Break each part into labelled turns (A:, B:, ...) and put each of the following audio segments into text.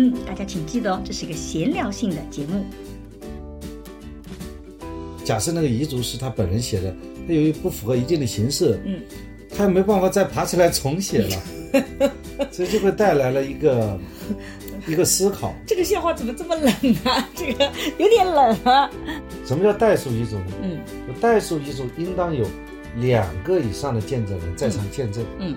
A: 嗯，大家请记得哦，这是一个闲聊性的节目。
B: 假设那个遗嘱是他本人写的，他由于不符合一定的形式，
A: 嗯，
B: 他也没办法再爬起来重写了， 所以就会带来了一个一个思考：
A: 这个笑话怎么这么冷啊？这个有点冷啊。
B: 什么叫代数遗嘱呢？
A: 嗯
B: 代数遗嘱应当有两个以上的见证人在场见证。
A: 嗯，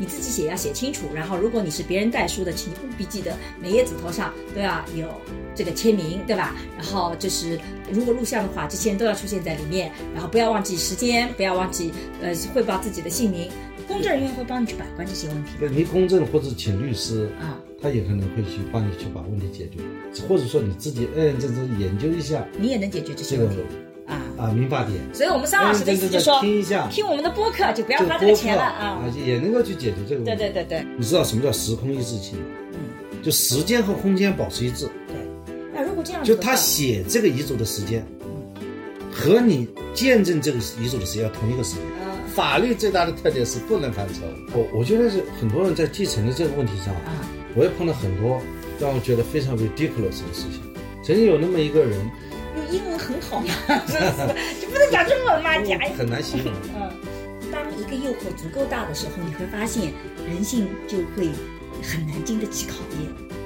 A: 你自己写要写清楚，然后如果你是别人代书的，请务必记得每页纸头上都要有这个签名，对吧？然后就是如果录像的话，这些人都要出现在里面，然后不要忘记时间，不要忘记呃汇报自己的姓名，公证人员会帮你去把关这些问题
B: 你公证或者请律师，
A: 啊。
B: 他也可能会去帮你去把问题解决，或者说你自己认认真真研究一下
A: 你也能解决这些
B: 这个
A: 问题啊。
B: 啊民法典，
A: 所以我们张
B: 认
A: 老师
B: 认
A: 的意
B: 真
A: 思
B: 真
A: 就
B: 的
A: 说，
B: 听一下嗯
A: 听我们的播客啊就不要
B: 这个
A: 花这
B: 播
A: 个
B: 客
A: 钱了啊。，
B: 也能够去解决这个问题。
A: 对对对对。
B: 你知道什么叫时空一致性？嗯，就时间和空间保持一致，
A: 啊那如果这样子
B: 就
A: 的
B: 他
A: 话
B: 写这个遗嘱的时间，和你见证这个遗嘱的时间要同一个时间。
A: 啊
B: 法律最大的特点是不能翻车。我我觉得是很多人在继承的这个问题上，
A: 啊
B: 我也碰到很多让我觉得非常 ridiculous 的事情。曾经有那么一个人，
A: 用英文很好嘛， 真是的，就不能讲中文嘛，讲。
B: 嗯很难形容。
A: 嗯，当一个诱惑足够大的时候，你会发现人性就会很难经得起考验。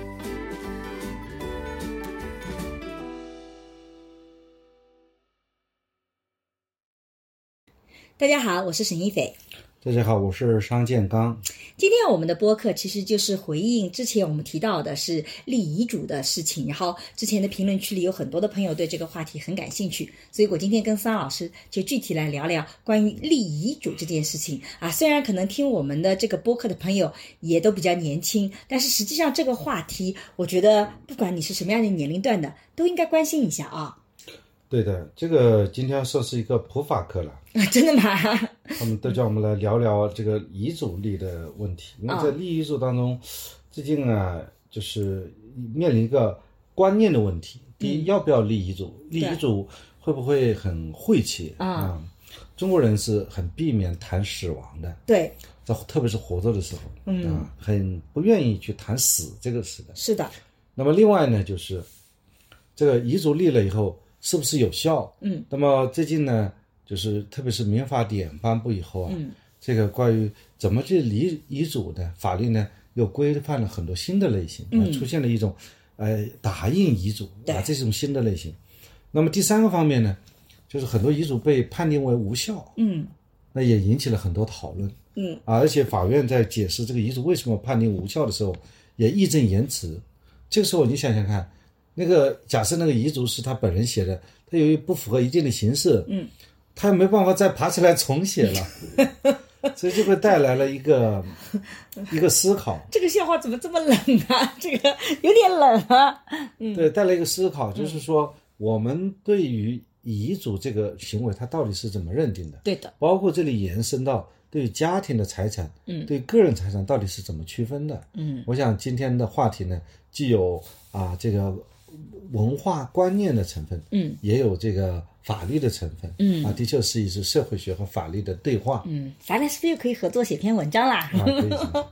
A: 大家好，我是沈一斐。
B: 大家好，我是商建刚。
A: 今天我们的播客其实就是回应之前我们提到的是立遗嘱的事情，然后之前的评论区里有很多的朋友对这个话题很感兴趣，所以我今天跟桑老师就具体来聊聊关于立遗嘱这件事情啊。虽然可能听我们的这个播客的朋友也都比较年轻，但是实际上这个话题，我觉得不管你是什么样的年龄段的，都应该关心一下啊。
B: 对的，这个今天算是一个普法课 了。
A: 啊真的吗？
B: 他们都叫我们来聊聊这个遗嘱立的问题，因为在立遗嘱当中，最近啊，就是面临一个观念的问题：第一，要不要立遗嘱？立遗嘱会不会很晦气
A: 啊
B: 啊？中国人是很避免谈死亡的，
A: 对，
B: 在特别是活着的时候，
A: 嗯
B: 啊，很不愿意去谈死这个事的。
A: 是的，
B: 那么另外呢，就是这个遗嘱立了以后是不是有效？
A: 嗯，
B: 那么最近呢，就是特别是民法典颁布以后啊，
A: 嗯
B: 这个关于怎么去离遗嘱的法律呢，又规范了很多新的类型，
A: 嗯
B: 啊出现了一种呃打印遗嘱
A: 对
B: 啊这种新的类型。那么第三个方面呢，就是很多遗嘱被判定为无效，
A: 嗯
B: 那也引起了很多讨论。
A: 嗯
B: 啊，而且法院在解释这个遗嘱为什么判定无效的时候，也义正言辞。这个时候你想想看，那个假设那个遗嘱是他本人写的，他由于不符合一定的形式，
A: 嗯，
B: 他也没办法再爬起来重写了， 所以就会带来了一个一个思考，
A: 这个笑话怎么这么冷啊？ 这个有点冷啊。
B: 对，带来一个思考，
A: 嗯
B: 就是说我们对于遗嘱这个行为，它到底是怎么认定的？
A: 对的，
B: 包括这里延伸到对于家庭的财产，
A: 嗯
B: 对个人财产到底是怎么区分的？
A: 嗯，
B: 我想今天的话题呢，既有啊这个文化观念的成分，
A: 嗯，
B: 也有这个法律的成分，
A: 嗯
B: 啊，的确是一次社会学和法律的对话，
A: 嗯，咱俩是不是又可以合作写篇文章啦？
B: 啊，可以想象。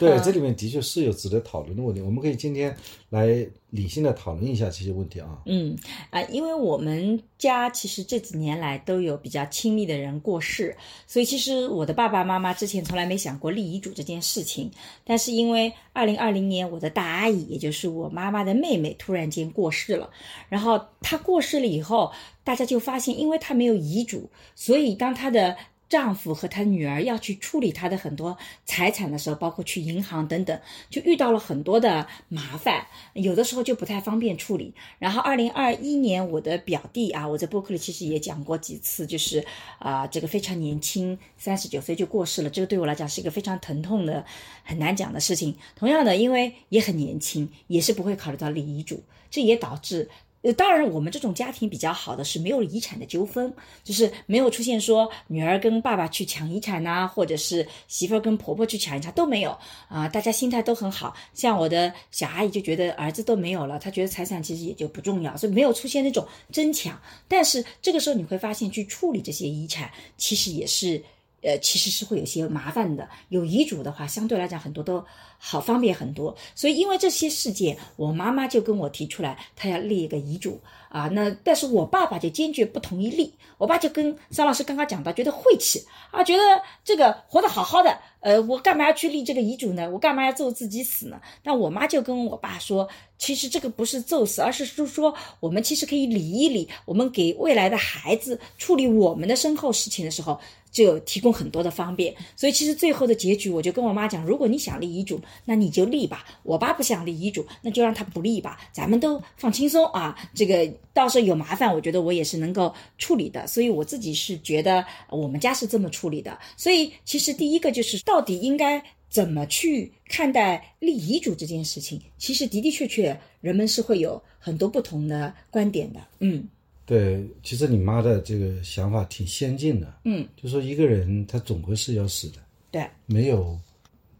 B: 对，这里面的确是有值得讨论的问题，我们可以今天来理性的讨论一下这些问题啊。
A: 嗯啊、因为我们家其实这几年来都有比较亲密的人过世，所以其实我的爸爸妈妈之前从来没想过立遗嘱这件事情。但是因为二零二零年我的大阿姨，也就是我妈妈的妹妹，突然间过世了，然后她过世了以后，大家就发现，因为她没有遗嘱，所以当她的丈夫和他女儿要去处理他的很多财产的时候，包括去银行等等，就遇到了很多的麻烦，有的时候就不太方便处理。然后，二零二一年，我的表弟啊，我在播客里其实也讲过几次，就是啊、呃，这个非常年轻，三十九岁就过世了，这个对我来讲是一个非常疼痛的、很难讲的事情。同样的，因为也很年轻，也是不会考虑到立遗嘱，这也导致。呃，当然，我们这种家庭比较好的是没有遗产的纠纷，就是没有出现说女儿跟爸爸去抢遗产呐、啊，或者是媳妇儿跟婆婆去抢遗产都没有啊、呃，大家心态都很好。像我的小阿姨就觉得儿子都没有了，她觉得财产其实也就不重要，所以没有出现那种争抢。但是这个时候你会发现，去处理这些遗产其实也是。呃，其实是会有些麻烦的。有遗嘱的话，相对来讲很多都好方便很多。所以因为这些事件，我妈妈就跟我提出来，她要立一个遗嘱啊。那但是我爸爸就坚决不同意立。我爸就跟桑老师刚刚讲到，觉得晦气啊，觉得这个活得好好的，呃，我干嘛要去立这个遗嘱呢？我干嘛要咒自己死呢？但我妈就跟我爸说，其实这个不是咒死，而是就说我们其实可以理一理，我们给未来的孩子处理我们的身后事情的时候。就提供很多的方便，所以其实最后的结局，我就跟我妈讲，如果你想立遗嘱，那你就立吧；我爸不想立遗嘱，那就让他不立吧，咱们都放轻松啊。这个到时候有麻烦，我觉得我也是能够处理的，所以我自己是觉得我们家是这么处理的。所以其实第一个就是到底应该。怎么去看待立遗嘱这件事情？其实的的确确，人们是会有很多不同的观点的。嗯，
B: 对，其实你妈的这个想法挺先进的。
A: 嗯，
B: 就说一个人他总归是要死的，
A: 对，
B: 没有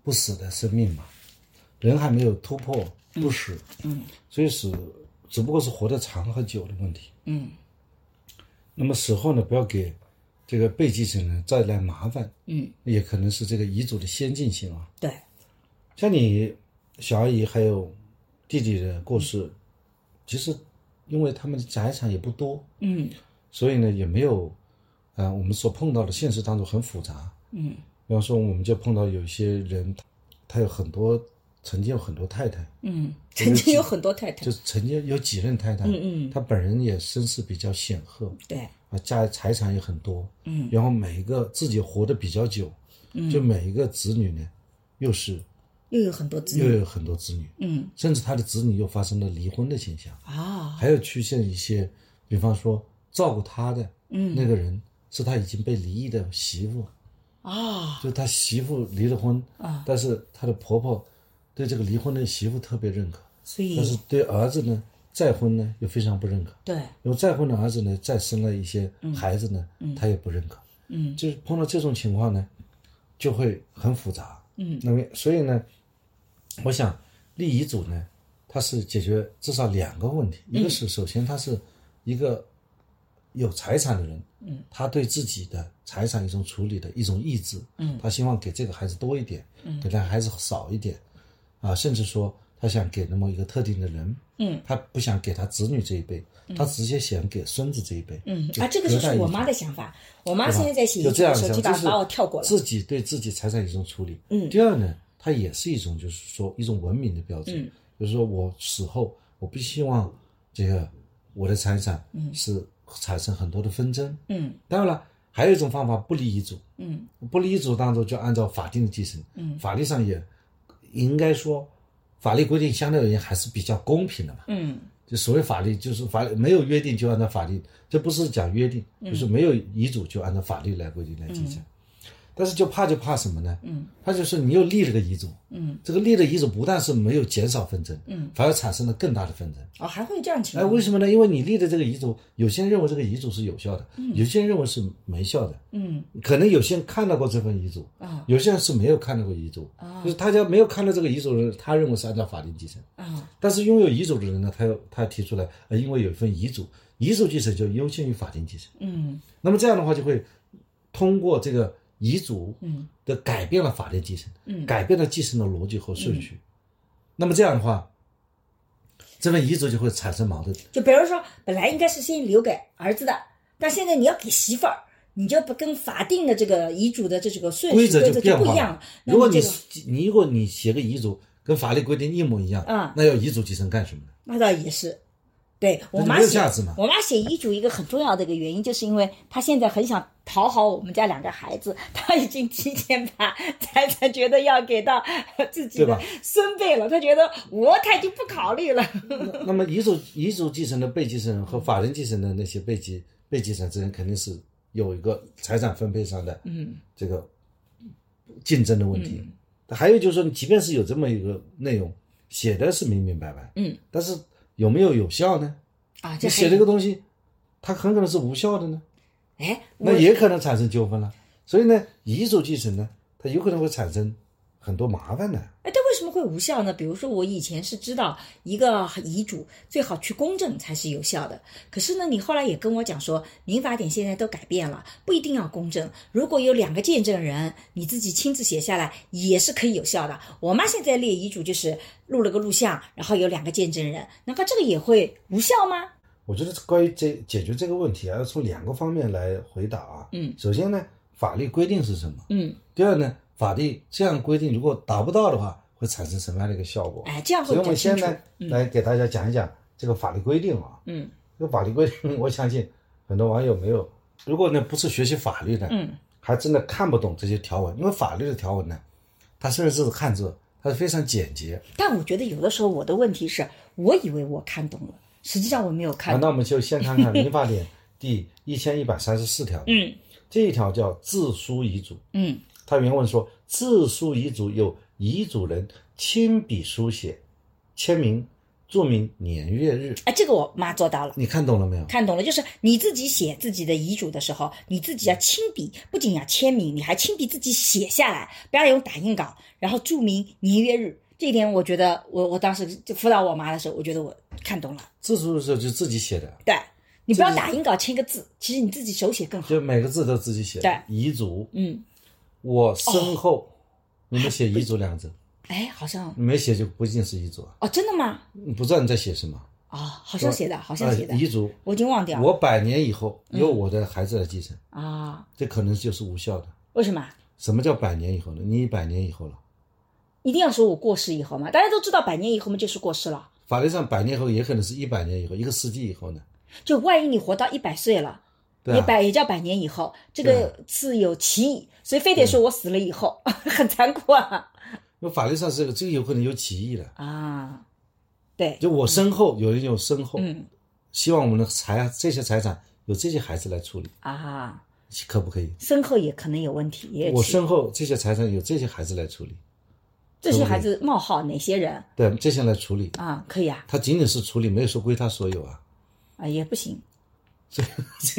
B: 不死的生命嘛，人还没有突破不死，
A: 嗯，
B: 所以死只不过是活得长和久的问题。
A: 嗯，
B: 那么死后呢，不要给这个被继承人带来麻烦。
A: 嗯，
B: 也可能是这个遗嘱的先进性啊。
A: 对，
B: 像你小阿姨还有弟弟的过世，其实因为他们的财产也不多，
A: 嗯
B: 所以呢也没有啊、呃我们所碰到的现实当中很复杂。
A: 嗯
B: 比方说，我们就碰到有些人，他有很多曾经有很多太太，
A: 嗯， 曾经有很多太太
B: 就，是曾经有几任太太，
A: 嗯嗯
B: 他本人也身世比较显赫
A: 对，
B: 啊，家财产也很多，
A: 嗯
B: 然后每一个自己活得比较久，就每一个子女呢，又是
A: 又有很多子
B: 又
A: 女，
B: 有很多子女，
A: 嗯
B: 甚至他的子女又发生了离婚的现象，
A: 啊，
B: 还有出现一些，比方说照顾他的
A: 嗯
B: 那个人是他已经被离异的媳妇，
A: 啊，
B: 就是他媳妇离了婚
A: 啊，
B: 但是他的婆婆对这个离婚的媳妇特别认可，
A: 所
B: 但是
A: 以
B: 对儿子呢再婚呢又非常不认可，
A: 对，
B: 有再婚的儿子呢再生了一些孩子呢，他也不认可，
A: 嗯
B: 就是碰到这种情况呢，就会很复杂。
A: 嗯，
B: 那么所以呢，我想立遗嘱呢，它是解决至少两个问题，
A: 嗯
B: 一个是首先它是一个有财产的人，
A: 嗯，
B: 他对自己的财产一种处理的一种意志，
A: 嗯
B: 他希望给这个孩子多一点，嗯，给他孩子少一点，啊，甚至说他想给那么一个特定的人，
A: 嗯，
B: 他不想给他子女这一辈，他直接想给孙子这一辈，
A: 嗯啊，这个就是我妈的想法。我妈啊现在在写遗
B: 就
A: 嘱
B: 这样
A: 的时候，
B: 想，就
A: 基
B: 是
A: 本上把我跳过了。
B: 自己对自己财产一种处理。
A: 嗯
B: 第二呢，它也是一种就是说一种文明的标准，
A: 嗯
B: 就是说我死后我不希望这个我的财产是产生很多的纷争。
A: 嗯
B: 当然了，还有一种方法不立遗嘱，
A: 嗯
B: 不立遗嘱当中就按照法定的继承，
A: 嗯
B: 法律上也应该说法律规定相对而言还是比较公平的嘛。
A: 嗯
B: 就所谓法律，就是法律没有约定就按照法律，这不是讲约定，就是
A: 嗯
B: 没有遗嘱就按照法律来规定来继承。但是就怕就怕什么呢？
A: 嗯，
B: 怕就是你又立了个遗嘱，
A: 嗯，
B: 这个立了遗嘱不但是没有减少纷争，
A: 嗯，
B: 反而产生了更大的纷争。
A: 哦，还会有这样情
B: 哎，
A: 况？
B: 为什么呢？因为你立的这个遗嘱，有些人认为这个遗嘱是有效的，有些人认为是没效的，
A: 嗯
B: 可能有些人看到过这份遗嘱，
A: 啊
B: 有些人是没有看到过遗嘱，
A: 啊
B: 就是大家没有看到这个遗嘱的人，他认为是按照法定继承。
A: 啊
B: 但是拥有遗嘱的人呢，他要他提出来，呃，因为有一份遗嘱，遗嘱继承就优先于法定继承。
A: 嗯
B: 那么这样的话，就会通过这个遗嘱
A: 嗯
B: 的改变了法定继承，
A: 嗯
B: 改变了继承的逻辑和顺序。那么这样的话，这份遗嘱就会产生矛盾。
A: 就比如说，本来应该是先留给儿子的，但现在你要给媳妇儿，你就不跟法定的这个遗嘱的这这个顺序
B: 规则
A: 规
B: 就
A: 则
B: 变
A: 不
B: 化
A: 一样了
B: 了。。如果
A: 那
B: 你
A: 这个
B: 你如果你写个遗嘱跟法律规定一模一样
A: 嗯，
B: 那要遗嘱继承干什么呢？
A: 那倒也是，对我
B: 那就
A: 妈
B: 没有
A: 写
B: 价值嘛，
A: 我妈写遗嘱一个很重要的一个原因，就是因为她现在很想讨好我们家两个孩子，她已经提前把财产觉得要给到自己
B: 对
A: 的
B: 吧
A: 孙辈了，她觉得我她已经不考虑了。
B: 那那么遗嘱遗嘱继承的被继承人和法定继承的那些被继被继承之间肯定是有一个财产分配上的
A: 嗯
B: 这个竞争的问题。还有就是说，你即便是有这么一个内容写的是明明白白，
A: 嗯，
B: 但是有没有有效呢？
A: 啊，这还
B: 你写这个东西，它很可能是无效的呢，
A: 哎，
B: 那
A: 我
B: 也可能产生纠纷了。所以呢，遗嘱继承呢，它有可能会产生很多麻烦的。
A: 哎，但为什么会无效呢？比如说，我以前是知道一个遗嘱最好去公证才是有效的，可是呢，你后来也跟我讲说，民法典现在都改变了，不一定要公证，如果有两个见证人，你自己亲自写下来也是可以有效的。我妈现在列遗嘱就是录了个录像，然后有两个见证人，那么这个也会无效吗？
B: 我觉得关于这解决这个问题啊，要从两个方面来回答啊。
A: 嗯，
B: 首先呢，法律规定是什么？
A: 嗯，
B: 第二呢，法律这样规定如果达不到的话，会产生什么样的一个效果？
A: 哎，这样
B: 所
A: 会
B: 以
A: 比
B: 我
A: 较清
B: 们先
A: 楚
B: 呢。，来给大家讲一讲这个法律规定啊。
A: 嗯
B: 这个法律规定，我相信很多网友没有，如果呢不是学习法律的，
A: 嗯，
B: 还真的看不懂这些条文，因为法律的条文呢，它甚至是汉字，它是非常简洁。
A: 但我觉得有的时候我的问题是，我以为我看懂了，实际上我没有看
B: 啊，
A: 懂。
B: 那我们就先看看《民法典》第一千一百三十四条，
A: 嗯
B: 这一条叫自书遗嘱。
A: 嗯
B: 它原文说，自书遗嘱由遗嘱人亲笔书写，签名，注明年月日。
A: 哎，这个我妈做到了，
B: 你看懂了没有？
A: 看懂了，就是你自己写自己的遗嘱的时候，你自己要亲笔，不仅要签名，你还亲笔自己写下来，不要用打印稿，然后注明年月日。这一点，我觉得我我当时就辅导我妈的时候，我觉得我看懂了。
B: 自书的时候就自己写的，
A: 对你不要打印稿签个字，其实你自己手写更好。
B: 就每个字都自己写的。
A: 对哦
B: 遗嘱，
A: 嗯，
B: 我身后，你们写遗嘱两个字，
A: 哎，好像
B: 你没写就不一定是遗嘱啊，
A: 哦，真的吗？
B: 你不知道你在写什么。
A: 哦，好像写的，好像
B: 呃
A: 写的，
B: 遗嘱，
A: 我已经忘掉嗯了
B: 我百年以后由我的孩子来继承，
A: 啊、
B: 这可能就是无效的。
A: 为什么？
B: 什么叫百年以后呢？你一百年以后了，
A: 一定要说我过世以后吗？大家都知道百年以后嘛，就是过世了。
B: 法律上百年以后也可能是一百年以后，一个世纪以后呢？
A: 就万一你活到一百岁了，
B: 对
A: 也
B: 啊，
A: 百也叫百年以后，这个是有歧义，所以非得说我死了以后， 很残酷 啊
B: 因为法律上是这个有可能有歧义的。
A: 啊！对，
B: 就我身后有人有身后，
A: 嗯
B: 希望我们的财这些财产由这些孩子来处理，
A: 啊，
B: 可不可以？
A: 身后也可能有问题，也有
B: 我
A: 歧义
B: 身后这些财产由这些孩子来处理，
A: 这些孩子冒号哪些人
B: 对这些来处理，
A: 啊？可以啊
B: 他仅仅是处理，没有说归他所有啊。
A: 啊也不行，
B: 这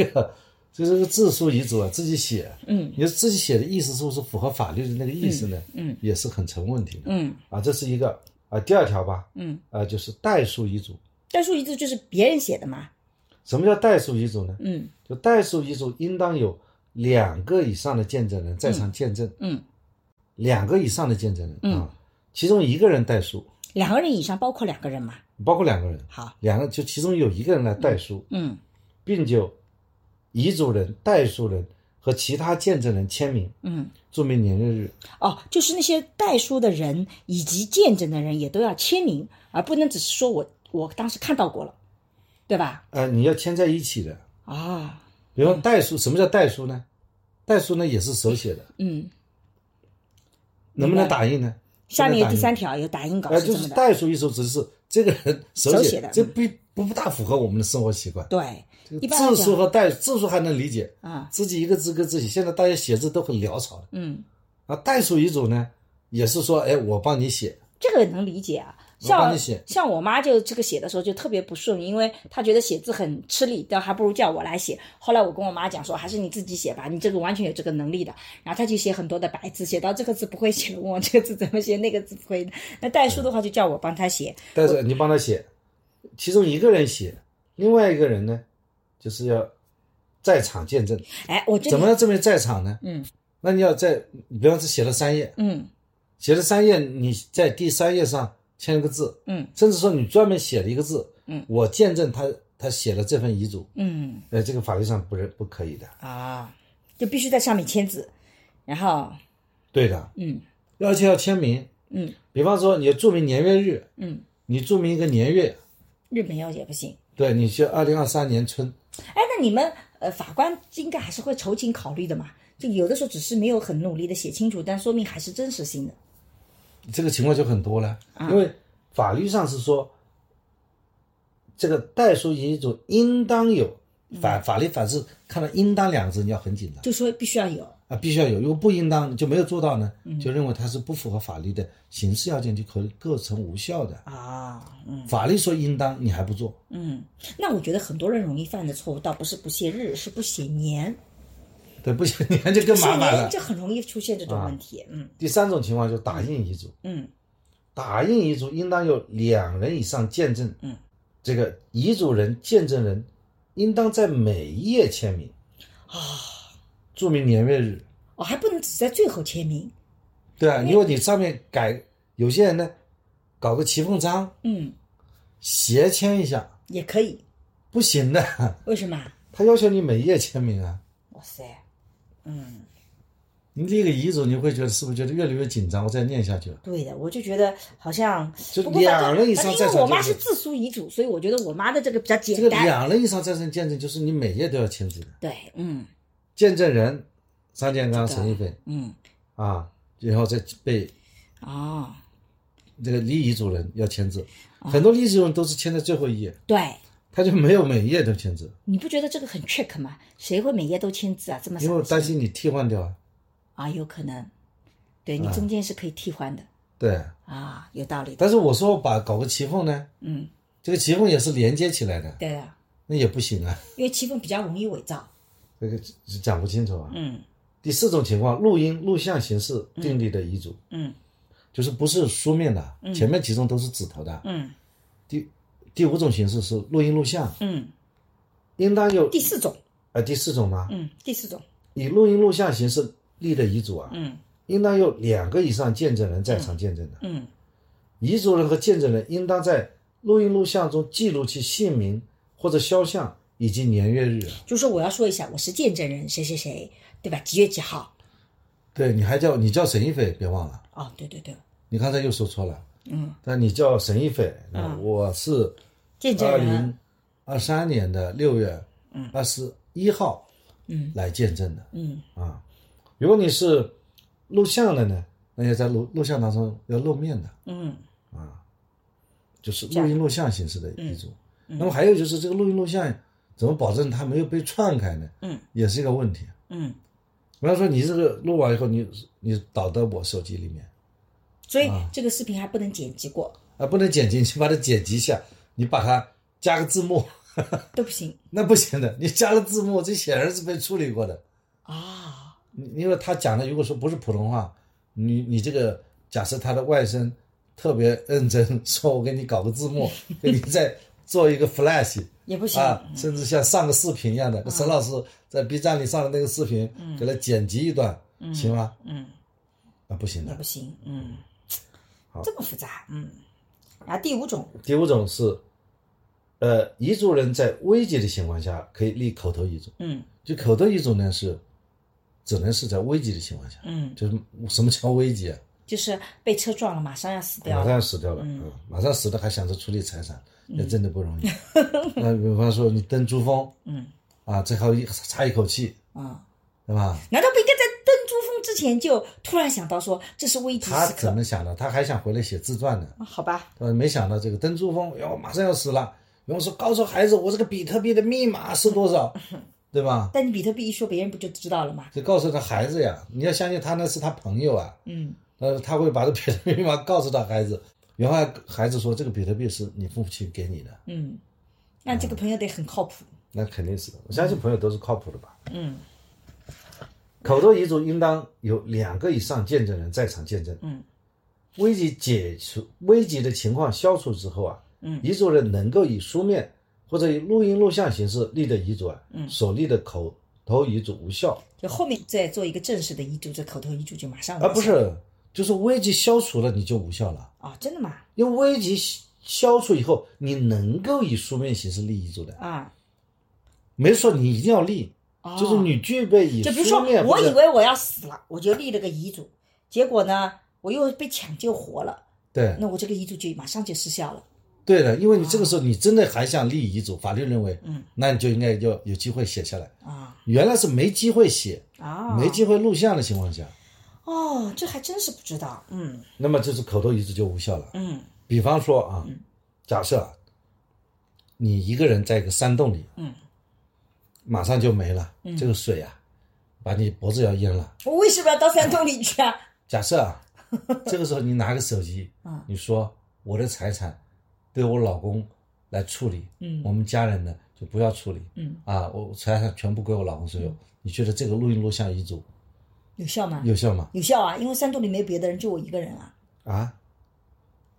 B: 个就是这个自书遗嘱啊，自己写，
A: 嗯，
B: 你说自己写的意思是不是符合法律的那个意思呢？
A: 嗯嗯
B: 也是很成问题的。
A: 嗯
B: 啊，这是一个啊，第二条吧，
A: 嗯，
B: 啊，就是代书遗嘱。
A: 代数一字就是别人写的嘛，
B: 什么叫代书遗嘱呢？
A: 嗯
B: 就代书遗嘱应当有两个以上的见证人在场见证，
A: 嗯，
B: 两个以上的见证人、啊，其中一个人代书，
A: 两个人以上包括两个人嘛，
B: 包括两个人，
A: 好，
B: 两个就其中有一个人来代书，
A: 嗯
B: 并就遗嘱人、代书人和其他见证人签名，
A: 嗯。
B: 注明年月日。
A: 哦，就是那些代书的人以及见证的人也都要签名，而不能只是说我我当时看到过了，对吧？
B: 呃，你要签在一起的。
A: 啊，
B: 比如说代书，什么叫代书呢？代书呢也是手写的，
A: 嗯，
B: 能不能打印呢？
A: 下面有第三
B: 条，
A: 条有打印稿
B: 呃，
A: 啊是
B: 就
A: 这么
B: 是
A: 的，
B: 代书一手只是这个人手
A: 手
B: 写
A: 写的嗯
B: 这不不不大符合我们的生活习惯。
A: 对，一般来
B: 字数
A: 讲
B: 和代字数还能理解，
A: 啊，
B: 自己一个字一个字写，现在大家写字都很潦草的。
A: 嗯，
B: 啊，代书遗嘱呢，也是说，哎，我帮你写，
A: 这个能理解啊。
B: 我
A: 像
B: 帮你写
A: 像我妈就这个写的时候就特别不顺，因为她觉得写字很吃力，但还不如叫我来写。后来我跟我妈讲说，还是你自己写吧，你这个完全有这个能力的。然后她就写很多的白字，写到这个字不会写，问我这个字怎么写，那个字不会。那代书的话就叫我帮她写，
B: 但是你帮他写，其中一个人写，另外一个人呢，就是要在场见证。
A: 哎，我这
B: 怎
A: 里
B: 么样证明在场呢？
A: 嗯，
B: 那你要在，比方说写了三页，
A: 嗯
B: 写了三页，你在第三页上签了个字，
A: 嗯，
B: 甚至说你专门写了一个字，
A: 嗯，
B: 我见证他他写了这份遗嘱，
A: 嗯
B: 呃，这个法律上不是不可以的，
A: 啊，就必须在上面签字，然后
B: 对的，
A: 嗯
B: 而且要签名，
A: 嗯
B: 比方说你要注明年月日，
A: 嗯，
B: 你注明一个年月，
A: 日本要也不行，
B: 对，你是二零二三年春，
A: 哎，那你们呃，法官应该还是会筹情考虑的嘛？就有的时候只是没有很努力的写清楚，但说明还是真实性的。
B: 这个情况就很多了，
A: 啊
B: 因为法律上是说，这个代书遗嘱应当有法
A: 嗯
B: 法律反是看到“应当”两个字，你要很紧张
A: 就说必须要有，
B: 啊，必须要有，如果不应当就没有做到呢，
A: 嗯
B: 就认为它是不符合法律的刑事要件，就可构成无效的。
A: 啊，嗯
B: 法律说应当，你还不做，
A: 嗯，那我觉得很多人容易犯的错误，倒不是不写日，是不写年，
B: 对，不行，你 看就更
A: 写
B: 麻烦了
A: 年。就很容易出现这种问题，嗯
B: 第三种情况就是打印遗嘱，
A: 嗯
B: 打印遗嘱应当有两人以上见证，
A: 嗯，
B: 这个遗嘱人、见证人应当在每一页签名，
A: 啊，
B: 注明年月日。
A: 哦，还不能只在最后签名，
B: 对啊，因为你上面改，有些人呢搞个骑缝章
A: 嗯，
B: 斜签一下，
A: 也可以，
B: 不行的，
A: 为什么啊？
B: 他要求你每一页签名啊。
A: 哇塞，嗯。
B: 你这个遗嘱你会觉得是不是觉得越来越紧张？我再念下去了，
A: 对的，我就觉得好像
B: 就
A: 不过反
B: 两
A: 正
B: 人以
A: 反
B: 上
A: 正
B: 在
A: 因为我
B: 场
A: 妈
B: 就是
A: 是自书遗嘱，所以我觉得我妈的这个比较
B: 这
A: 简
B: 个
A: 单。
B: 两人以上在证见证就是你每页都要签字的，
A: 对，嗯
B: 见证人张建刚、
A: 知道
B: 沈一飞
A: 嗯，
B: 啊，然后再被
A: 哦，
B: 这个立遗嘱人要签字，很多立遗嘱人都是签在最后一页，
A: 对，
B: 他就没有每一页都签字，
A: 你不觉得这个很 trick 吗？谁会每页都签字啊？这么
B: 因为我
A: 傻
B: 担心你替换掉啊。
A: 啊？有可能，对你中间是可以替换的
B: 对，
A: 啊，有道理的。
B: 哎但是我说把搞个骑缝呢，
A: 嗯，
B: 这个骑缝也是连接起来的，
A: 对的，
B: 那也不行啊，
A: 因为气氛比较容易伪造。
B: 这个是讲不清楚啊。
A: 嗯
B: 第四种情况，录音、录像形式订立的遗嘱，
A: 嗯
B: 就是不是书面的，前面几种都是纸头的。
A: 嗯
B: 第第五种形式是录音录像，
A: 嗯，
B: 应当有
A: 第四种，
B: 呃第四种吗？
A: 嗯，第四种，
B: 以录音录像形式立的遗嘱啊，
A: 嗯
B: 应当有两个以上见证人在场见证的，
A: 嗯
B: 遗嘱人和见证人应当在录音录像中记录其姓名或者肖像以及年月日啊。
A: 就说我要说一下，我是见证人，谁谁谁，对吧？几月几号？
B: 对，你还叫你叫沈一斐，别忘了，
A: 哦，对对对，
B: 你刚才又说错了。
A: 嗯，
B: 但你叫沈一斐，那我是
A: 见证
B: 二
A: 人
B: 零。二三年的六月二十一号，嗯，来见证的，
A: 嗯
B: 啊，如果你是录像的呢，那要在录录像当中要露面的，
A: 嗯
B: 啊就是录音录像形式的遗嘱。那么还有就是这个录音录像怎么保证它没有被篡改呢？
A: 嗯，
B: 也是一个问题。
A: 嗯，
B: 比方说你这个录完以后，你你导到我手机里面
A: 所以这个视频还不能剪辑过，
B: 啊，不能剪辑，你把它剪辑一下，你把它加个字幕，
A: 都不行
B: 那不行的。你加了字幕，这显然是被处理过的。
A: 啊。
B: 你因为他讲的如果说不是普通话，你你这个假设他的外甥特别认真，说我给你搞个字幕，给你再做一个 flash
A: 也不行
B: 啊，甚至像上个视频一样
A: 嗯
B: 的，沈老师在 B 站里上的那个视频，给他剪辑一段，行吗？
A: 嗯，
B: 啊，不行
A: 也
B: 的。
A: 不行，嗯
B: 好，
A: 这么复杂，嗯。然后第五种，
B: 第五种是，呃，遗嘱人在危急的情况下可以立口头遗嘱，
A: 嗯
B: 就口头遗嘱呢是，只能是在危急的情况下，
A: 嗯，
B: 就是什么叫危急啊？
A: 就是被车撞了，马上要死掉
B: 马
A: 了，
B: 上死掉了，嗯，马上死了还想着处理财产，那真的 不容易。那比方说你登珠峰，
A: 嗯
B: 啊，最后一差一口气，
A: 啊、
B: 对吧？
A: 难道不应该在登珠峰之前就突然想到说这是危机
B: 他
A: 时
B: 怎
A: 刻？
B: 么想的？他还想回来写自传呢，
A: 啊好吧，
B: 他没想到这个登珠峰，哟，马上要死了。然后说告诉孩子，我这个比特币的密码是多少，对吧？
A: 但你比特币一说，别人不就知道了吗？
B: 就告诉他孩子呀，你要相信他那是他朋友啊，
A: 嗯
B: 呃，他会把这比特币密码告诉他孩子，然后孩子说这个比特币是你父亲给你的，
A: 嗯，那这个朋友得很靠谱，
B: 那肯定是的。我相信朋友都是靠谱的吧。
A: 嗯
B: 口头遗嘱应当有两个以上见证人在场见证。
A: 嗯，
B: 危机解除、危急的情况消除之后啊，
A: 嗯
B: 遗嘱人能够以书面或者以录音录像形式立的遗嘱啊，嗯，所立的口头遗嘱无效，
A: 就后面再做一个正式的遗嘱，这口头遗嘱就马上
B: 而啊不
A: 无效
B: 是就是危机消除了你就无效了，
A: 啊、真的吗？
B: 因为危机消除以后，你能够以书面形式立遗嘱的，
A: 啊，
B: 没说你一定要立，
A: 哦
B: 就是你具备以
A: 就比如说
B: 书面，或
A: 我
B: 者
A: 以为我要死了，我就立了个遗嘱，结果呢，我又被抢救活了，
B: 对
A: 那我这个遗嘱就马上就失效了。
B: 对的，因为你这个时候你真的还想立遗嘱，法律认为，嗯，那你就应该要有机会写下来
A: 啊。
B: 原来是没机会写，
A: 啊，
B: 没机会录像的情况下，
A: 哦，这还真是不知道，嗯
B: 那么就是口头遗嘱就无效了。
A: 嗯
B: 比方说啊，假设啊你一个人在一个山洞里，
A: 嗯，
B: 马上就没了，这个水啊，把你脖子要淹了。
A: 我为什么要到山洞里去啊？
B: 假设 啊，这个时候你拿个手机
A: 嗯，
B: 你说我的财产对我老公来处理，
A: 嗯
B: 我们家人呢就不要处理，
A: 嗯，
B: 啊，我财产全部归我老公所有。你觉得这个录音录像遗嘱
A: 啊有效吗？
B: 有效吗？
A: 有效啊，因为山洞里没别的人，就我一个人啊。
B: 啊，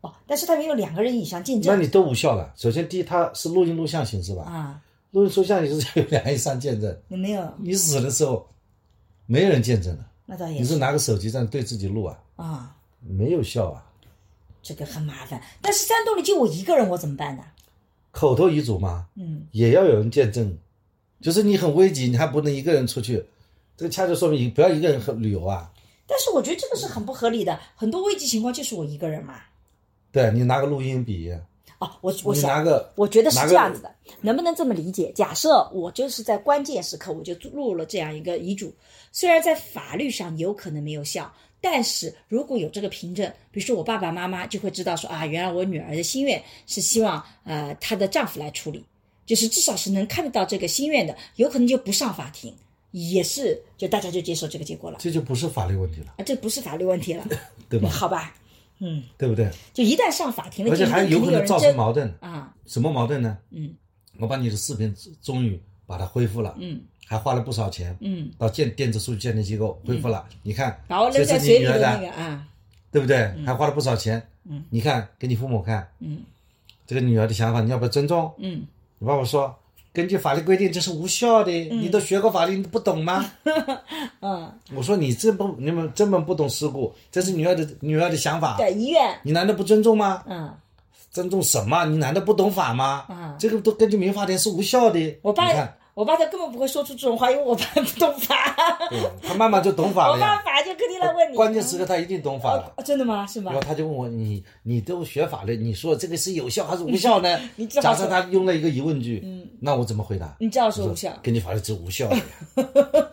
A: 哦，但是他们有两个人以上见
B: 那
A: 证
B: 你都无效了。首先，第一，它是录音录像形式吧？
A: 啊，
B: 录音录像形式有两以上见证，
A: 有没有？
B: 你死的时候没人见证了，
A: 那倒也
B: 你是拿个手机这样对自己录啊，
A: 啊，
B: 没有效啊。
A: 这个很麻烦。但是山洞里就我一个人，我怎么办呢？
B: 口头遗嘱嘛，
A: 嗯，
B: 也要有人见证，就是你很危急，你还不能一个人出去，这恰恰说明你不要一个人和旅游啊。
A: 但是我觉得这个是很不合理的，很多危急情况就是我一个人嘛。
B: 对你拿个录音笔，
A: 哦，我我
B: 你
A: 想
B: 拿个
A: 我觉得是
B: 拿个
A: 这样子的，能不能这么理解？假设我就是在关键时刻我就录了这样一个遗嘱，虽然在法律上有可能没有效，但是如果有这个凭证，比如说我爸爸妈妈就会知道说啊，原来我女儿的心愿是希望呃她的丈夫来处理，就是至少是能看得到这个心愿的，有可能就不上法庭，也是就大家就接受这个结果了
B: 这就不是法律问题了，
A: 啊，这不是法律问题 了，
B: 对吧？
A: 好吧？嗯，
B: 对不对？
A: 就一旦上法庭了，
B: 而且
A: 就一定
B: 还有
A: 肯
B: 可
A: 定有
B: 能
A: 人
B: 造成
A: 争
B: 矛盾。
A: 啊，
B: 什么矛盾呢？
A: 嗯，
B: 我把你的视频终于把它恢复了，
A: 嗯
B: 还花了不少钱，
A: 嗯。
B: 到电电子数据鉴定机构恢复了。你看，
A: 把我嗯
B: 这
A: 扔
B: 是
A: 在
B: 你
A: 水
B: 女
A: 里
B: 儿
A: 的那
B: 的，
A: 个啊，
B: 对不对？还花了不少钱。
A: 嗯，
B: 你看给你父母看，
A: 嗯
B: 这个女儿的想法你要不要尊重？
A: 嗯，
B: 你爸爸说，根据法律规定这是无效的，你都学过法律，你不懂吗？
A: 嗯，
B: 我说你这不，你们根本不懂事故，这是女儿的女儿的想法，
A: 对，嗯医院，
B: 你难道不尊重吗？
A: 嗯，
B: 尊重什么？你难道不懂法吗？
A: 嗯
B: 这个都根据民法典是无效的。
A: 我
B: 你看
A: 爸，我爸他根本不会说出这种话，因为我爸不懂法，
B: 对他慢慢就懂 法
A: 我
B: 了
A: 爸
B: 呀。
A: 法就肯定来问你，
B: 啊关键时刻他一定懂法了。
A: 哦，真的吗？是吗
B: 然后？他就问我，你你都学法律，你说这个是有效还是无效呢？
A: 你正好
B: 假设他用了一个疑问句，那我怎么回答？
A: 你这样嗯说无效，
B: 根据法律是无效的。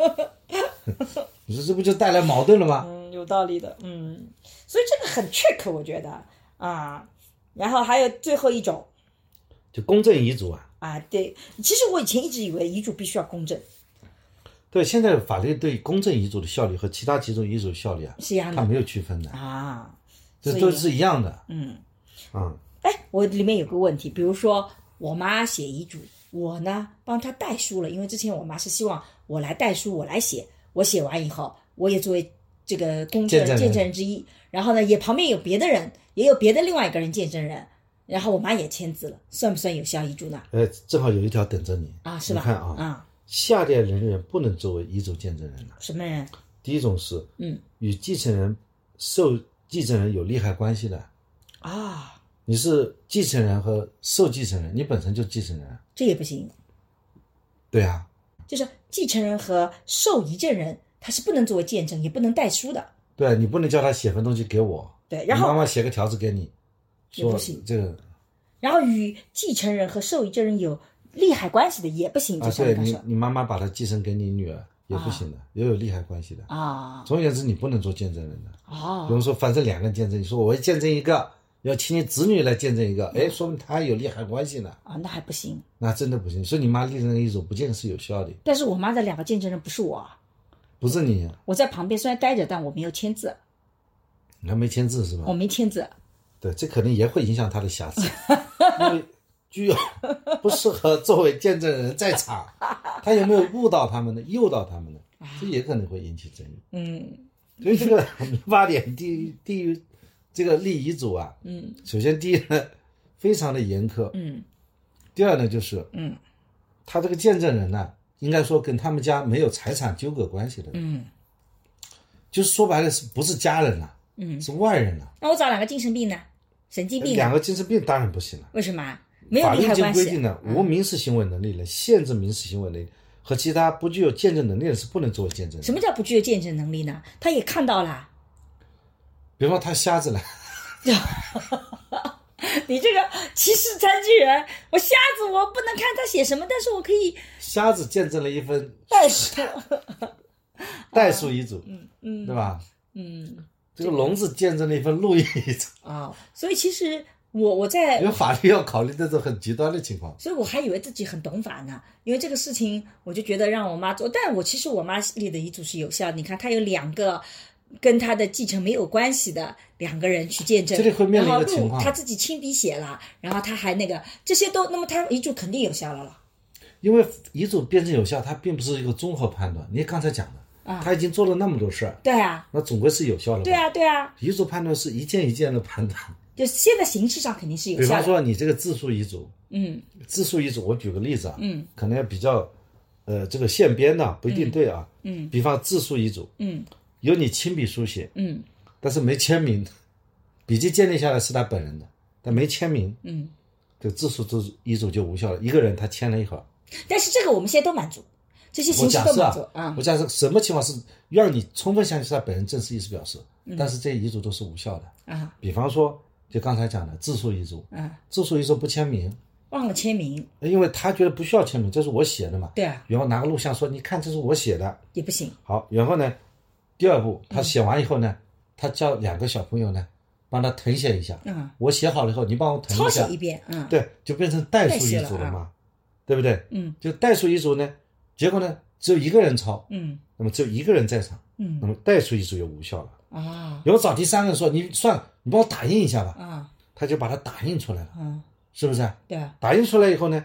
B: 你说这不就带来矛盾了吗？
A: 嗯，有道理的，嗯，所以这个很 trick，我觉得啊，然后还有最后一种
B: 就公证遗嘱啊，
A: 啊，对，其实我以前一直以为遗嘱必须要公证，
B: 对，现在法律对公证遗嘱的效力和其他几种遗嘱效力啊，
A: 是一样的
B: 它没有区分的，
A: 啊，
B: 这
A: 所以
B: 都是一样的。
A: 嗯。
B: 嗯，
A: 哎，我里面有个问题，比如说我妈写遗嘱，我呢帮她代书了，因为之前我妈是希望我来代书，我来写，我写完以后，我也作为这个公证
B: 见证人
A: 见证人之一，然后呢，也旁边有别的人，也有别的另外一个人见证人，然后我妈也签字了，算不算有效遗嘱呢？
B: 呃，正好有一条等着你
A: 啊，是吧？
B: 你看啊，
A: 啊，
B: 下列人员不能作为遗嘱见证人了。
A: 什么人？
B: 第一种是，
A: 嗯，
B: 与继承人受继承人有利害关系的，
A: 啊，
B: 你是继承人和受继承人，你本身就继承人。
A: 这也不行，
B: 对啊，
A: 就是继承人和受遗赠人，他是不能作为见证，也不能代书的。
B: 对啊，你不能叫他写份东西给我，
A: 对，然后
B: 你妈妈写个条子给你，
A: 也不
B: 说
A: 行
B: 这个
A: 然后与继承人和受遗赠人有利害关系的也不行，
B: 啊
A: 就，像
B: 对
A: 刚
B: 你
A: 说
B: 你妈妈把它继承给你女儿也不行的，也有利害关系的。
A: 啊
B: 总而言之，你不能做见证人的。比
A: 哦
B: 如说，反正两个人见证，你说我要见证一个，要请你子女来见证一个，哎，说明他有利害关系呢，
A: 啊，那还不行。
B: 那真的不行。所以你妈立的那个遗嘱不见得是有效的，
A: 但是我妈的两个见证人不是我，
B: 不是你，
A: 我在旁边虽然待着，但我没有签字，
B: 你还没签字是吧？
A: 我没签字。
B: 对，这可能也会影响他的瑕疵，因为具有不适合作为见证人在场，他有没有误导他们呢？诱导他们呢？这也可能会引起争议。
A: 嗯
B: 所以这个民法典第一第一这个立遗嘱啊，
A: 嗯
B: 首先第一呢，非常的严苛；
A: 嗯
B: 第二呢，就是
A: 嗯
B: 他这个见证人呢、应该说跟他们家没有财产纠葛关系的，
A: 嗯
B: 就是说白了是不是家人了、啊
A: 嗯。
B: 是外人了、啊
A: 那我找两个精神病呢？神经病呢？
B: 两个精神病当然不行了。
A: 为什么啊？没有
B: 法律
A: 利
B: 已
A: 害
B: 经
A: 关
B: 规
A: 系嗯
B: 定。了，无民事行为能力人、限制民事行为能力和其他不具有见证能力的是不能作为见证人。
A: 什么？叫不具有见证能力呢？他也看到了，
B: 比方说他瞎子了，
A: 你这个歧视残疾人，我瞎子我不能看他写什么，但是我可以
B: 瞎子见证了一份
A: 代数，
B: 代数遗嘱，
A: 啊嗯嗯，
B: 对吧？
A: 嗯
B: 这个聋子见证了一份路易遗嘱，
A: 啊、所以其实我我在
B: 因为法律要考虑这种很极端的情况。
A: 所以我还以为自己很懂法呢，因为这个事情，我就觉得让我妈做，但我其实我妈立的遗嘱是有效的。你看，她有两个跟她的继承没有关系的两个人去见证，
B: 这里会面临一个
A: 然后
B: 情
A: 录
B: 况
A: 她自己亲笔写了，然后她还那个这些都，那么她遗嘱肯定有效了了。
B: 因为遗嘱辩证有效，它并不是一个综合判断。你刚才讲的，他已经做了那么多事儿，
A: 对啊，
B: 那总归是有效的吧？
A: 对啊，对啊，
B: 遗嘱判断是一件一件的判断。
A: 就现在形式上肯定是有
B: 比
A: 效
B: 方
A: 的。
B: 说，你这个自述遗嘱，
A: 嗯
B: 自述遗嘱，我举个例子啊，
A: 嗯，
B: 可能要比较，呃，这个现编的不一定对啊，
A: 嗯
B: 比方自述遗嘱
A: 嗯
B: 由你亲笔书写，
A: 嗯
B: 但是没签名，笔迹建立下来是他本人的，但没签名，
A: 嗯，
B: 这个自述自遗嘱就无效了。一个人他签了一会儿，
A: 但是这个我们现在都满足，这些
B: 我
A: 形式
B: 假
A: 都
B: 设
A: 满足
B: 啊
A: 啊，
B: 我。假设什么情况是让你充分相信他本人真实意思表示，
A: 嗯
B: 但是这遗嘱都是无效的。
A: 啊
B: 比方说，就刚才讲的自述遗嘱，
A: 啊，
B: 自述遗嘱不签名，
A: 忘了签名，
B: 因为他觉得不需要签名，这是我写的嘛。
A: 对啊，
B: 然后拿个录像说，你看这是我写的。
A: 也不行。
B: 好，然后呢，第二步他写完以后呢，他叫两个小朋友呢帮他誊写一下。
A: 嗯，
B: 我写好了以后，你帮我誊
A: 抄
B: 一
A: 写
B: 下
A: 一。遍，嗯，
B: 对，就变成代数遗嘱
A: 代写了
B: 了
A: 啊
B: 嘛，对不对？
A: 嗯，
B: 就代数遗嘱呢，结果呢只有一个人抄，
A: 嗯
B: 那么只有一个人在场，
A: 嗯
B: 那么代数遗嘱就无效了。
A: 啊
B: 然后找第三个人说：“你算了，你帮我打印一下吧。
A: 啊”
B: 他就把它打印出来了，
A: 啊，
B: 是不是？
A: 对啊，
B: 打印出来以后呢，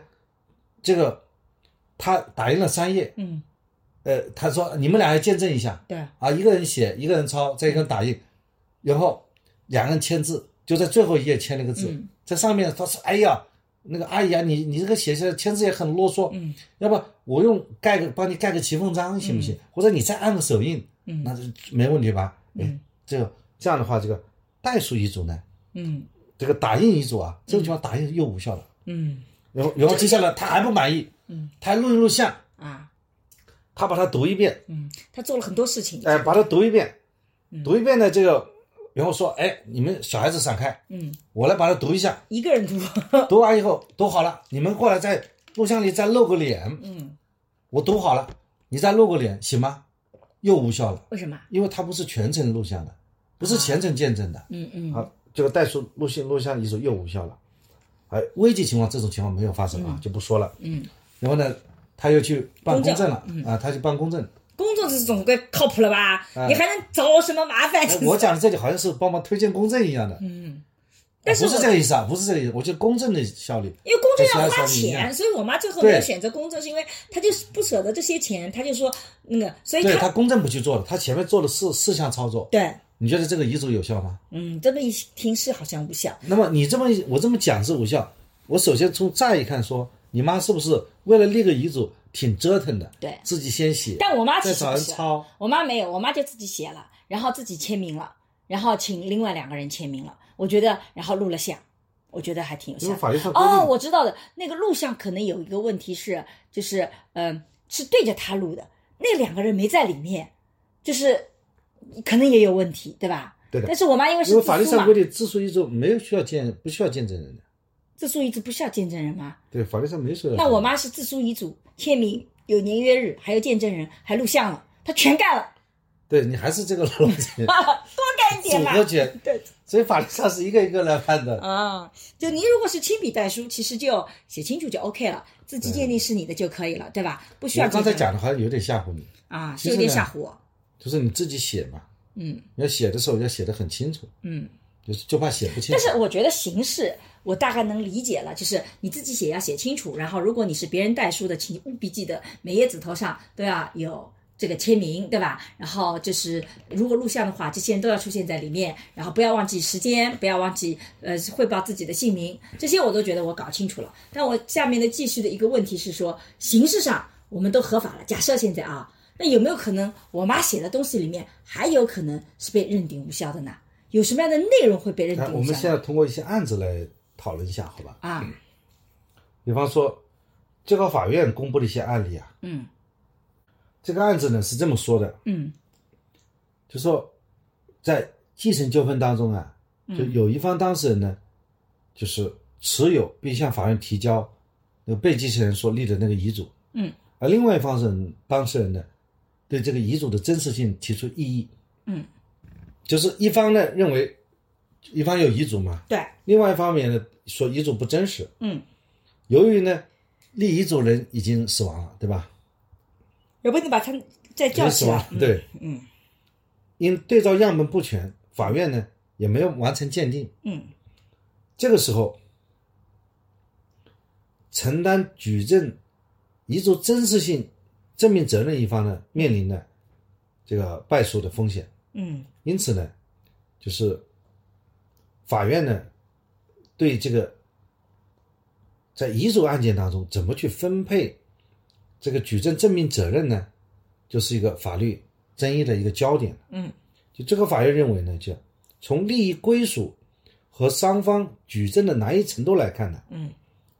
B: 这个他打印了三页，
A: 嗯
B: 呃，他说你们俩要见证一下
A: 对啊，
B: 啊，一个人写，一个人抄，再一个人打
A: 嗯
B: 印，然后两个人签字，就在最后一页签了个字，
A: 嗯
B: 在上面他说：“哎呀，那个阿姨啊，你你这个写下来签字也很啰嗦，
A: 嗯
B: 要不我用盖个帮你盖个骑缝章行不行？或者你再按个手印，
A: 嗯
B: 那就没问题吧？
A: 嗯
B: 哎，这个这样的话，这个代数遗嘱呢，
A: 嗯
B: 这个打印遗嘱啊，这个地方打印又无效了。
A: 嗯
B: 然后然后接下来他还不满意，
A: 嗯
B: 他还录一录像，
A: 啊
B: 他把它读一遍，
A: 嗯，他做了很多事情，
B: 哎，把它读一遍，
A: 嗯
B: 读一遍呢，这个然后说，哎，你们小孩子闪开，
A: 嗯，
B: 我来把它读一下，
A: 一个人读，
B: 读完以后读好了，你们过来在录像里再露个脸，
A: 嗯，
B: 我读好了，你再露个脸行吗？又无效了，
A: 为什么？啊
B: 因为它不是全程录像的，不是全程见证的。
A: 嗯嗯
B: 好，这个代数录像录像遗嘱又无效了。哎，危急情况这种情况没有发生啊，就不说了。
A: 嗯，
B: 然后呢，他又去办
A: 公
B: 公
A: 证嗯
B: 证了、啊，他去办公证。
A: 工作这总归靠谱了吧？你还能找我什么麻烦？
B: 哎，我讲的这里好像是帮忙推荐公证一样的，
A: 嗯，但是
B: 不
A: 我
B: 是这个意思啊，不是这个意思，我觉得公证的效率，
A: 因为公证要
B: 和其他
A: 花
B: 小品一
A: 钱，
B: 样
A: 所以我妈最后没有
B: 对
A: 选择公证，是因为她就是不舍得这些钱，她就说那个，所以
B: 对
A: 她
B: 他公证不去做了，他前面做了四四项操作，
A: 对，
B: 你觉得这个遗嘱有效吗？
A: 嗯，这么一听是好像不像，
B: 那么你这么一我这么讲是无效，我首先从乍一看说，你妈是不是为了立个遗嘱挺折腾的？
A: 对
B: 自己先写，
A: 但我妈其
B: 再
A: 实
B: 找
A: 不
B: 人
A: 是。啊
B: 抄，
A: 我妈没有，我妈就自己写了，然后自己签名了，然后请另外两个人签名了。我觉得，然后录了像，我觉得还挺有效
B: 因为。法律上规定
A: 哦，我知道的，那个录像可能有一个问题是，就是嗯、呃是对着他录的，那两个人没在里面，就是可能也有问题，对吧？
B: 对的
A: 但是我妈因为是
B: 因
A: 自
B: 为法律
A: 诉
B: 上
A: 嘛
B: 规，定，自诉遗嘱没有需要见不需要见证人的，
A: 自诉遗嘱不需要见证人嘛。
B: 对，法律上没说要见
A: 那
B: 证人。
A: 我妈是自诉遗嘱、签名、有年月日，还有见证人，还录像了，她全干了，
B: 对你还是这个逻 辑，
A: 哦多干一点
B: 组
A: 吧。
B: 合拳，
A: 对，
B: 所以法律上是一个一个来判的。
A: 啊，就您如果是亲笔代书，其实就写清楚就 OK 了，自己鉴定是你的就可以了，对吧？不需要
B: 我刚
A: 这
B: 才
A: 个
B: 讲的好像有点吓唬你，
A: 啊，是
B: 其
A: 有
B: 实
A: 点
B: 呢
A: 吓唬我。
B: 就是你自己写嘛，
A: 嗯
B: 你要写的时候要写的很清楚，
A: 嗯，
B: 就是就怕写不清
A: 但
B: 楚。
A: 是我觉得形式我大概能理解了，就是你自己写要写清楚，然后如果你是别人代书的，请务必记得每页纸头上都要有。这个签名对吧？然后就是如果录像的话，这些人都要出现在里面，然后不要忘记时间，不要忘记呃汇报自己的姓名，这些我都觉得我搞清楚了。但我下面的继续的一个问题是说，形式上我们都合法了，假设现在啊，那有没有可能我妈写的东西里面还有可能是被认定无效的呢？有什么样的内容会被认定无效
B: 那
A: 呢？
B: 我们现在通过一些案子来讨论一下，好吧？
A: 啊，
B: 比方说，最高法院公布的一些案例啊，
A: 嗯
B: 这个案子呢是这么说的，
A: 嗯
B: 就
A: 嗯
B: 说在继承纠纷当中啊，就有一方当事人呢，就是持有并向法院提交那个被继承人所立的那个遗嘱，
A: 嗯，
B: 而另外一方人当事人呢，对这个遗嘱的真实性提出异议，
A: 嗯，
B: 就是一方呢认为一方有遗嘱嘛，
A: 对，
B: 另外一方面呢说遗嘱不真实，
A: 嗯，
B: 由于呢立遗嘱人已经死亡了，对吧？
A: 要不你把他再
B: 已经
A: 叫
B: 死
A: 起
B: 亡
A: 来
B: 了，，对，
A: 嗯
B: 因对照样本不全，法院呢也没有完成鉴定，
A: 嗯
B: 这个时候，承担举证遗嘱真实性证明责任一方呢，面临了这个败诉的风险。
A: 嗯
B: 因此呢，就是法院呢对这个在遗嘱案件当中怎么去分配这个举证证明责任呢，就是一个法律争议的一个焦点。
A: 嗯
B: 就最高法院认为呢，就从利益归属和双方举证的难易程度来看呢，
A: 嗯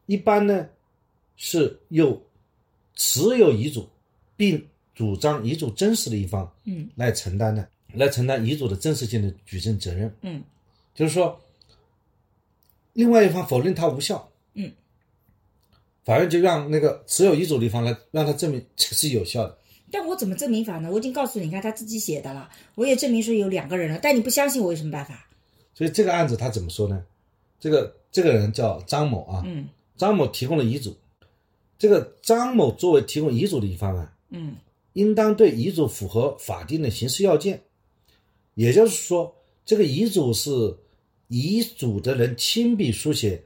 B: 一般呢是由持有遗嘱并主张遗嘱真实的一方
A: 嗯
B: 来承担的，来承担遗嘱的真实性的举证责任。
A: 嗯
B: 就是说，另外一方否认它无效，
A: 嗯，
B: 法院就让那个持有遗嘱的一方来让他证明这是有效的。
A: 但我怎么证明法呢？我已经告诉你，你看他自己写的了，我也证明说有两个人了，但你不相信我有什么办法？
B: 所以这个案子他怎么说呢？这个这个人叫张某啊，
A: 嗯
B: 张某提供了遗嘱，这个张某作为提供遗嘱的一方啊，
A: 嗯
B: 应当对遗嘱符合法定的形式要件，也就是说，这个遗嘱是遗嘱的人亲笔书写，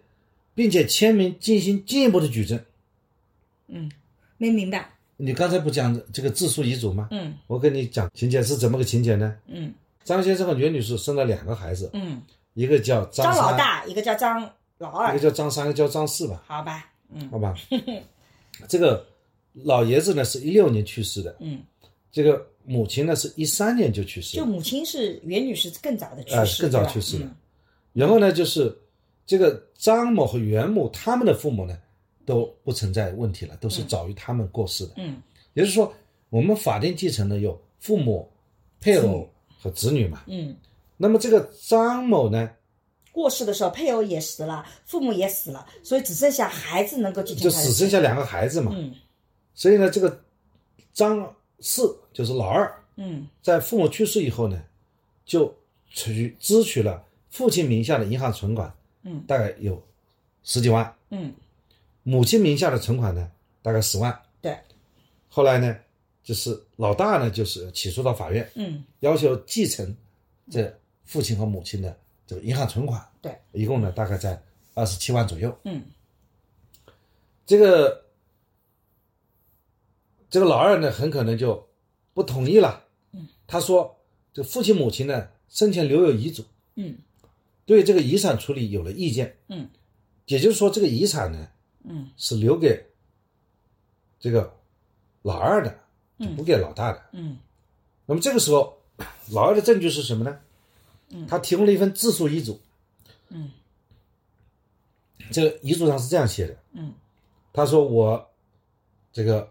B: 并且签名进行进一步的举证。
A: 嗯，没明白。
B: 你刚才不讲这个自述遗嘱吗？
A: 嗯
B: 我跟你讲情节是怎么个情节呢？
A: 嗯
B: 张先生和袁女士生了两个孩子，
A: 嗯，
B: 一个叫张
A: 张老
B: 三，
A: 大，一个叫张老
B: 一个
A: 二，
B: 叫张三，一个叫张四吧。
A: 好吧？嗯
B: 好吧？这个老爷子呢是一六年去世的，
A: 嗯，
B: 这个母亲呢是一三年就去世
A: 就
B: 了，
A: 母亲是袁女士更早的去
B: 啊
A: 世，
B: 更早
A: 对吧
B: 去世的
A: 嗯。
B: 然后呢，就是这个张某和袁某他们的父母呢都不存在问题了，都是早于他们过世的。
A: 嗯
B: 也就是说，我们法定继承呢有父母、配偶和子女嘛。
A: 嗯，
B: 那么这个张某呢，
A: 过世的时候配偶也死了，父母也死了，所以只剩下孩子能够继承
B: 就
A: 他的
B: 只剩
A: 继承
B: 下两个孩子嘛，
A: 嗯
B: 所以呢，这个张四就是老二，
A: 嗯
B: 在父母去世以后呢，就取支取了父亲名下的银行存款，
A: 嗯
B: 大概有十几万，
A: 嗯，
B: 母亲名下的存款呢，大概十万。
A: 对，
B: 后来呢，就是老大呢，就是起诉到法院，
A: 嗯
B: 要求继承这父亲和母亲的这个银行存款。
A: 对，
B: 一共呢大概在二十七万左右。
A: 嗯
B: 这个这个老二呢，很可能就不同意了。
A: 嗯，
B: 他说，这父亲母亲呢生前留有遗嘱，
A: 嗯
B: 对这个遗产处理有了意见。
A: 嗯
B: 也就是说，这个遗产呢
A: 嗯
B: 是留给这个老二的，就
A: 嗯
B: 不给老大的。
A: 嗯
B: 那么这个时候， 老二的证据是什么呢？他提供了一份自述遗嘱。
A: 嗯
B: 这个遗嘱上是这样写的，
A: 嗯
B: 他说我这个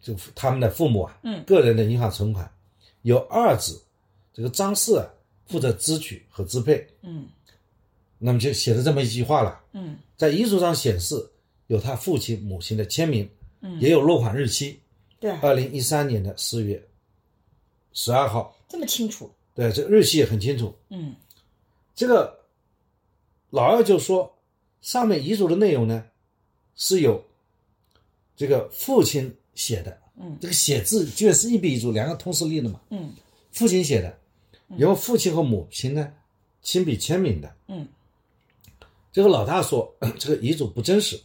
B: 就他们的父母啊，
A: 嗯
B: 个人的银行存款有二子，这个张四啊负责支取和支配，
A: 嗯
B: 那么就写了这么一句话了，
A: 嗯
B: 在遗嘱上显示有他父亲母亲的签名，
A: 嗯
B: 也有落款日期，
A: 对，啊
B: 二零一三年的四月十二号，
A: 这么清楚。
B: 对，这个日期也很清楚。
A: 嗯
B: 这个老二就说，上面遗嘱的内容呢是有这个父亲写的，
A: 嗯
B: 这个写字居然是一笔一注，两个同时立的嘛，
A: 嗯
B: 父亲写的，然后父亲和母亲呢亲笔签名的。
A: 嗯
B: 这个老大说， 这个遗嘱不真实，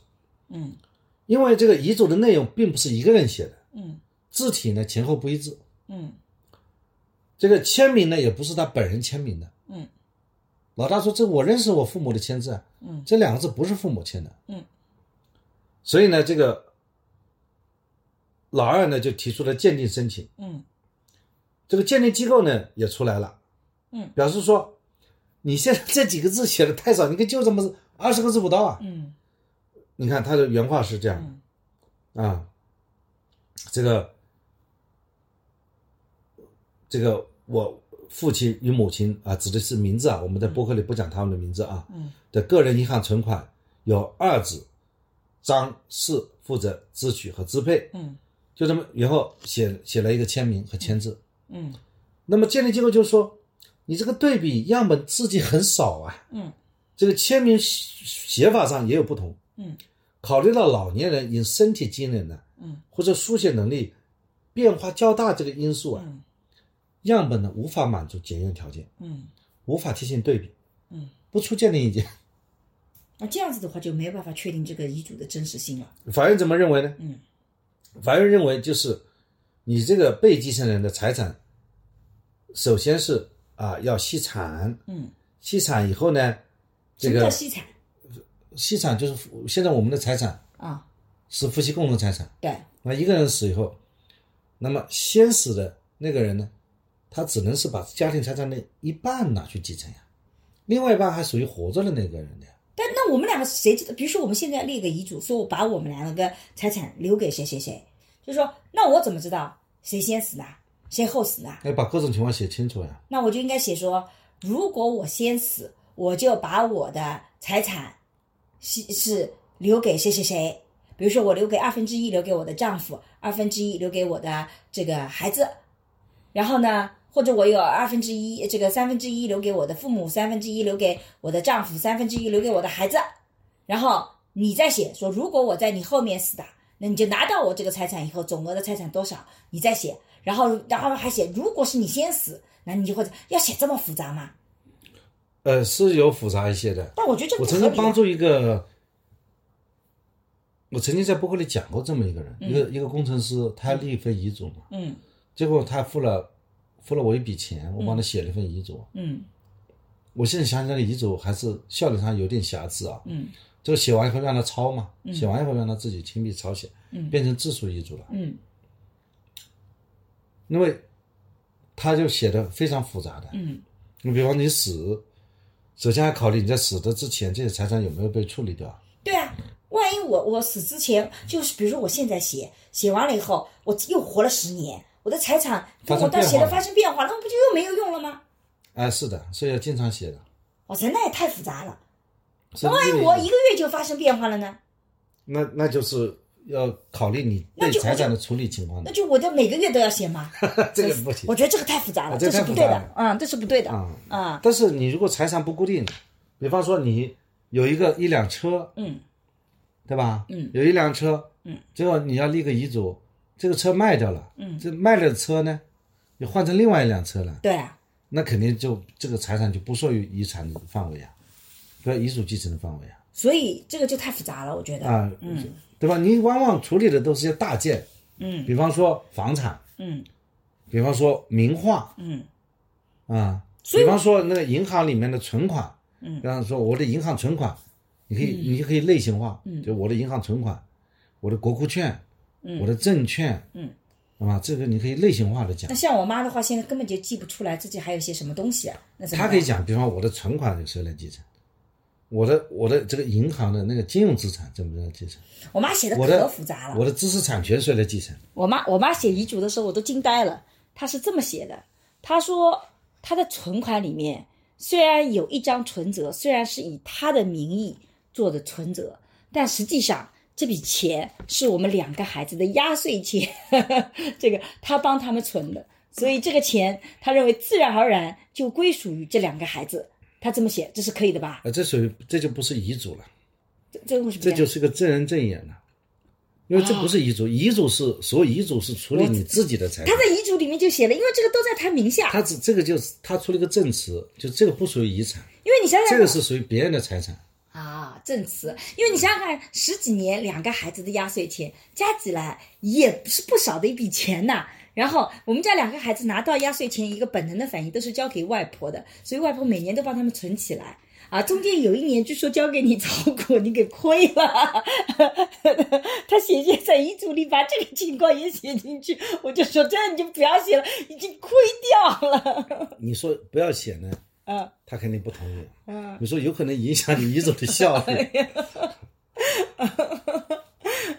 A: 嗯
B: 因为这个遗嘱的内容并不是一个人写的，
A: 嗯
B: 字体呢前后不一致，
A: 嗯
B: 这个签名呢也不是他本人签名的。
A: 嗯
B: 老大说：“这我认识我父母的签字啊，
A: 嗯
B: 这两个字不是父母签的。”
A: 嗯，
B: 所以呢，这个老二呢就提出了鉴定申请，
A: 嗯
B: 这个鉴定机构呢也出来了，
A: 嗯
B: 表示说你现在这几个字写的太少，你看就这么二十个字不到啊。
A: 嗯
B: 你看他的原话是这样
A: 嗯
B: 的啊，这个这个我父亲与母亲啊，指的是名字啊，我
A: 嗯
B: 们在播客里不讲他们的名字啊，的个人银行存款由二子张氏负责支取和支配，
A: 嗯
B: 就这么以后写写了一个签名和签字。
A: 嗯
B: 那么鉴定结果就是说，你这个对比样本字迹很少啊，
A: 嗯
B: 这个签名写法上也有不同。
A: 嗯
B: 考虑到老年人因身体机能呢
A: 嗯
B: 或者书写能力变化较大这个因素啊，
A: 嗯
B: 样本呢无法满足检验条件，
A: 嗯
B: 无法提前对比，
A: 嗯，
B: 不出鉴定意见。
A: 那这样子的话就没有办法确定这个遗嘱的真实性了。
B: 法院怎么认为呢？
A: 嗯
B: 法院认为就是你这个被继承人的财产，首先是啊要析产，
A: 嗯，
B: 析产以后呢，这
A: 什么叫
B: 个
A: 析产
B: 析产就是现在我们的财产
A: 啊？
B: 是夫妻共同财产，
A: 对，
B: 那一个人死以后，那么先死的那个人呢，他只能是把家庭财产的一半拿去继承呀，另外一半还属于活着的那个人的呀。
A: 但那我们两个谁知道？比如说我们现在立个遗嘱，说我把我们两个财产留给谁谁谁，就说那我怎么知道谁先死呢？谁后死呢？
B: 哎要把各种情况写清楚呀。
A: 那我就应该写说，如果我先死，我就把我的财产是是留给谁谁谁，比如说我留给二分之一留给我的丈夫，二分之一留给我的这个孩子，然后呢，或者我有二分之一这个三分之一留给我的父母，三分之一留给我的丈夫，三分之一留给我的孩子，然后你再写说，如果我在你后面死的，那你就拿到我这个财产以后总额的财产多少，你再写，然后然后还写，如果是你先死，那你就会要写这么复杂吗？
B: 呃，是有复杂一些的。
A: 但我觉得这
B: 我
A: 不
B: 曾
A: 合
B: 经
A: 理
B: 帮
A: 啊。
B: 助一个，我曾经在博客里讲过这么一个人，一个一个工程师，他立一份遗嘱嘛，
A: 嗯
B: 结果他付了付了我一笔钱，我帮他写了一份遗嘱。
A: 嗯
B: 我现在想起那个遗嘱还是效率上有点瑕疵啊，
A: 嗯
B: 就写完以后让他抄嘛，写完以后让他自己亲笔抄写，
A: 嗯
B: 变成自述遗嘱了，
A: 嗯
B: 因为他就写的非常复杂的，
A: 嗯
B: 你比方你死，首先要考虑你在死的之前这些财产有没有被处理掉啊。
A: 对啊，万一我我死之前，就是比如说我现在写，写完了以后，我又活了十年，我的财产跟
B: 发生
A: 我当
B: 变
A: 写的
B: 化
A: 发生变化，那不就又没有用了吗？
B: 哎，是的，所以要经常写的。
A: 哇塞，那也太复杂了。
B: 那
A: 万一我一个月就发生变化了呢？
B: 那那就是要考虑你对财产的处理情况
A: 那
B: 的，
A: 就我就每个月都要写吗？
B: 这个不行
A: 我。觉得这个太复杂了，
B: 啊
A: 这
B: 这
A: 是
B: 太
A: 不
B: 复
A: 对
B: 杂
A: 的，嗯，这是不对的，
B: 啊
A: 啊，
B: 但是你如果财产不固定，比方说你有一个一辆车，
A: 嗯
B: 对吧？
A: 嗯，
B: 有一辆车，
A: 嗯，
B: 结果你要立个遗嘱，这个车卖掉了，
A: 嗯
B: 这卖了的车呢，你换成另外一辆车了，
A: 对啊，
B: 那肯定就这个财产就不属于遗产的范围啊，不要遗嘱继承的范围啊。
A: 所以这个就太复杂了，我觉得，
B: 啊，对吧？你往往处理的都是些大件，
A: 嗯
B: 比方说房产，
A: 嗯
B: 比方说名画
A: 嗯
B: 啊，
A: 所以
B: 比方说那个银行里面的存款，嗯，比方说我的银行存款，你可
A: 嗯
B: 以，你就可以类型化，就我的银行存款，我的国库券，我的证券，
A: 嗯，
B: 啊，这个你可以类型化的讲
A: 那。像我妈的话，现在根本就记不出来自己还有些什么东西啊，那怎么
B: 他
A: 办？
B: 可以讲，比方我的存款有谁来继承，我的我的这个银行的那个金融资产怎么来继承，
A: 我妈写的
B: 我的
A: 可复杂了，
B: 我的知识产权谁来继承，
A: 我妈我妈写遗嘱的时候，我都惊呆了。她是这么写的：她说她的存款里面虽然有一张存折，虽然是以她的名义做的存折，但实际上这笔钱是我们两个孩子的压岁钱， 这个她帮他们存的，所以这个钱她认为自然而然就归属于这两个孩子。她这么写，这是可以的吧？
B: 啊，这属于这就不是遗嘱了。
A: 这这为什么
B: 这
A: 样？
B: 就是个正人正眼了、因为这不是遗嘱，遗嘱是所有遗嘱是处理你自己的财
A: 她
B: 产，
A: 在遗嘱里面就写了，因为这个都在她名下，
B: 他只这个就是他出了一个证词，就这个不属于遗产，
A: 因为你想想
B: 这个是属于别人的财产。
A: 啊，证词，因为你想想看，十几年两个孩子的压岁钱加起来也是不少的一笔钱呐、然后我们家两个孩子拿到压岁钱，一个本能的反应都是交给外婆的，所以外婆每年都帮他们存起来。啊，中间有一年据说交给你 炒股，你给亏了。他写写在遗嘱里把这个情况也写进去，我就说这你就不要写了，已经亏掉了。
B: 你说不要写呢，
A: 嗯
B: 他肯定不同意。
A: 嗯，
B: 你说有可能影响你遗嘱的 效率，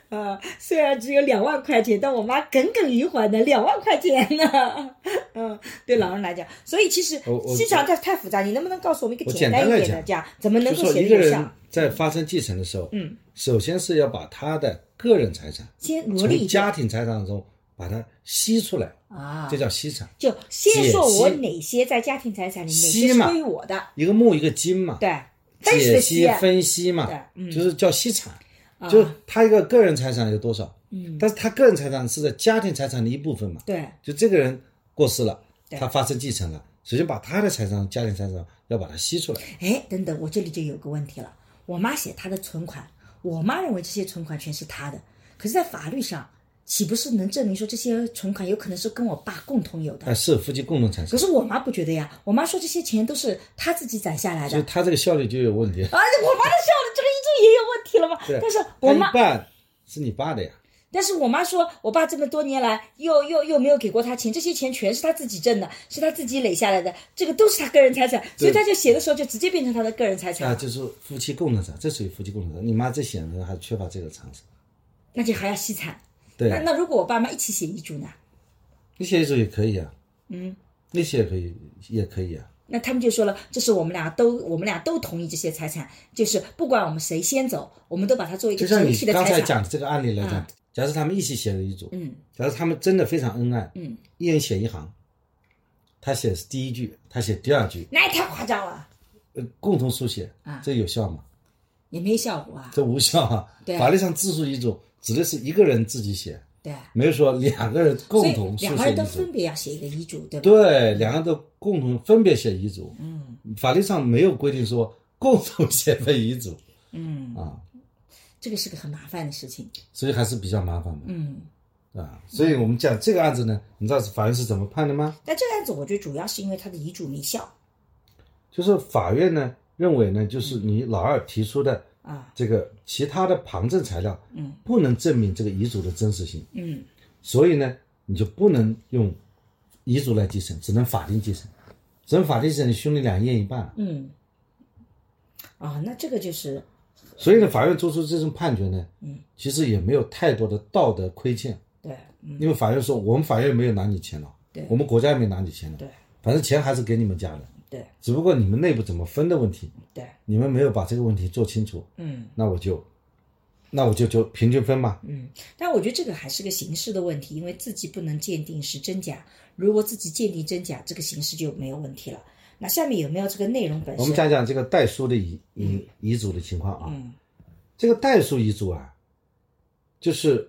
A: 呃，虽然只有两万块钱，但我妈耿耿于怀的两万块钱呢。 嗯，对老人来讲，所以其实
B: 我我
A: 继承太太复杂，你能不能告诉我们一个
B: 我
A: 简
B: 简
A: 单
B: 单
A: 一
B: 来
A: 点的
B: 讲
A: 这样，怎么能
B: 就
A: 够
B: 说
A: 显
B: 一
A: 得
B: 个
A: 有
B: 人
A: 效？
B: 在发生继承的时候，
A: 嗯，
B: 首先是要把他的个人财产
A: 先罗列
B: 从
A: 一下
B: 家庭财产中把它吸出来，
A: 啊，
B: 这叫析产。
A: 就先说我
B: 解析
A: 哪些在家庭财产里哪
B: 析
A: 些是
B: 嘛
A: 归我的，
B: 一个木一个金嘛，
A: 对，但是
B: 解
A: 的
B: 析
A: 析啊
B: 分析嘛
A: 对，嗯
B: 就是叫析产，
A: 啊
B: 就是他一个个人财产有多少，
A: 嗯，
B: 但是他个人财产是在家庭财产的一部分嘛，
A: 对
B: 就这个人过世了，
A: 对
B: 他发生继承了，首先把他的财产、家庭财产要把它吸出来，
A: 哎，等等，我这里就有个问题了。我妈写她的存款，我妈认为这些存款全是她的，可是，在法律上，岂不是能证明说这些存款有可能是跟我爸共同有的？
B: 那啊是夫妻共同财
A: 可
B: 产，
A: 是我妈不觉得呀，我妈说这些钱都是她自己攒下来的
B: 所以。他这个效率就有问题。
A: 啊，我妈的笑的这个一定也有问题了吧？
B: 对，哎
A: 但是我
B: 他一
A: 妈，
B: 半是你爸的呀，
A: 但是我妈说，我爸这么多年来又又又没有给过他钱，这些钱全是他自己挣的，是他自己累下来的，这个都是他个人财产，所以
B: 对
A: 他就写的时候就直接变成他的个人财产
B: 啊，
A: 了，
B: 就是夫妻共同财，这属于夫妻共同财。你妈这显然还缺乏这个常识。
A: 那就还要细产。
B: 对
A: 那，那如果我爸妈一起写遗嘱呢？
B: 那些时候也可以啊，
A: 嗯，
B: 那些也可以，也可以啊。
A: 那他们就说了，这是我们俩都我们俩都同意这些财产，就是不管我们谁先走，我们都把它作为一
B: 就
A: 个
B: 像
A: 整
B: 你
A: 体的
B: 刚才
A: 财产。
B: 讲的这个案例来讲
A: 嗯，
B: 假设他们一起写了遗嘱，
A: 嗯
B: 假设他们真的非常恩爱，
A: 嗯，
B: 一人写一行，他写第一句，他写第二句，
A: 那也太夸张了，
B: 呃，共同书写
A: 啊，
B: 这有效吗？
A: 也没效果啊。
B: 这无效啊
A: 对。
B: 法律上自述遗嘱指的是一个人自己写，
A: 对，
B: 没有说两个人共
A: 所以
B: 同书
A: 两个
B: 写
A: 人都
B: 遗嘱
A: 分。别要写一个遗嘱，对吧？
B: 对，两个人都共同分别写遗嘱，
A: 嗯
B: 法律上没有规定说 共同写份遗嘱
A: 嗯，
B: 啊，
A: 这个是个很麻烦的事情。
B: 所以还是比较麻烦的
A: 嗯，
B: 啊。所以我们讲这个案子呢，你知道法院是怎么判的吗？
A: 但这个案子我觉得主要是因为他的遗嘱没效
B: 就是法院呢认为呢，就是你老二提出的
A: 啊。
B: 这个其他的旁证材料，
A: 嗯，
B: 不能证明这个遗嘱的真实性，
A: 嗯
B: 所以呢，你就不能用遗嘱来继承，只能法定继承，只能法定继承，兄弟俩一人一半。
A: 嗯，啊，那这个就是
B: 所以呢，法院做出这种判决呢，
A: 嗯，
B: 其实也没有太多的道德亏欠，
A: 对，嗯
B: 因为法院说我们法院没有拿你钱了，
A: 对
B: 我们国家也没拿你钱了，
A: 对，
B: 反正钱还是给你们家的，
A: 对
B: 只不过你们内部怎么分的问题，
A: 对，
B: 你们没有把这个问题做清楚，
A: 嗯。
B: 那我就，那我就就平均分嘛，
A: 但我觉得这个还是个形式的问题，因为自己不能鉴定是真假。如果自己鉴定真假，这个形式就没有问题了。那下面有没有这个内容本身？
B: 我们讲讲这个代书的遗遗遗嘱的情况啊。
A: 嗯
B: 这个代书遗嘱啊，就是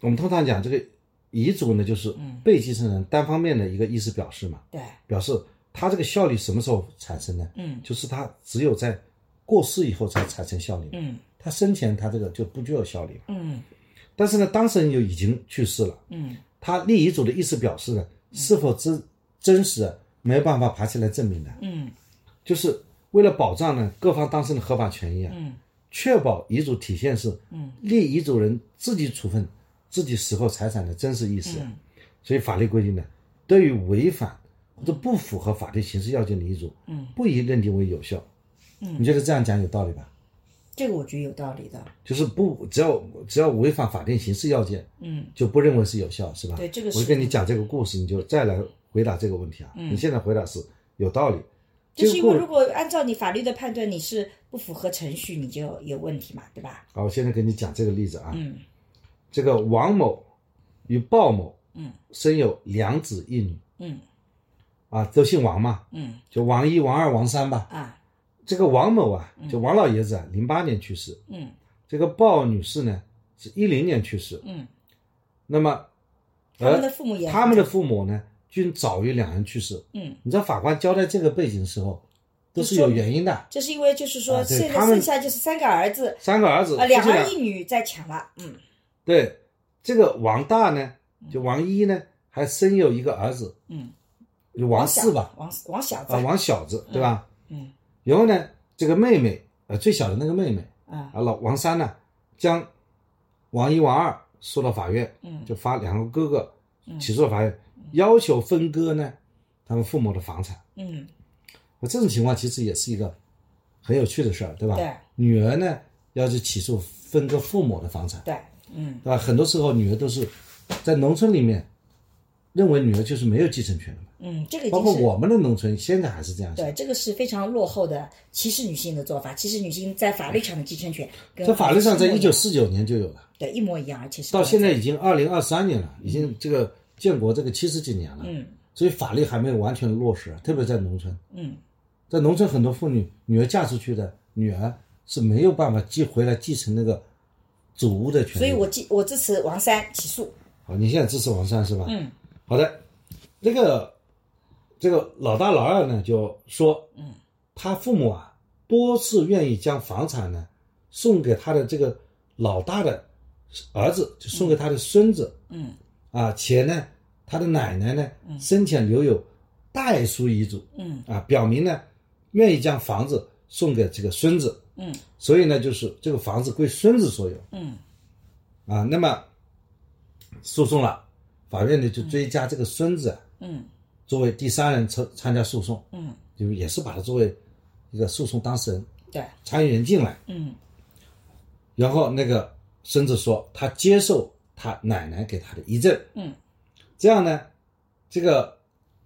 B: 我们通常讲这个遗嘱呢，就是
A: 嗯
B: 被继承人单方面的一个意思表示嘛，
A: 对，
B: 表示他这个效力什么时候产生呢？
A: 嗯
B: 就是他只有在过世以后才产生效力，
A: 嗯
B: 他生前他这个就不具有效力。
A: 嗯
B: 但是呢，当事人又已经去世了，
A: 嗯
B: 他立遗嘱的意思表示呢，是否真真实，啊没有办法爬起来证明的。
A: 嗯
B: 就是为了保障呢各方当事人的合法权益啊，
A: 嗯
B: 确保遗嘱体现是
A: 嗯
B: 立遗嘱人自己处分自己死后财产的真实意思啊。
A: 嗯
B: 所以法律规定呢，对于违反或者不符合法定形式要件的遗嘱，
A: 嗯，
B: 不宜认定为有效。
A: 嗯
B: 你觉得这样讲有道理吧？
A: 这个我觉得有道理的。
B: 就是不只要只要违反法定形式要件，
A: 嗯
B: 就不认为是有效，是吧？
A: 对这个是
B: 我跟你讲这个故事，你就再来回答这个问题啊。
A: 嗯
B: 你现在回答是有道理，
A: 就是
B: 这
A: 因
B: 个
A: 为
B: 故
A: 如果按照你法律的判断，你是不符合程序，你就有问题嘛，对吧？
B: 好，我现在给你讲这个例子啊。
A: 嗯
B: 这个王某与鲍某，
A: 嗯，
B: 生有两子一女
A: 嗯
B: 啊，都姓王嘛，
A: 嗯
B: 就王一、王二、王三吧。
A: 啊
B: 这个王某啊，就王老爷子啊，零八年去世。
A: 嗯
B: 这个鲍女士呢，是一零年去世。
A: 嗯，
B: 那么，
A: 他们的
B: 呃，
A: 父母也
B: 他们的父母呢，均早于两人去世。
A: 嗯，
B: 你知道法官交代这个背景的时候，都是有原因的。
A: 这是因为就是说
B: 啊对
A: 现在
B: 他们
A: 剩下就是三个儿子
B: 三个儿子，
A: 啊，两
B: 夫妻
A: 儿一女在抢了。嗯
B: 对，这个王大呢，就王一呢，还生有一个儿子，
A: 嗯。
B: 就王四吧，，
A: 王王小子
B: 啊，，王小子，对吧？
A: 嗯
B: 然后呢，这个妹妹，呃，最小的那个妹妹
A: 啊
B: 啊，老王三呢，将王一、王二诉到法院，
A: 嗯
B: 就发两个哥哥起诉法院，要求分割呢他们父母的房产。
A: 嗯
B: 那这种情况其实也是一个很有趣的事儿，对吧？
A: 对
B: 女儿呢要去起诉分割父母的房产，
A: 对嗯
B: 对吧？很多时候女儿都是在农村里面认为女儿就是没有继承权的嘛。
A: 嗯，这个已
B: 包
A: 经
B: 括
A: 是
B: 我们的农村现在还是这样想
A: 对，，这个是非常落后的歧视女性的做法，歧视女性在法律上的继承权跟
B: 在法律上在
A: 一
B: 一九四九年就有了，
A: 对一模一样，而且是
B: 到现在已经二零二三年了，已经这个建国这个七十几年了，
A: 嗯
B: 所以法律还没有完全落实，特别在农村，
A: 嗯
B: 在农村很多妇女女儿嫁出去的女儿是没有办法继回来继承那个祖屋的权利。
A: 所以我记，我支持王三起诉。
B: 好，你现在支持王三是吧？
A: 嗯，
B: 好的，那个这个老大老二呢就说，
A: 嗯，
B: 他父母啊多次愿意将房产呢送给他的这个老大的儿子，就送给他的孙子，
A: 嗯
B: 啊，且呢他的奶奶呢
A: 嗯
B: 生前留有代书遗嘱
A: 嗯
B: 啊，表明呢愿意将房子送给这个孙子，
A: 嗯
B: 所以呢就是这个房子归孙子所有。
A: 嗯
B: 啊，那么诉讼了，法院呢就追加这个孙子啊
A: 嗯
B: 作为第三人参参加诉讼，
A: 嗯，
B: 就也是把他作为一个诉讼当事人
A: 对，
B: 参与人进来，
A: 嗯
B: 然后那个孙子说他接受他奶奶给他的遗赠，
A: 嗯
B: 这样呢，这个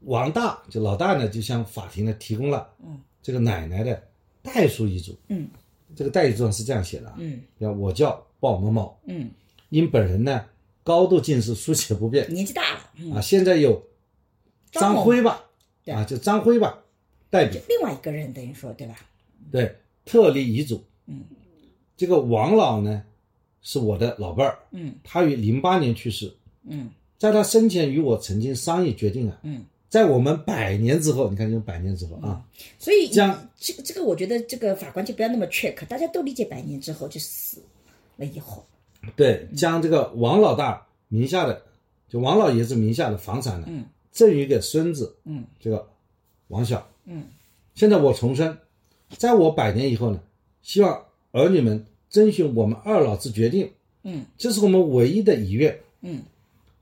B: 王大就老大呢就向法庭呢提供了
A: 嗯
B: 这个奶奶的代书遗嘱，
A: 嗯
B: 这个代遗嘱上是这样写的啊，
A: 嗯
B: 要我叫鲍某某，
A: 嗯，
B: 因本人呢高度近视，书写不便，
A: 年纪大了，嗯，
B: 啊，现在有
A: 张
B: 张
A: 某
B: 辉吧，
A: 对
B: 啊，就张辉吧，代表
A: 另外一个人等于说对吧？
B: 对特立遗嘱。
A: 嗯，
B: 这个王老呢是我的老伴儿，
A: 嗯
B: 他于零八年去世，
A: 嗯
B: 在他生前与我曾经商议决定啊，
A: 嗯，
B: 在我们百年之后，你看用百年之后啊，
A: 所以
B: 这样
A: 这个这个，我觉得这个法官就不要那么 check，大家都理解百年之后就死了以后，
B: 对，将这个王老大名下的就王老爷子名下的房产呢，
A: 嗯
B: 赠予给孙子
A: 嗯
B: 这个王小。
A: 嗯
B: 现在我重申，在我百年以后呢，希望儿女们遵循我们二老之决定，
A: 嗯
B: 这是我们唯一的遗愿。
A: 嗯，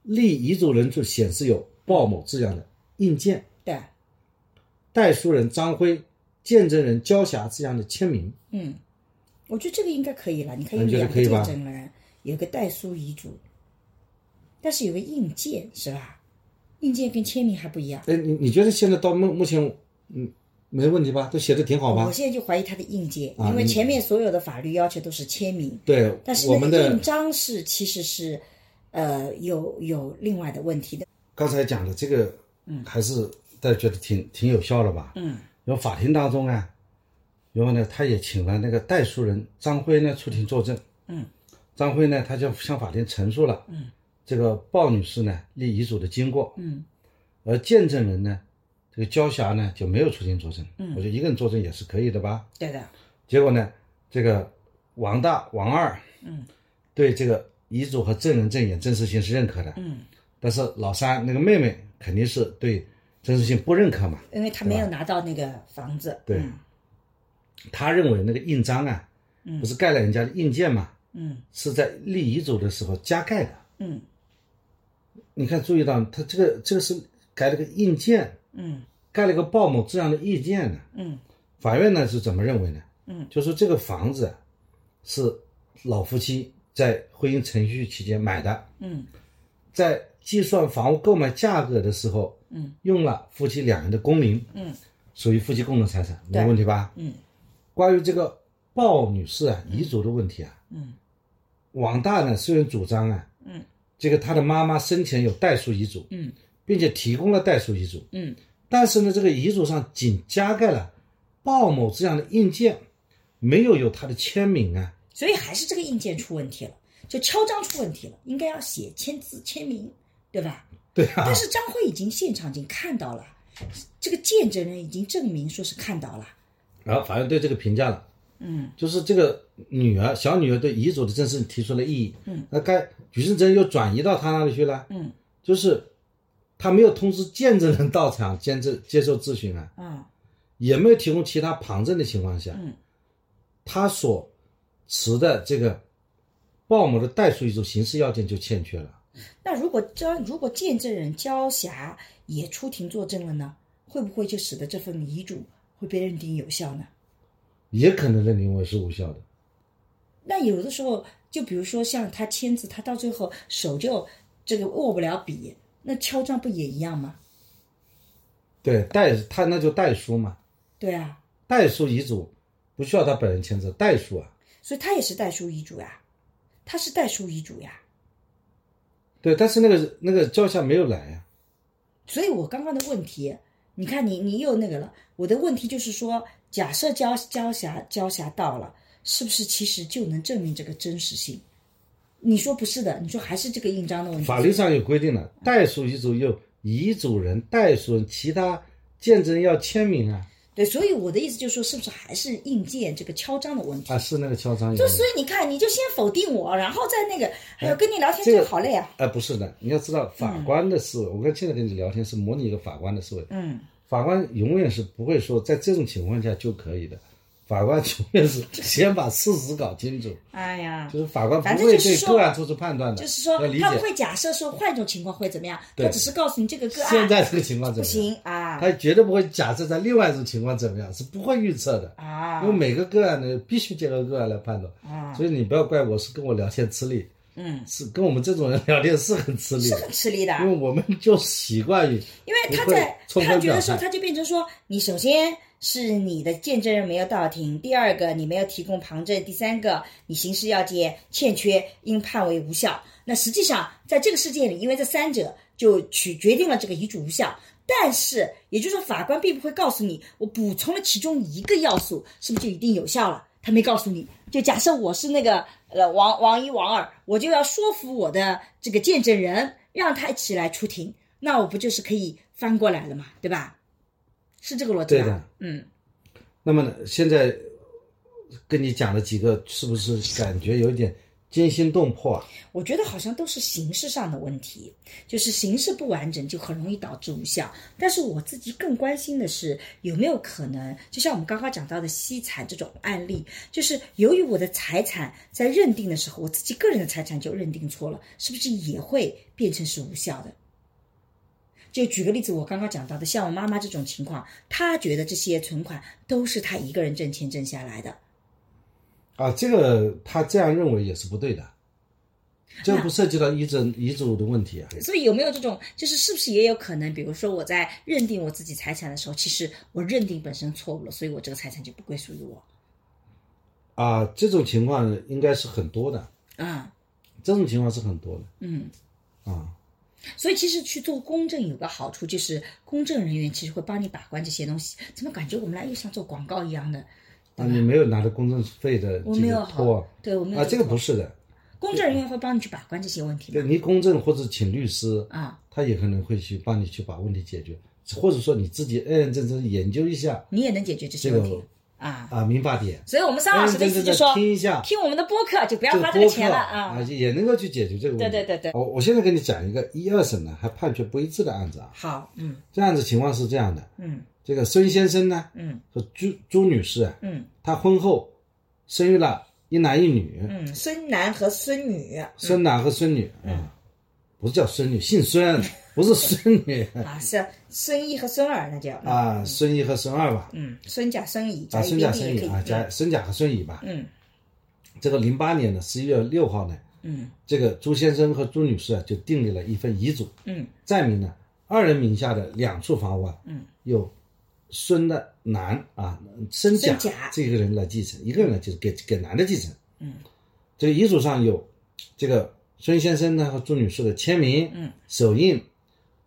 B: 立遗嘱人处显示有鲍某字样的印鉴，
A: 对，啊
B: 代书人张辉、见证人焦霞字样的签名。
A: 嗯，我觉得这个应该可以了，你看有
B: 你觉得
A: 两
B: 可
A: 个
B: 以吧
A: 见证人，有个代书遗嘱，但是有个印鉴是吧？印鉴跟签名还不一样。
B: 哎，你你觉得现在到目目前，嗯，没问题吧？都写的挺好吧
A: 我？现在就怀疑他的印鉴，
B: 啊
A: 因为
B: 你
A: 前面所有的法律要求都是签名，
B: 对
A: 但，是
B: 我
A: 那
B: 们
A: 个
B: 的
A: 印章是其实是，呃，有有另外的问题的。
B: 刚才讲的这个，嗯，还是大家觉得挺挺有效的吧？
A: 嗯
B: 然后法庭当中啊，然后呢，他也请了那个代书人张辉呢出庭作证。
A: 嗯，
B: 张辉呢，他就向法庭陈述了，
A: 嗯，
B: 这个鲍女士呢立遗嘱的经过，
A: 嗯
B: 而见证人呢，这个焦霞呢就没有出庭作证。
A: 嗯
B: 我觉得一个人作证也是可以的吧。
A: 对的，
B: 结果呢，这个王大、王二
A: 嗯
B: 对这个遗嘱和证人证言真实性是认可的，
A: 嗯，
B: 但是老三那个妹妹肯定是对真实性不认可嘛。
A: 因为他没有拿到那个房子。
B: 对
A: 嗯
B: 他认为那个印章啊，
A: 嗯
B: 不是盖了人家的印鉴嘛，
A: 嗯
B: 是在立遗嘱的时候加盖的。
A: 嗯
B: 你看，注意到他这个这个是改了个印鉴，
A: 嗯
B: 盖了个鲍某这样的意见呢。
A: 嗯
B: 法院呢是怎么认为呢？
A: 嗯，
B: 就说这个房子啊是老夫妻在婚姻程序期间买的，
A: 嗯
B: 在计算房屋购买价格的时候
A: 嗯
B: 用了夫妻两人的公名，
A: 嗯
B: 属于夫妻共同财产，
A: 对
B: 没问题吧？
A: 嗯
B: 关于这个鲍女士啊遗嘱的问题啊，
A: 嗯
B: 王大呢虽然主张啊，
A: 嗯，
B: 这个他的妈妈生前有代书遗嘱，
A: 嗯
B: 并且提供了代书遗嘱，
A: 嗯
B: 但是呢，这个遗嘱上仅加盖了鲍某这样的印鉴，没有有他的签名啊。
A: 所以还是这个印鉴出问题了，就敲章出问题了，应该要写签字签名，对吧？
B: 对啊
A: 但，是张辉已经现场已经看到了，这个见证人已经证明说是看到了。
B: 然后法院对这个评价了，
A: 嗯
B: 就是这个女儿小女儿对遗嘱的正式提出了异议，
A: 嗯，
B: 那该举证责任又转移到他那里去了，
A: 嗯
B: 就是他没有通知见证人到场见证接受质询啊，
A: 啊
B: 也没有提供其他旁证的情况下，
A: 嗯
B: 他所持的这个鲍某的代书遗嘱形式要件就欠缺了。
A: 那如果张如果见证人焦霞也出庭作证了呢，会不会就使得这份遗嘱会被认定有效呢？
B: 也可能认定为是无效的，
A: 那有的时候，就比如说像他签字，他到最后手就这个握不了笔，那敲诈不也一样吗？
B: 对，代他那就代书嘛，
A: 对啊，
B: 代书遗嘱不需要他本人签字，代书啊，
A: 所以他也是代书遗嘱呀，他是代书遗嘱呀。
B: 对，但是那个那个教下没有来呀、啊
A: 所以我刚刚的问题，你看你你又那个了。我的问题就是说，假设交交峡交峡到了，是不是其实就能证明这个真实性？你说不是的，你说还是这个印章的问题。
B: 法律上有规定的，代书遗嘱有遗嘱人、代书人、其他见证人要签名啊
A: 对，所以我的意思就是说，是不是还是印鉴这个敲章的问题？
B: 啊，是那个敲章有
A: 就
B: 问题
A: 所以你看，你就先否定我，然后再那个，还有跟你聊天
B: 这
A: 就
B: 个
A: 好累啊。
B: 哎，不是的，你要知道法官的思维，我跟现在跟你聊天是模拟一个法官的思维。
A: 嗯，
B: 法官永远是不会说在这种情况下就可以的，法官永远是先把事实搞清楚，
A: 哎呀，
B: 就是法官不
A: 反正
B: 会
A: 就是
B: 对
A: 说
B: 个案做出判断的，
A: 就是说
B: 要理
A: 他不
B: 解
A: 会假设说换一种情况会怎么样，他
B: 对
A: 只是告诉你这个个
B: 现
A: 案
B: 在这个情况
A: 不
B: 怎么样，
A: 行啊
B: 他绝对不会假设在另外一种情况怎么样，是不会预测的，
A: 啊
B: 因为每个个案呢必须结合个案来判断，
A: 啊，
B: 所以你不要怪我是跟我聊天吃力，
A: 嗯，
B: 是跟我们这种人聊天是很吃力
A: 是啊
B: 的，
A: 很吃力的。
B: 因为我们就习惯于。
A: 因为他
B: 不会
A: 在
B: 充分
A: 判决的
B: 表
A: 时候，
B: 态
A: 他就变成说，你首先是你的见证人没有到庭，第二个你没有提供旁证，第三个你刑事要件欠缺，应判为无效。那实际上在这个事件里，因为这三者就取决定了这个遗嘱无效。但是，也就是说，法官并不会告诉你，我补充了其中一个要素，是不是就一定有效了？他没告诉你。就假设我是那个呃王王一王二，我就要说服我的这个见证人，让他一起来出庭，那我不就是可以翻过来了嘛，对吧？是这个逻辑吧？
B: 对的
A: 嗯，
B: 那么呢，现在跟你讲了几个，是不是感觉有一点惊心动魄啊？
A: 我觉得好像都是形式上的问题，就是形式不完整就很容易导致无效。但是我自己更关心的是有没有可能，就像我们刚刚讲到的惜财这种案例，就是由于我的财产在认定的时候，我自己个人的财产就认定错了，是不是也会变成是无效的？就举个例子，我刚刚讲到的，像我妈妈这种情况，她觉得这些存款都是她一个人挣钱挣下来的，
B: 啊，这个他这样认为也是不对的，这不涉及到遗嘱遗嘱的问题啊。
A: 所以有没有这种，就是是不是也有可能，比如说我在认定我自己财产的时候，其实我认定本身错误了，所以我这个财产就不归属于我。
B: 啊，这种情况应该是很多的，
A: 啊、
B: 这种情况是很多的
A: 嗯，
B: 啊。
A: 所以其实去做公证有个好处，就是公证人员其实会帮你把关这些东西。怎么感觉我们俩又像做广告一样的？
B: 啊，你没有拿到公证费的
A: 我
B: 这
A: 没有
B: 个托
A: 好，对我没有
B: 啊，这个
A: 托
B: 不是的，
A: 公证人员会帮你去把关这些问题
B: 对
A: 吗？
B: 你公证或者请律师，
A: 啊、
B: 他也可能会去帮你去把问题解决，或者说你自己认认真真研究一下
A: 你也能解决这些
B: 这
A: 问
B: 个
A: 题啊。
B: 啊民法典。
A: 所以我们桑老师的意思就是说，
B: 哎对对对听一下
A: 听我们的播客就不要
B: 这个
A: 花
B: 播
A: 个
B: 客
A: 钱了
B: 啊，
A: 啊。
B: 也能够去解决这个问题。
A: 对对对对
B: 我我现在跟你讲一个一二审呢还判决不一致的案子啊，
A: 好，嗯
B: 这案子情况是这样的，
A: 嗯
B: 这个孙先生呢
A: 嗯
B: 和朱朱女士啊，
A: 嗯
B: 她婚后生育了一男一女，
A: 嗯，孙男和孙女。
B: 孙男和孙女啊，不是叫孙女，姓孙，不是孙女
A: 啊，是孙一和孙二，那就啊，
B: 嗯啊，孙一和孙二吧，
A: 嗯，孙甲、孙乙
B: 啊，
A: 甲乙
B: 孙
A: 丙
B: 甲
A: 丁
B: 孙
A: 也可
B: 乙
A: 以
B: 啊，加孙甲和孙乙吧。
A: 嗯
B: 这个零八年的十一月六号呢，
A: 嗯
B: 这个朱先生和朱女士啊就订立了一份遗嘱，
A: 嗯
B: 载明呢，二人名下的两处房屋啊，
A: 嗯，
B: 有孙的男啊，孙甲
A: 孙甲
B: 这个人来继承，一个人来继承，给给男的继承。
A: 嗯，
B: 这个遗嘱上有这个孙先生呢和朱女士的签名，
A: 嗯，
B: 手印，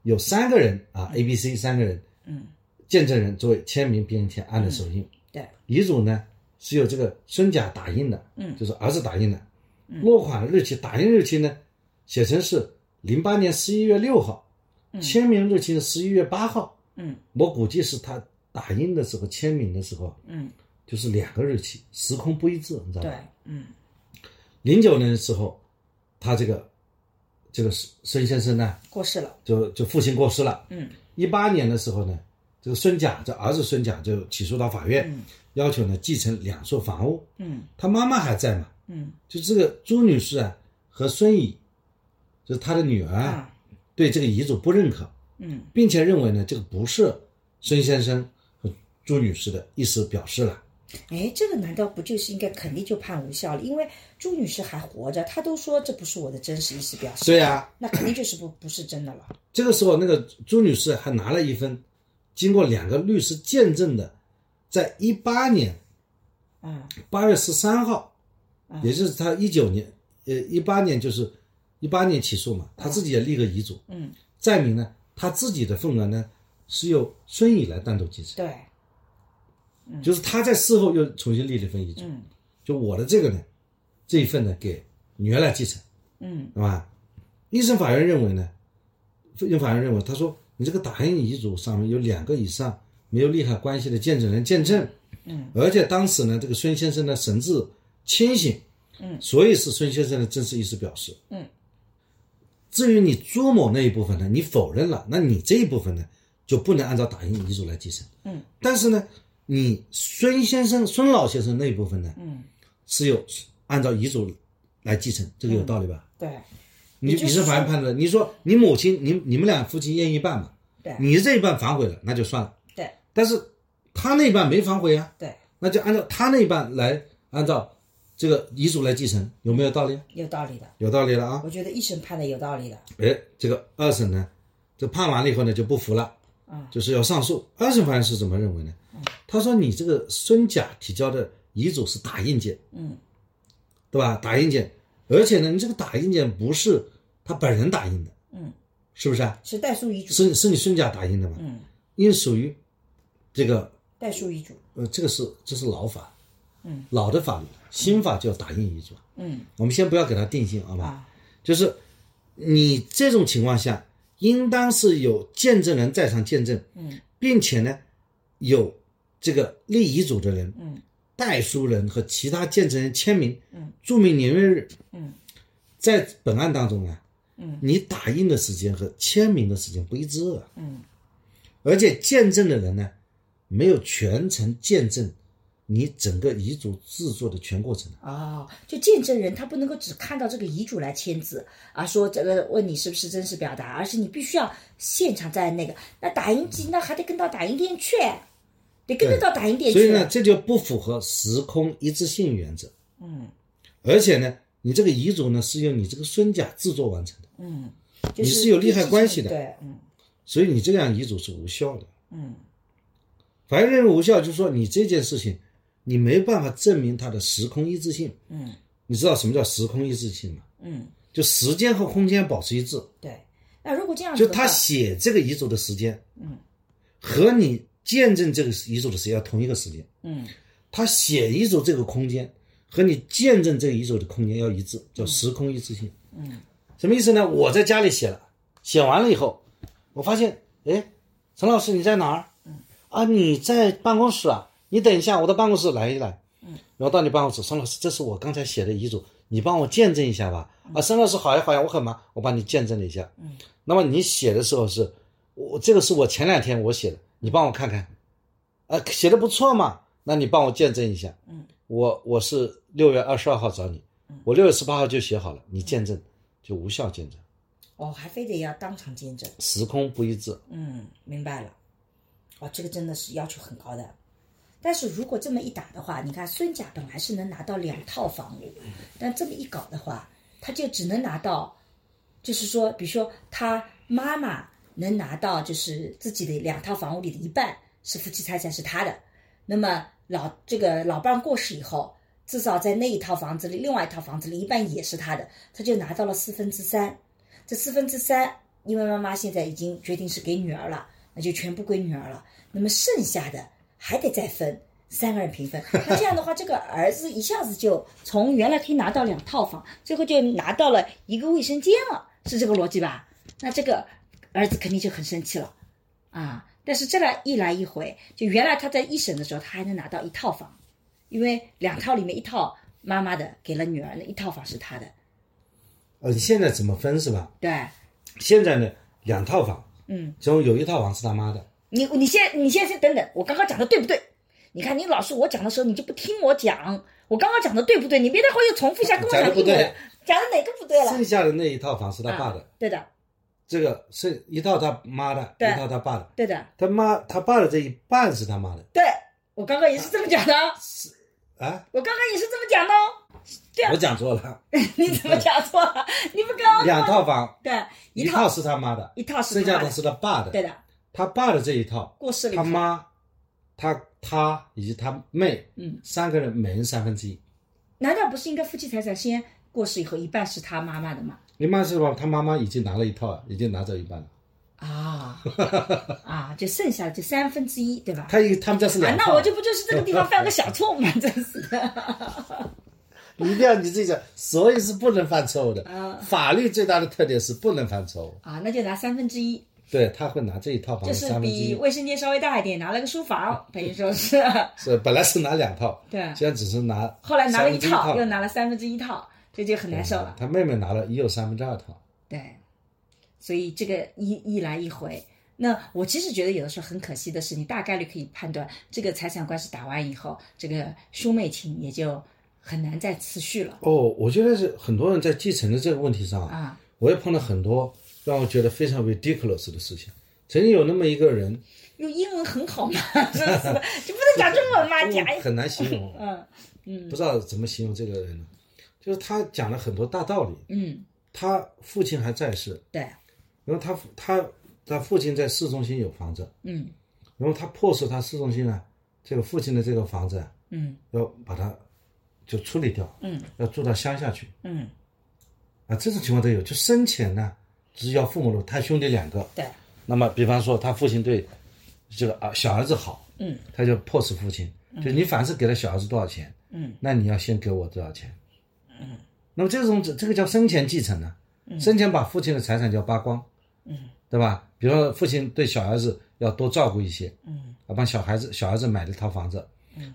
B: 有三个人啊，A、B、C 三个人
A: 嗯，
B: 见证人作为签名并且按了手印。
A: 对，
B: 遗嘱呢是由这个孙甲打印的，
A: 嗯
B: 就是儿子打印的，落款日期打印日期呢写成是零八年十一月六号，签名日期是十一月八号，
A: 嗯
B: 我估计是他打印的时候签名的时候
A: 嗯，
B: 就是两个日期，时空不一致，你知道
A: 对
B: 吧？，
A: 嗯
B: 零九年的时候，他这个这个孙孙先生呢
A: 过世了，
B: 就就父亲过世了，
A: 嗯
B: 一八年的时候呢，这个孙甲这儿子孙甲就起诉到法院，
A: 嗯
B: 要求呢继承两处房屋，
A: 嗯
B: 他妈妈还在嘛？
A: 嗯
B: 就这个朱女士啊和孙乙，就是她的女儿啊，
A: 啊
B: 对这个遗嘱不认可，
A: 嗯
B: 并且认为呢这个不是孙先生和朱女士的意思表示了，
A: 哎，这个难道不就是应该肯定就判无效了？因为朱女士还活着，她都说这不是我的真实意思表现。
B: 对啊，
A: 那肯定就是不不是真的了。
B: 这个时候，那个朱女士还拿了一份经过两个律师见证的，在一八年
A: 啊，
B: 八月十三号，
A: 啊
B: 也就是她一九年，呃，一八年就是一八年起诉嘛，她自己也立个遗嘱，
A: 嗯，
B: 载明呢，她自己的份额呢是由孙乙来单独继承，
A: 对，
B: 就是她在事后又重新立了一份遗嘱，
A: 嗯
B: 就我的这个呢，这一份呢给女儿来继承，
A: 嗯
B: 对吧？一审法院认为呢，一审法院认为，他说你这个打印遗嘱上面有两个以上没有利害关系的见证人见证，
A: 嗯，
B: 而且当时呢，这个孙先生呢神志清醒，
A: 嗯，
B: 所以是孙先生的真实意思表示，
A: 嗯。
B: 至于你朱某那一部分呢，你否认了，那你这一部分呢就不能按照打印遗嘱来继承，
A: 嗯。
B: 但是呢，你孙先生、孙老先生那一部分呢，
A: 嗯，
B: 是有按照遗嘱来继承，这个有道理吧？
A: 对嗯
B: 你
A: 也就
B: 你
A: 是
B: 是法院
A: 说
B: 判断的，你说你母亲，你你们俩夫妻验一半嘛，
A: 对
B: 你这一半反悔了，那就算了，
A: 对
B: 但是他那一半没反悔啊，
A: 对，
B: 那就按照他那一半来，按照这个遗嘱来继承，有没有道理？啊
A: 有道理的。
B: 有道理了啊！
A: 我觉得一审判的有道理的。
B: 哎，这个二审呢，这判完了以后呢，就不服了，
A: 啊
B: 就是要上诉。二审法院是怎么认为呢？
A: 嗯
B: 他说你这个孙甲提交的遗嘱是打印件，
A: 嗯，
B: 对吧？打印件，而且呢，你这个打印件不是他本人打印的，
A: 嗯，
B: 是不是啊？
A: 是代书遗嘱。
B: 是是你孙家打印的嘛？
A: 嗯，
B: 因属于这个
A: 代书遗嘱。
B: 呃，这个是这是老法，
A: 嗯，
B: 老的法律，新法叫打印遗嘱。
A: 嗯
B: 我们先不要给它定性，好吧？
A: 啊
B: 就是你这种情况下，应当是有见证人在场见证，
A: 嗯
B: 并且呢，有这个立遗嘱的人、
A: 嗯
B: 代书人和其他见证人签名，
A: 嗯，
B: 注明年月日。
A: 嗯
B: 在本案当中啊，
A: 嗯，
B: 你打印的时间和签名的时间不一致啊。
A: 嗯
B: 而且见证的人呢，没有全程见证你整个遗嘱制作的全过程。啊
A: 哦，就见证人他不能够只看到这个遗嘱来签字啊，说这个问你是不是真实表达，而是你必须要现场在那个那打印机，那还得跟到打印店去，得跟得到打印店
B: 所以
A: 去。啊
B: 呢，这就不符合时空一致性原则。
A: 嗯
B: 而且呢，你这个遗嘱呢是由你这个孙甲制作完成的，
A: 嗯，就
B: 你是有利害关系的
A: 对，嗯
B: 所以你这样遗嘱是无效的。
A: 嗯
B: 法院认为无效，就是说你这件事情，你没办法证明它的时空一致性。
A: 嗯
B: 你知道什么叫时空一致性吗？
A: 嗯，
B: 就时间和空间保持一致。
A: 对。那如果这样子
B: 就
A: 的话
B: 他写这个遗嘱的时间，
A: 嗯，
B: 和你见证这个遗嘱的时间要同一个时间。
A: 嗯
B: 他写遗嘱这个空间和你见证这个遗嘱的空间要一致，叫时空一致性。
A: 嗯
B: 什么意思呢？我在家里写了，写完了以后，我发现，哎，陈老师你在哪儿？
A: 嗯
B: 啊，你在办公室啊？你等一下，我到办公室来一来。嗯，然后到你办公室，沈老师，这是我刚才写的遗嘱，你帮我见证一下吧。啊，沈老师，好呀好呀，我很忙，我帮你见证了一下。
A: 嗯，
B: 那么你写的时候是，我这个是我前两天我写的，你帮我看看，啊，写的不错嘛，那你帮我见证一下。
A: 嗯，
B: 我我是六月二十二号找你，我六月十八号就写好了，你见证就无效见证，
A: 哦，还非得要当场见证。
B: 时空不一致。
A: 嗯，明白了。哦，这个真的是要求很高的。但是如果这么一打的话，你看孙甲本来是能拿到两套房屋，但这么一搞的话，他就只能拿到，就是说，比如说他妈妈能拿到就是自己的两套房屋里的一半是夫妻财产是他的，那么老这个老伴过世以后，至少在那一套房子里，另外一套房子里一半也是他的，他就拿到了四分之三。这四分之三，因为妈妈现在已经决定是给女儿了，那就全部归女儿了。那么剩下的还得再分，三个人平分。那这样的话，这个儿子一下子就从原来可以拿到两套房，最后就拿到了一个卫生间了，是这个逻辑吧？那这个儿子肯定就很生气了啊！但是这来一来一回，就原来他在一审的时候，他还能拿到一套房，因为两套里面一套妈妈的给了女儿，那一套房是他的，
B: 呃，你现在怎么分是吧？
A: 对。
B: 现在呢，两套房，
A: 嗯，
B: 其中有一套房是他妈的，
A: 你你先你先先等等，我刚刚讲的对不对？你看你老是我讲的时候，你就不听我讲，我刚刚讲的对不对？你别待会儿又重复一下跟我
B: 讲
A: 讲
B: 得不
A: 一模一
B: 对
A: 样讲的哪个不对了
B: 剩？下的那一套房是他爸的，
A: 啊对的，
B: 这个是一套他妈的，
A: 对
B: 一套他爸的，
A: 对的，
B: 他妈他爸的这一半是他妈的，
A: 对，我刚刚也是这么讲的，哦
B: 啊，
A: 我刚刚也是这么讲的哦。 对啊
B: 我讲错了，
A: 你怎么讲错了？你不刚
B: 两套房，
A: 对
B: 一
A: 套
B: 是他妈的，
A: 一套是
B: 剩下
A: 他
B: 的是他爸的，
A: 对的，
B: 他爸的这一套，
A: 过世了一
B: 他
A: 套
B: 妈、他他以及他妹，
A: 嗯，
B: 三个人每人三分之一。
A: 难道不是应该夫妻财产先过世以后一半是他妈妈的吗？
B: 另外是吧，他妈妈已经拿了一套，啊已经拿走一半了。
A: 啊啊，就剩下就三分之一，对吧？
B: 他一他们家是
A: 啊
B: 两，套，
A: 那我就不就是这个地方犯个小错误吗？真是的。
B: 一定要你自己讲，所以是不能犯错误的。法律最大的特点是不能犯错误，
A: 啊，那就拿三分之一，
B: 对他会拿这一套房
A: 就
B: 子
A: 是
B: 哦三分之
A: 比
B: 一，
A: 卫生间稍微大一点，拿了个书房，等于说是，
B: 是本来是拿两套，
A: 对
B: 现在只是拿
A: 后来拿了
B: 三分之一
A: 套，又拿了三分之一套，这就很难受了。
B: 他妹妹拿了也有三分之二套，
A: 对，所以这个一一来一回。那我其实觉得有的时候很可惜的是，你大概率可以判断这个财产官司打完以后，这个兄妹情也就很难再持续了
B: 哦，我觉得是很多人在继承的这个问题上，
A: 啊。
B: 我也碰到很多让我觉得非常 ridiculous 的事情。曾经有那么一个人，
A: 用英文很好嘛，真是的，就不能讲中 文嘛，讲一
B: 哦很难形容，啊
A: 嗯
B: 不知道怎么形容这个人呢？就是他讲了很多大道理，
A: 嗯，
B: 他父亲还在世，
A: 对，
B: 然后他父他他父亲在市中心有房子，
A: 嗯
B: 然后他迫使他市中心呢，这个父亲的这个房子啊
A: 嗯
B: 要把它就处理掉，
A: 嗯
B: 要住到乡下去
A: 嗯，
B: 啊，这种情况都有。就生前呢，只要父母的他兄弟两个，
A: 对，
B: 那么比方说他父亲对这个啊小儿子好，
A: 嗯，
B: 他就迫使父亲，就你凡是给了小儿子多少钱，
A: 嗯，
B: 那你要先给我多少钱，嗯，那么这种这个叫生前继承呢、生前把父亲的财产叫扒光，嗯，对吧？比如说父亲对小儿子要多照顾一些，
A: 嗯，
B: 啊，帮小孩子小儿子买了套房子。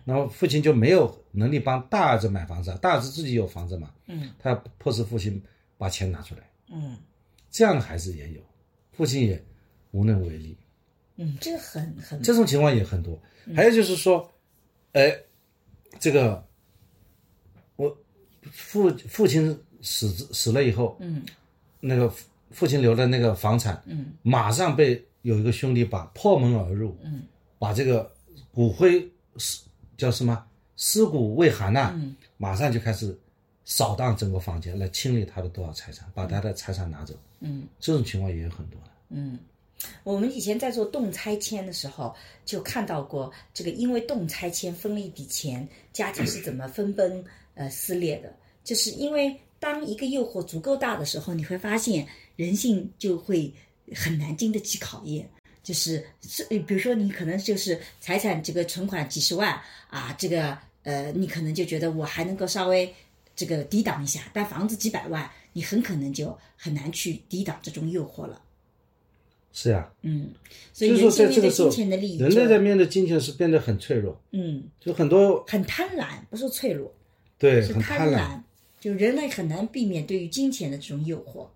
B: 那么父亲就没有能力帮大儿子买房子啊，大儿子自己有房子嘛，
A: 嗯，
B: 他要迫使父亲把钱拿出来，
A: 嗯
B: 这样的孩子也有，父亲也无能为力，
A: 嗯，这个很很
B: 这种情况也很多。
A: 嗯
B: 还有就是说，哎，这个我父父亲死之死了以后，
A: 嗯
B: 那个父父亲留的那个房产，
A: 嗯
B: 马上被有一个兄弟把破门而入，
A: 嗯
B: 把这个骨灰尸叫什么尸骨未寒呐、
A: 嗯
B: 马上就开始扫荡整个房间来清理他的多少财产，把他的财产拿走。
A: 嗯
B: 这种情况也有很多的。
A: 嗯，我们以前在做动拆迁的时候，就看到过这个，因为动拆迁分了一笔钱，家庭是怎么分崩呃撕裂的，就是因为当一个诱惑足够大的时候，你会发现人性就会很难经得起考验。就是是，比如说你可能就是财产这个存款几十万啊，这个呃，你可能就觉得我还能够稍微这个抵挡一下，但房子几百万，你很可能就很难去抵挡这种诱惑了。
B: 是呀、
A: 嗯，所以
B: 就是说
A: 人性面
B: 在这个
A: 对
B: 时候
A: 金钱的利，益就，
B: 人类在面对金钱是变得很脆弱，
A: 嗯
B: 就很多
A: 很贪婪，不是脆弱，
B: 对
A: 是
B: 很
A: 贪
B: 贪婪。
A: 婪。就人类很难避免对于金钱的这种诱惑，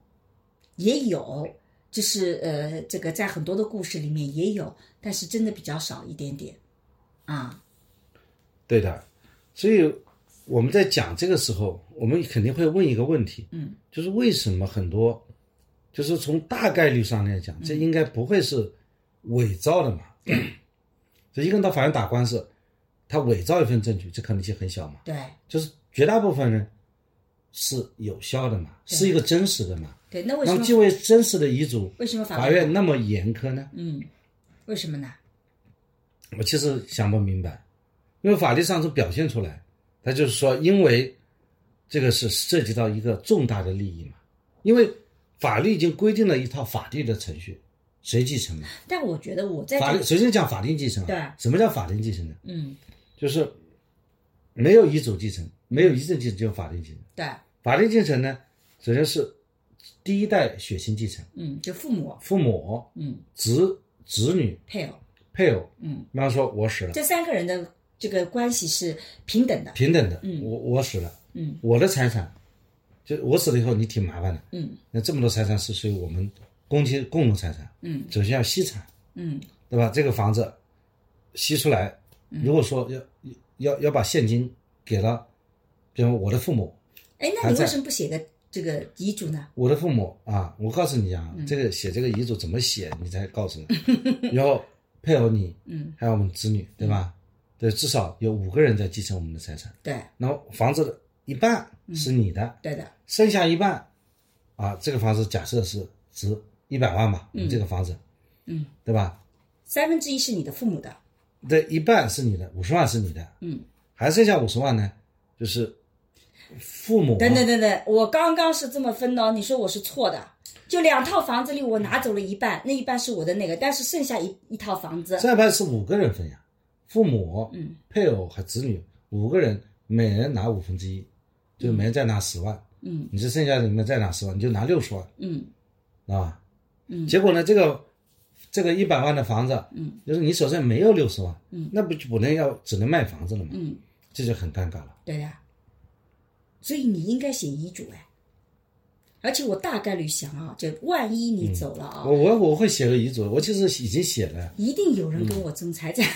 A: 也有，就是呃，这个在很多的故事里面也有，但是真的比较少一点点。啊，
B: 对的，所以我们在讲这个时候，我们肯定会问一个问题，
A: 嗯，
B: 就是为什么很多，就是从大概率上来讲，这
A: 嗯
B: 应该不会是伪造的嘛？ 这一个人到法院打官司，他伪造一份证据，这可能性很小嘛？
A: 对
B: 就是绝大部分人是有效的嘛，是一个真实的嘛。
A: 对，那为
B: 那
A: 什
B: 么，既
A: 么
B: 为真实的遗嘱，
A: 为什么法
B: 法院那么严苛呢？
A: 嗯，为什么呢？
B: 我其实想不明白，因为法律上是表现出来，他就是说，因为这个是涉及到一个重大的利益嘛，因为法律已经规定了一套法律的程序，谁继承嘛？
A: 但我觉得我在
B: 法
A: 这
B: 律首先讲法定继承啊，
A: 对
B: 什么叫法定继承呢？
A: 嗯，
B: 就是没有遗嘱继承，没有遗赠继承，就是法定继承。
A: 对，
B: 法定继承呢，首先是第一代血亲继承，
A: 嗯，就父母，
B: 父母、
A: 嗯，
B: 子子女、
A: 配偶，
B: 配偶，
A: 嗯，
B: 比方说我死了，
A: 这三个人的这个关系是平等的。
B: 平等的，我我死了，
A: 嗯，
B: 我的财产，就我死了以后你挺麻烦的，
A: 嗯，
B: 那这么多财产是属于我们公积共同财产，
A: 嗯，
B: 首先要析产，
A: 嗯
B: 对吧？这个房子析出来，如果说要要要把现金给了，比方我的父母，
A: 哎，那
B: 还
A: 你
B: 在
A: 为什么不写个这个遗嘱呢？
B: 我的父母啊，我告诉你啊，这个写这个遗嘱怎么写，你才告诉我。然后配偶你，
A: 嗯，
B: 还有我们子女，对吧？对，至少有五个人在继承我们的财产，
A: 对
B: 然后房子的一半是你的，
A: 对的，
B: 剩下一半，啊，这个房子假设是值一百万吧，你这个房子，
A: 嗯，
B: 对吧？
A: 三分之一是你的父母的，
B: 这一半是你的，五十万是你的，
A: 嗯，
B: 还剩下五十万呢，就是父母啊
A: 等等等等，我刚刚是这么分的哦，你说我是错的。就两套房子里，我拿走了一半，那一半是我的那个，但是剩下一一套房子，
B: 这一半是五个人分呀，父母、
A: 嗯、
B: 配偶和子女五个人，每人拿五分之一，就是每人再拿十万，
A: 嗯
B: 你这剩下的里面再拿十万，你就拿六十万，
A: 嗯
B: 啊，
A: 嗯
B: 结果呢，这个这个一百万的房子，
A: 嗯，
B: 就是你手上没有六十万，
A: 嗯，
B: 那不就不能要只能卖房子了吗？
A: 嗯，
B: 这就很尴尬了。
A: 对呀、所以你应该写遗嘱哎，而且我大概率想啊，就万一你走了啊，
B: 我我我会写个遗嘱，我其实已经写了，
A: 一定有人跟我争财 产，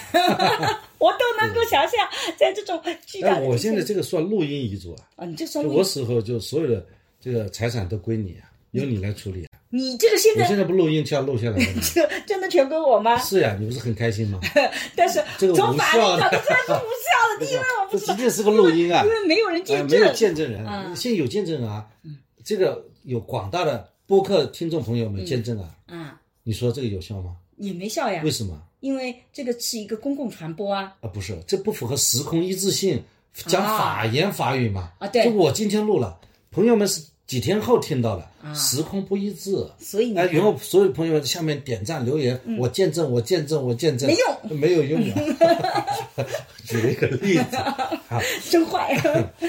A: 我都能够想象，在这种巨大
B: 但
A: 的
B: 哎我现在这个算录音遗嘱啊，
A: 啊，你这说
B: 就
A: 明
B: 我死后就所有的这个财产都归你啊，由你来处理啊。
A: 你这个嗯现
B: 我
A: 在？
B: 现在不录音就要录下来了
A: 啊
B: 吗
A: 这真的全归我吗？
B: 是呀，你不是很 开心吗？
A: 哎但是
B: 这个
A: 从
B: 无
A: 法律
B: 效
A: 角
B: 的
A: 度它是无效的，因 为我不
B: 这
A: 知道
B: 绝，对是个录 音啊
A: 因，为没有人
B: 哎
A: 见
B: 没
A: 证，
B: 有见证人
A: 啊，
B: 现在有见证人啊，
A: 嗯
B: 这个有广大的播客听众朋友们见证啊，
A: 啊，
B: 你说这个有效吗？
A: 也没效哎呀
B: 为，什么？
A: 因为这个是一个公共传播啊，
B: 啊，不是，这不符合时空一致性，讲法言法语嘛。
A: 啊对
B: 就我今天录了，朋友们是几天后听到了，
A: 啊
B: 时空不一致。
A: 所以你
B: 哎，
A: 看
B: 然后所有朋友在下面点赞留言，我见证，我见证，我见证，
A: 嗯没用，
B: 没 有用啊。举了一个例子，啊，
A: 真 坏，嗯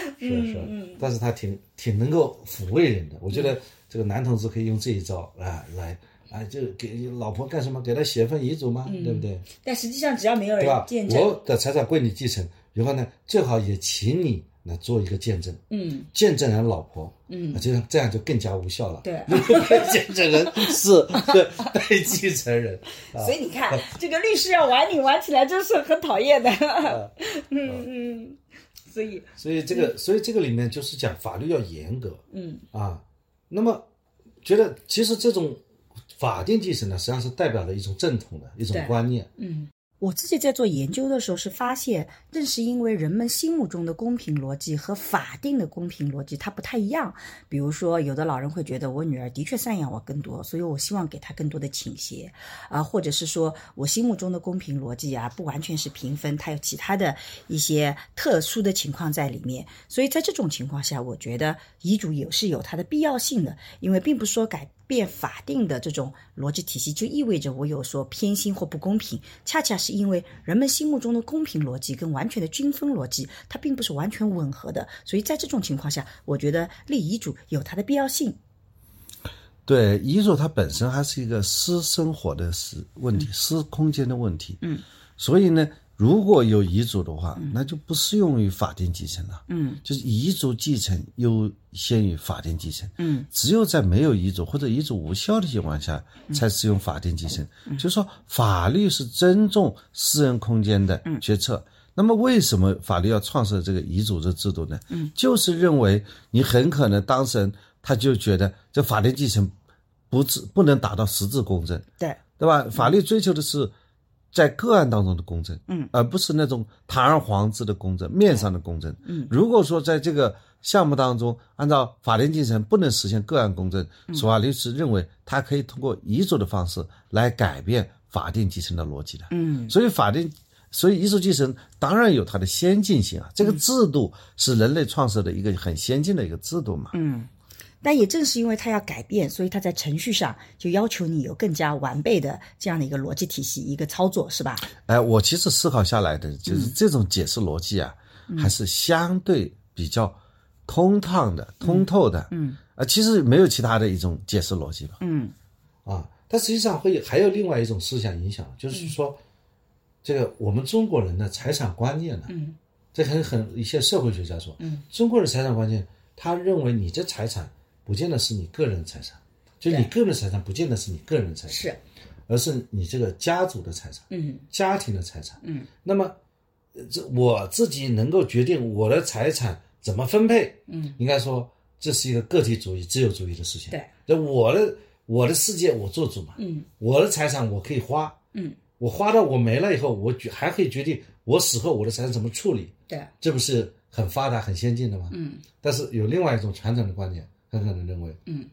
B: 是啊是，但是他挺挺能够抚慰人的，我觉得这个男同志可以用这一招啊来。啊，就给老婆干什么？给她写份遗嘱吗？
A: 嗯
B: 对不对？
A: 但实际上只要没有
B: 对
A: 人
B: 吧
A: 见？证，
B: 我的财产归你继承，然后呢，最好也请你来做一个见证，
A: 嗯
B: 见证人老婆，
A: 嗯
B: 啊，这样这样就更加无效了。
A: 对
B: 见证人是 对被继 承人，啊
A: 所以你看，这个律师要玩你玩起来真是很讨厌的。 嗯嗯，所以
B: 啊所以这个所以这个里面就是讲法律要严格
A: 嗯
B: 啊。那么，觉得其实这种法定继承呢，实际上是代表了一种正统的一种
A: 对
B: 观念。
A: 嗯
C: 我自己在做研究的时候是发现，正是因为人们心目中的公平逻辑和法定的公平逻辑它不太一样。比如说，有的老人会觉得我女儿的确赡养我更多，所以我希望给她更多的倾斜，啊，或者是说我心目中的公平逻辑啊，不完全是平分，它有其他的一些特殊的情况在里面。所以在这种情况下，我觉得遗嘱有是有它的必要性的，因为并不是说改变法定的这种逻辑体系就意味着我有说偏心或不公平，恰恰是因为人们心目中的公平逻辑跟完全的均分逻辑，它并不是完全吻合的，所以在这种情况下，我觉得立遗嘱有它的必要性。
B: 对，遗嘱它本身还是一个私生活的私问题，私空间的问题。
C: 嗯，
B: 所以呢，如果有遗嘱的话，那就不适用于法定继承了。
C: 嗯
B: 就是遗嘱继承优先于法定继承，
C: 嗯
B: 只有在没有遗嘱或者遗嘱无效的情况下，才适用法定继承。
C: 嗯
B: 就是说，法律是尊重私人空间的
C: 嗯
B: 决策。那么，为什么法律要创设这个遗嘱的制度呢？嗯，就是认为你很可能当事人他就觉得这法定继承不是不能达到实质公正，
C: 对，
B: 对吧？法律追求的是在个案当中的公正，
C: 嗯，
B: 而不是那种堂而皇之的公正、面上的公正。嗯，如果说在这个项目当中，按照法定继承不能实现个案公正，索瓦律师认为他可以通过遗嘱的方式来改变法定继承的逻辑的。
C: 嗯
B: 所以法定，所以遗嘱继承当然有它的先进性啊，这个制度是人类创设的一个很先进的一个制度嘛。
C: 嗯。但也正是因为它要改变，所以它在程序上就要求你有更加完备的这样的一个逻辑体系、一个操作，是吧？
B: 哎，我其实思考下来的就是这种解释逻辑啊，还是相对比较通畅的、通透的。
C: 嗯
B: 啊，其实没有其他的一种解释逻辑吧。
C: 嗯
B: 啊，它实际上会有还有另外一种思想影响，
A: 嗯
B: 就是说，这个我们中国人的财产观念呢，
A: 嗯
B: 这很很一些社会学家说，
A: 嗯，
B: 中国人财产观念，他认为你这财产不见得是你个人财产，就你
A: 对
B: 个人财产不见得是你个人财产，
A: 是，
B: 而是你这个家族的财产。
A: 嗯
B: 家庭的财产。
A: 嗯，
B: 那么呃这我自己能够决定我的财产怎么分配。
A: 嗯，
B: 应该说这是一个个体主义、自由主义的事情。
A: 对，
B: 那我的我的世界我做主嘛，
A: 嗯
B: 我的财产我可以花。
A: 嗯，
B: 我花到我没了以后，我决还可以决定我死后我的财产怎么处理，
A: 对，
B: 这不是很发达、很先进的吗？
A: 嗯
B: 但是有另外一种传统的观点，很可能认为
A: 嗯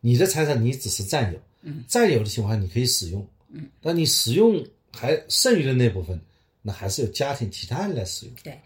B: 你的财产你只是占有，
A: 嗯
B: 占有的情况下你可以使用，
A: 嗯，
B: 但你使用还剩余的那部分，那还是由家庭其他人来使用
A: 对，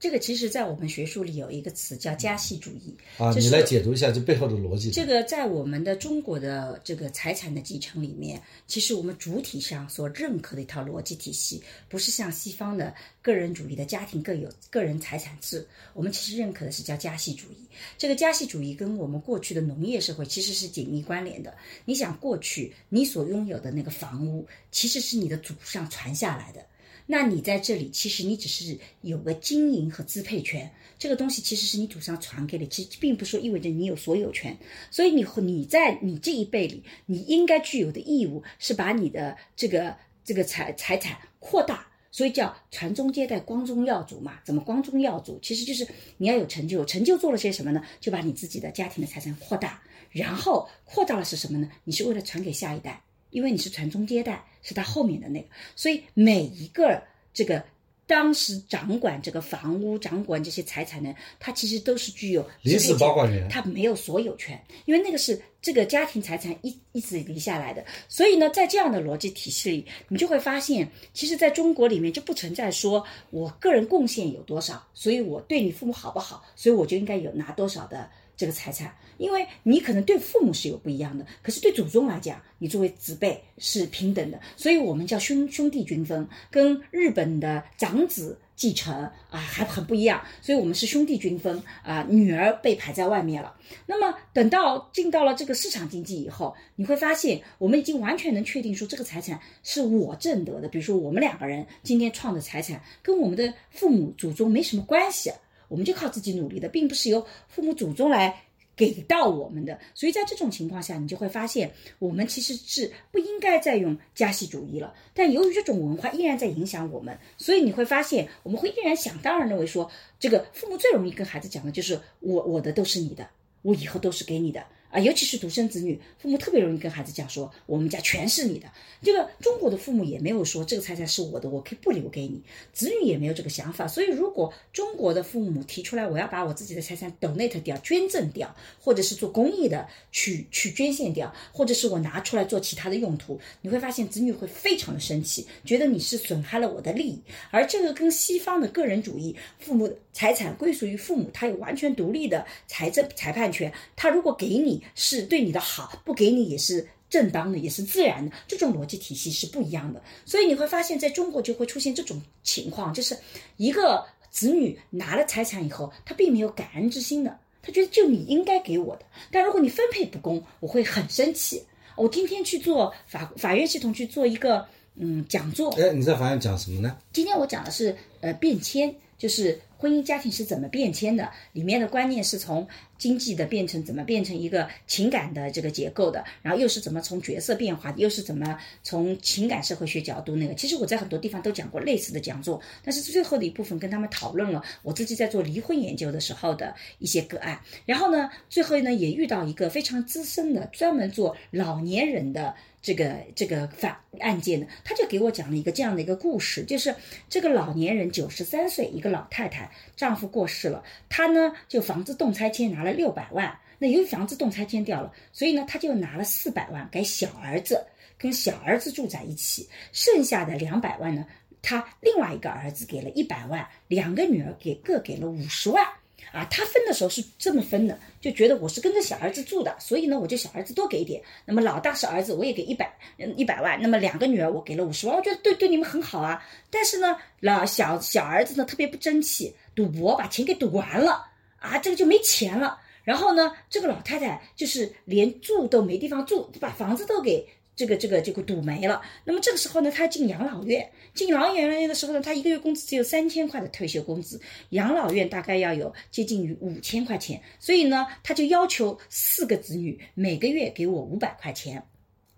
A: 这个其实在我们学术里有一个词叫家系主义，
B: 啊。
A: 这是
B: 你来解读一下这背后的逻辑。
A: 这个在我们的中国的这个财产的继承里面，其实我们主体上所认可的一套逻辑体系，不是像西方的个人主义的家庭各有个人财产制，我们其实认可的是叫家系主义。这个家系主义跟我们过去的农业社会其实是紧密关联的。你想，过去你所拥有的那个房屋，其实是你的祖上传下来的。那你在这里，其实你只是有个经营和支配权，这个东西其实是你祖上传给的，其实并不是说意味着你有所有权。所以你会你在你这一辈里，你应该具有的义务是把你的这个这个财财产扩大。所以叫传宗接代、光宗耀祖嘛？怎么光宗耀祖？其实就是你要有成就，成就做了些什么呢？就把你自己的家庭的财产扩大，然后扩大了是什么呢？你是为了传给下一代，因为你是传宗接代，是他后面的那个。所以每一个这个当时掌管这个房屋、掌管这些财产的人，他其实都是具有
B: 临
A: 支配
B: 时
A: 权
B: 保管人，
A: 他没有所有权，因为那个是这个家庭财产一一直离下来的。所以呢，在这样的逻辑体系里，你就会发现，其实在中国里面就不存在说我个人贡献有多少，所以我对你父母好不好，所以我就应该有拿多少的。这个财产，因为你可能对父母是有不一样的，可是对祖宗来讲，你作为子辈是平等的，所以我们叫兄兄弟均分，跟日本的长子继承啊还很不一样，所以我们是兄弟均分啊，女儿被排在外面了。那么等到进到了这个市场经济以后，你会发现我们已经完全能确定说这个财产是我挣得的，比如说我们两个人今天创的财产跟我们的父母祖宗没什么关系，我们就靠自己努力的，并不是由父母祖宗来。给到我们的，所以在这种情况下，你就会发现，我们其实是不应该再用家系主义了。但由于这种文化依然在影响我们，所以你会发现，我们会依然想当然认为说，这个父母最容易跟孩子讲的就是我我的都是你的，我以后都是给你的啊，尤其是独生子女，父母特别容易跟孩子讲说，我们家全是你的。这个中国的父母也没有说这个财产是我的，我可以不留给你，子女也没有这个想法。所以，如果中国的父母提出来，我要把我自己的财产 donate 掉、捐赠掉，或者是做公益的去去捐献掉，或者是我拿出来做其他的用途，你会发现子女会非常的生气，觉得你是损害了我的利益。而这个跟西方的个人主义，父母财产归属于父母，他有完全独立的财政裁判权。他如果给你是对你的好，不给你也是正当的，也是自然的。这种逻辑体系是不一样的。所以你会发现在中国就会出现这种情况，就是一个子女拿了财产以后，他并没有感恩之心的，他觉得就你应该给我的，但如果你分配不公，我会很生气。我今天去做法法院系统去做一个嗯讲座，
B: 哎，你在法院讲什么呢？
A: 今天我讲的是呃变迁，就是婚姻家庭是怎么变迁的，里面的观念是从经济的变成怎么变成一个情感的这个结构的，然后又是怎么从角色变化，又是怎么从情感社会学角度那个。其实我在很多地方都讲过类似的讲座，但是最后的一部分跟他们讨论了我自己在做离婚研究的时候的一些个案，然后呢，最后呢也遇到一个非常资深的，专门做老年人的这个这个法案件的，他就给我讲了一个这样的一个故事，就是这个老年人九十三岁，一个老太太，丈夫过世了，她呢就房子动拆迁拿了六百万，那由于房子动拆迁掉了，所以呢她就拿了四百万给小儿子，跟小儿子住在一起，剩下的两百万呢，她另外一个儿子给了一百万，两个女儿给各给了五十万。啊，他分的时候是这么分的，就觉得我是跟着小儿子住的，所以呢，我就小儿子多给一点。那么老大是儿子，我也给一百，嗯，一百万。那么两个女儿我给了五十万，我觉得对对你们很好啊。但是呢，老小小儿子呢特别不争气，赌博把钱给赌完了啊，这个就没钱了。然后呢，这个老太太就是连住都没地方住，把房子都给这个这个这个赌没了。那么这个时候呢，她进养老院，进养老院的时候呢，她一个月工资只有三千块的退休工资，养老院大概要有接近于五千块钱，所以呢，她就要求四个子女每个月给我五百块钱，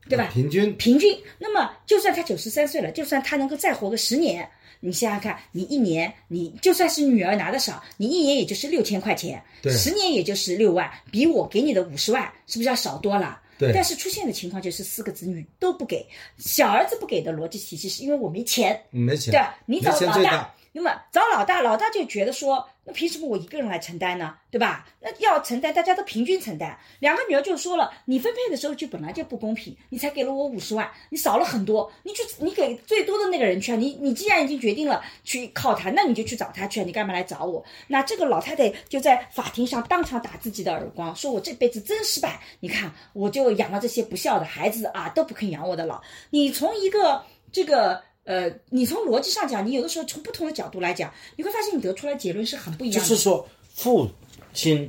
A: 对吧？
B: 平均
A: 平均。那么，就算他九十三岁了，就算他能够再活个十年，你想想看，你一年，你就算是女儿拿的少，你一年也就是六千块钱，
B: 对
A: 十年也就是六万，比我给你的五十万是不是要少多了？
B: 对
A: 但是出现的情况就是四个子女都不给，小儿子不给的逻辑体系是因为我没钱，
B: 没钱，
A: 对吧？你
B: 没
A: 找
B: 钱
A: 老
B: 最
A: 大
B: 大，
A: 那么找老大，老大就觉得说，那凭什么我一个人来承担呢？对吧？那要承担，大家都平均承担。两个女儿就说了，你分配的时候就本来就不公平，你才给了我五十万，你少了很多，你去你给最多的那个人去啊！你你既然已经决定了去靠他，那你就去找他去啊！你干嘛来找我？那这个老太太就在法庭上当场打自己的耳光，说我这辈子真失败，你看我就养了这些不孝的孩子啊，都不肯养我的老。你从一个这个。呃，你从逻辑上讲，你有的时候从不同的角度来讲，你会发现你得出来结论是很不一样
B: 就
A: 的。
B: 是说父亲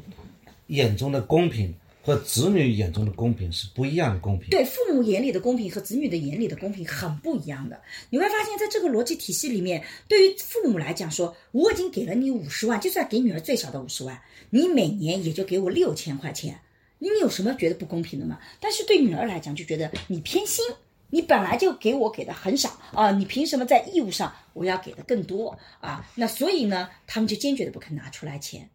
B: 眼中的公平和子女眼中的公平是不一样的公平。
A: 对父母眼里的公平和子女的眼里的公平很不一样的。你会发现在这个逻辑体系里面，对于父母来讲说，我已经给了你五十万，就算给女儿最少的五十万，你每年也就给我六千块钱，你有什么觉得不公平的吗？但是对女儿来讲，就觉得你偏心。你本来就给我给的很少啊，你凭什么在义务上我要给的更多啊？那所以呢，他们就坚决的不肯拿出来钱。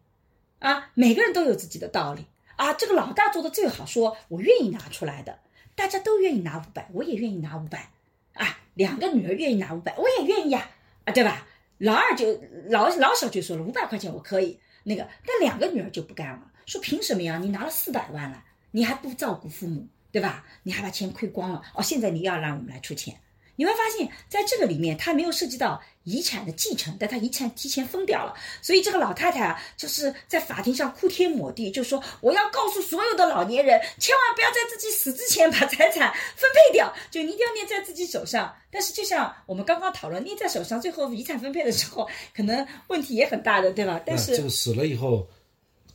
A: 啊，每个人都有自己的道理啊。这个老大做的最好说，我愿意拿出来的，大家都愿意拿五百，我也愿意拿五百啊。两个女儿愿意拿五百，我也愿意啊，啊，对吧？老二就老老小就说了，五百块钱我可以那个，但两个女儿就不干了，说凭什么呀？你拿了四百万了，你还不照顾父母，对吧？你还把钱亏光了，哦，现在你要让我们来出钱。你会发现在这个里面，它没有涉及到遗产的继承，但它遗产提前分掉了，所以这个老太太啊，就是在法庭上哭天抹地，就说我要告诉所有的老年人，千万不要在自己死之前把财产分配掉，就你一定要捏在自己手上。但是就像我们刚刚讨论，捏在手上，最后遗产分配的时候，可能问题也很大的，对吧？但是
B: 那这个死了以后，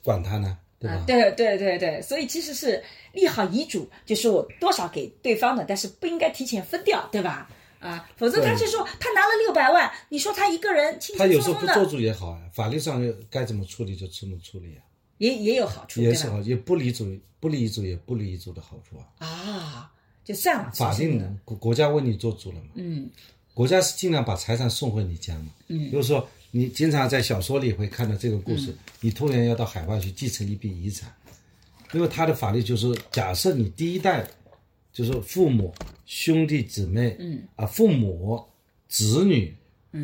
B: 管他呢，对吧？
A: 啊，对对对对，所以其实是立好遗嘱，就是我多少给对方的，但是不应该提前分掉，对吧？啊，否则他
B: 对
A: 就说他拿了六百万，你说他一个人轻
B: 他
A: 轻
B: 有时候
A: 松松
B: 不做
A: 的，
B: 主也好啊，法律上该怎么处理就怎么处理啊，
A: 也也有好处，
B: 也
A: 对
B: 是
A: 吧？
B: 好，也不离主不离主也不离主的好处啊。
A: 啊，就算了，
B: 法
A: 其实
B: 定的国国家为你做主了嘛，
A: 嗯
B: 国家是尽量把财产送回你家嘛。
A: 嗯
B: 就是说你经常在小说里会看到这个故事，你突然要到海外去继承一笔遗产，因为他的法律就是假设你第一代就是父母、兄弟姊妹，
A: 嗯
B: 啊，父母、子女、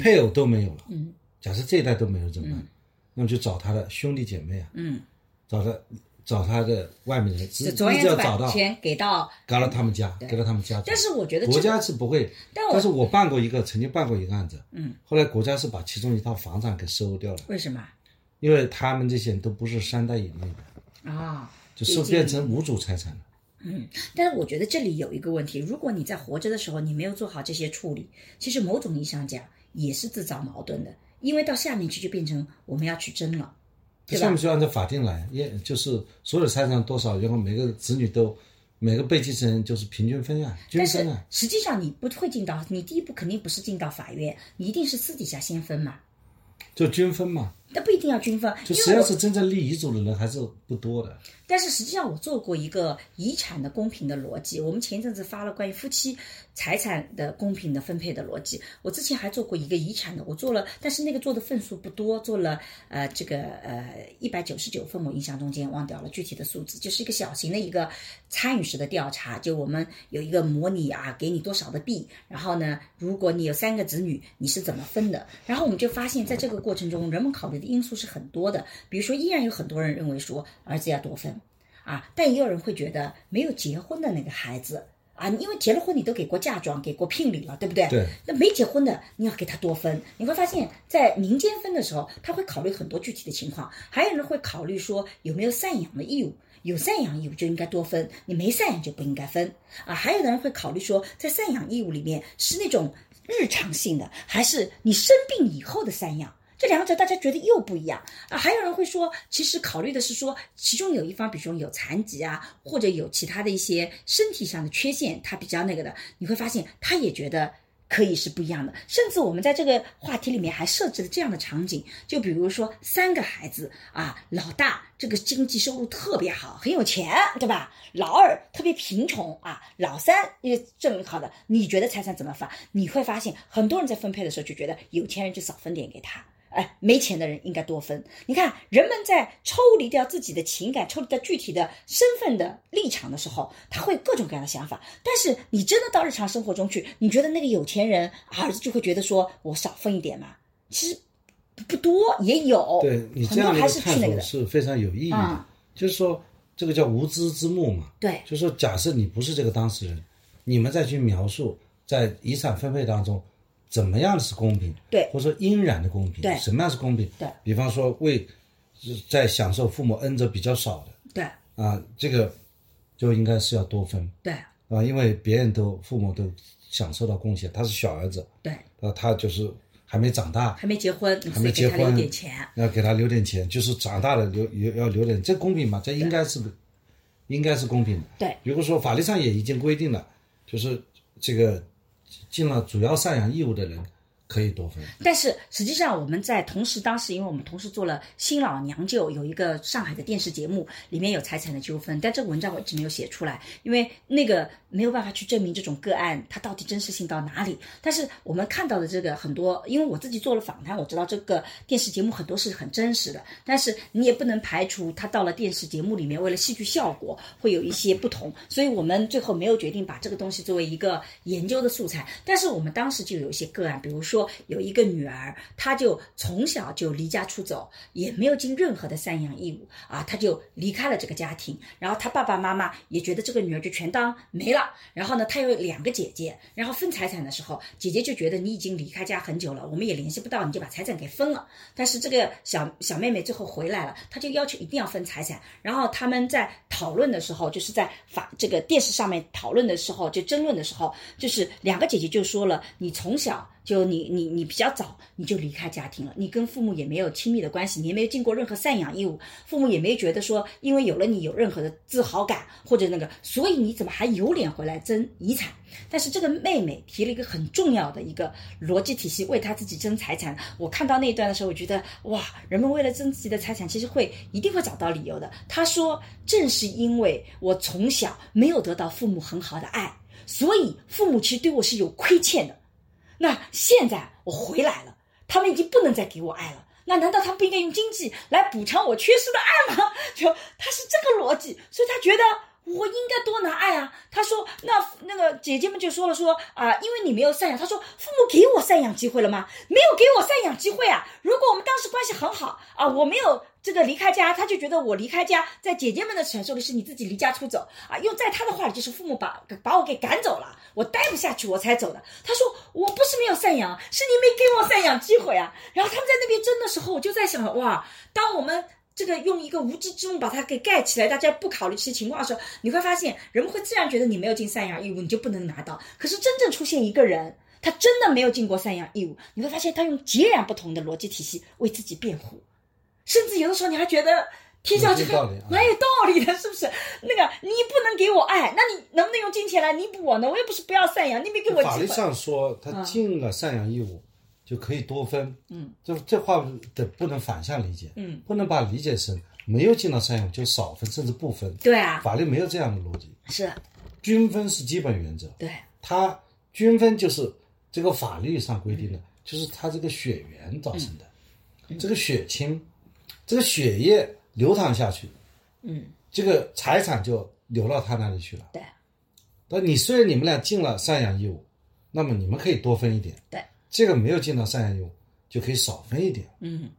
B: 配偶都没有了，
A: 嗯
B: 假设这一代都没有怎么办？那么就找他的兄弟姐妹啊，
A: 嗯，
B: 找他找他的外面人，只
A: 就
B: 一直
A: 总而言之
B: 要找
A: 把
B: 到，
A: 钱给到，
B: 搞到他们家，
A: 对
B: 给到他们家族。
A: 但是我觉得
B: 国
A: 这
B: 家
A: 个
B: 是不会，
A: 但我
B: 但是我办过一个，曾经办过一个案子，
A: 嗯，
B: 后来国家是把其中一套房产给收掉了，
A: 为什么
B: 因为他们这些人都不是三代以内的，
A: 啊？
B: 就是变成无主财产了。
A: 但是我觉得这里有一个问题，如果你在活着的时候你没有做好这些处理，其实某种意义上讲也是自找矛盾的，因为到下面去就变成我们要去争了。对吧
B: 下面就按照法定来，也就是所有财产多少，然后每个子女都，每个被继承人就是平均分啊，均
A: 但是
B: 分啊。
A: 实际上你不会进到，你第一步肯定不是进到法院，你一定是私底下先分嘛。
B: 就均分嘛，
A: 但不一定要均分，
B: 就
A: 因
B: 实际
A: 为
B: 上
A: 我
B: 是真正立遗嘱的人还是不多的。
A: 但是实际上我做过一个遗产的公平的逻辑，我们前一阵子发了关于夫妻财产的公平的分配的逻辑，我之前还做过一个遗产的，我做了，但是那个做的份数不多，做了呃这个呃一百九十九份，我印象中间忘掉了具体的数字，就是一个小型的一个参与式的调查，就我们有一个模拟啊，给你多少的币，然后呢，如果你有三个子女，你是怎么分的？然后我们就发现，在这个过程中，人们考虑的因素是很多的，比如说，依然有很多人认为说儿子要多分。啊，但也有人会觉得没有结婚的那个孩子啊，因为结了婚你都给过嫁妆，给过聘礼了，对不对？
B: 对。
A: 那没结婚的，你要给他多分。你会发现在民间分的时候，他会考虑很多具体的情况，还有人会考虑说有没有赡养的义务。有赡养义务就应该多分，你没赡养就不应该分啊。还有的人会考虑说，在赡养义务里面是那种日常性的，还是你生病以后的赡养？这两者大家觉得又不一样啊。还有人会说，其实考虑的是说，其中有一方，比如说有残疾啊，或者有其他的一些身体上的缺陷，他比较那个的，你会发现他也觉得。可以是不一样的，甚至我们在这个话题里面还设置了这样的场景，就比如说三个孩子啊，老大这个经济收入特别好，很有钱，对吧？老二特别贫穷啊，老三也证明好的，你觉得财产怎么分？你会发现很多人在分配的时候就觉得有钱人就少分点给他，哎，没钱的人应该多分。你看，人们在抽离掉自己的情感、抽离掉具体的身份的立场的时候，他会各种各样的想法。但是你真的到日常生活中去，你觉得那个有钱人儿子就会觉得说我少分一点嘛？其实不多，也有。
B: 对你
A: 很
B: 这
A: 多
B: 样的一
A: 还
B: 个
A: 是去
B: 探
A: 那个
B: 索
A: 的。
B: 是非常有意义的
A: 嗯，
B: 就是说这个叫无知之幕嘛。
A: 对
B: 就是说假设你不是这个当事人，你们再去描述在遗产分配当中怎么样是公平，
A: 对
B: 或者说应然的公平，
A: 对
B: 什么样是公平？
A: 对
B: 比方说为在享受父母恩泽比较少
A: 对
B: 的啊，这个就应该是要多分
A: 对
B: 啊，因为别人都父母都享受到贡献，他是小儿子，
A: 对，
B: 啊，他就是还没长大，
A: 还没结婚，你
B: 还
A: 所
B: 没
A: 以给
B: 结
A: 他留
B: 婚
A: 点钱。
B: 要给他留点钱，就是长大了留留要留点，这公平嘛？这应该是，应该是公平的。
A: 对，
B: 如果说法律上也已经规定了，就是这个尽了主要赡养义务的人可以多分。
A: 但是实际上，我们在同时，当时因为我们同时做了《新老娘舅》，有一个上海的电视节目，里面有财产的纠纷，但这个文章我一直没有写出来，因为那个没有办法去证明这种个案它到底真实性到哪里。但是我们看到的这个很多，因为我自己做了访谈，我知道这个电视节目很多是很真实的，但是你也不能排除它到了电视节目里面，为了戏剧效果会有一些不同，所以我们最后没有决定把这个东西作为一个研究的素材。但是我们当时就有一些个案，比如说有一个女儿，她就从小就离家出走，也没有尽任何的赡养义务啊，她就离开了这个家庭。然后她爸爸妈妈也觉得这个女儿就全当没了。然后呢，她有两个姐姐，然后分财产的时候，姐姐就觉得你已经离开家很久了，我们也联系不到，你就把财产给分了。但是这个小小妹妹最后回来了，她就要求一定要分财产。然后他们在讨论的时候，就是在法这个电视上面讨论的时候，就争论的时候，就是两个姐姐就说了，你从小就你你你比较早你就离开家庭了，你跟父母也没有亲密的关系，你也没有尽过任何赡养义务，父母也没觉得说因为有了你有任何的自豪感或者那个，所以你怎么还有脸回来争遗产？但是这个妹妹提了一个很重要的一个逻辑体系，为她自己争财产。我看到那一段的时候，我觉得哇，人们为了争自己的财产，其实会一定会找到理由的。她说，正是因为我从小没有得到父母很好的爱，所以父母其实对我是有亏欠的。那现在我回来了，他们已经不能再给我爱了。那难道他们不应该用经济来补偿我缺失的爱吗？ 就他是这个逻辑，所以他觉得我应该多拿爱啊。他说，那那个姐姐们就说了说啊、因为你没有赡养，他说父母给我赡养机会了吗？没有给我赡养机会啊。如果我们当时关系很好啊，我没有这个离开家，他就觉得我离开家，在姐姐们的传授里是你自己离家出走啊。用在他的话里就是父母把把我给赶走了，我待不下去我才走的。他说我不是没有赡养，是你没给我赡养机会啊。然后他们在那边争的时候，我就在想，哇，当我们。这个用一个无知之幕把它给盖起来，大家不考虑这些情况的时候，你会发现人们会自然觉得你没有尽赡养义务，你就不能拿到。可是真正出现一个人，他真的没有尽过赡养义务，你会发现他用截然不同的逻辑体系为自己辩护，甚至有的时候你还觉得天上
B: 有
A: 这
B: 些
A: 个
B: 道理啊
A: 蛮有道理的，是不 是？那个你不能给我爱，那你能不能用金钱来弥补我呢？我又不是不要赡养，你没给我嗯
B: 法律
A: 机会。
B: 上说，他尽了赡养义务就可以多分。嗯，就这话得不能反向理解。
A: 嗯，
B: 不能把理解成没有尽到赡养就少分，甚至不分。
A: 对啊，
B: 法律没有这样的逻辑，
A: 是，
B: 均分是基本原则。
A: 对，
B: 它均分就是这个法律上规定的，就是它这个血缘造成的，这个血亲，这个血液流淌下去，
A: 嗯，
B: 这个财产就流到他那里去了。
A: 对，
B: 那你虽然你们俩尽了赡养义务，那么你们可以多分一点，
A: 对，
B: 这个没有尽到赡养义务就可以少分一点，
A: 嗯。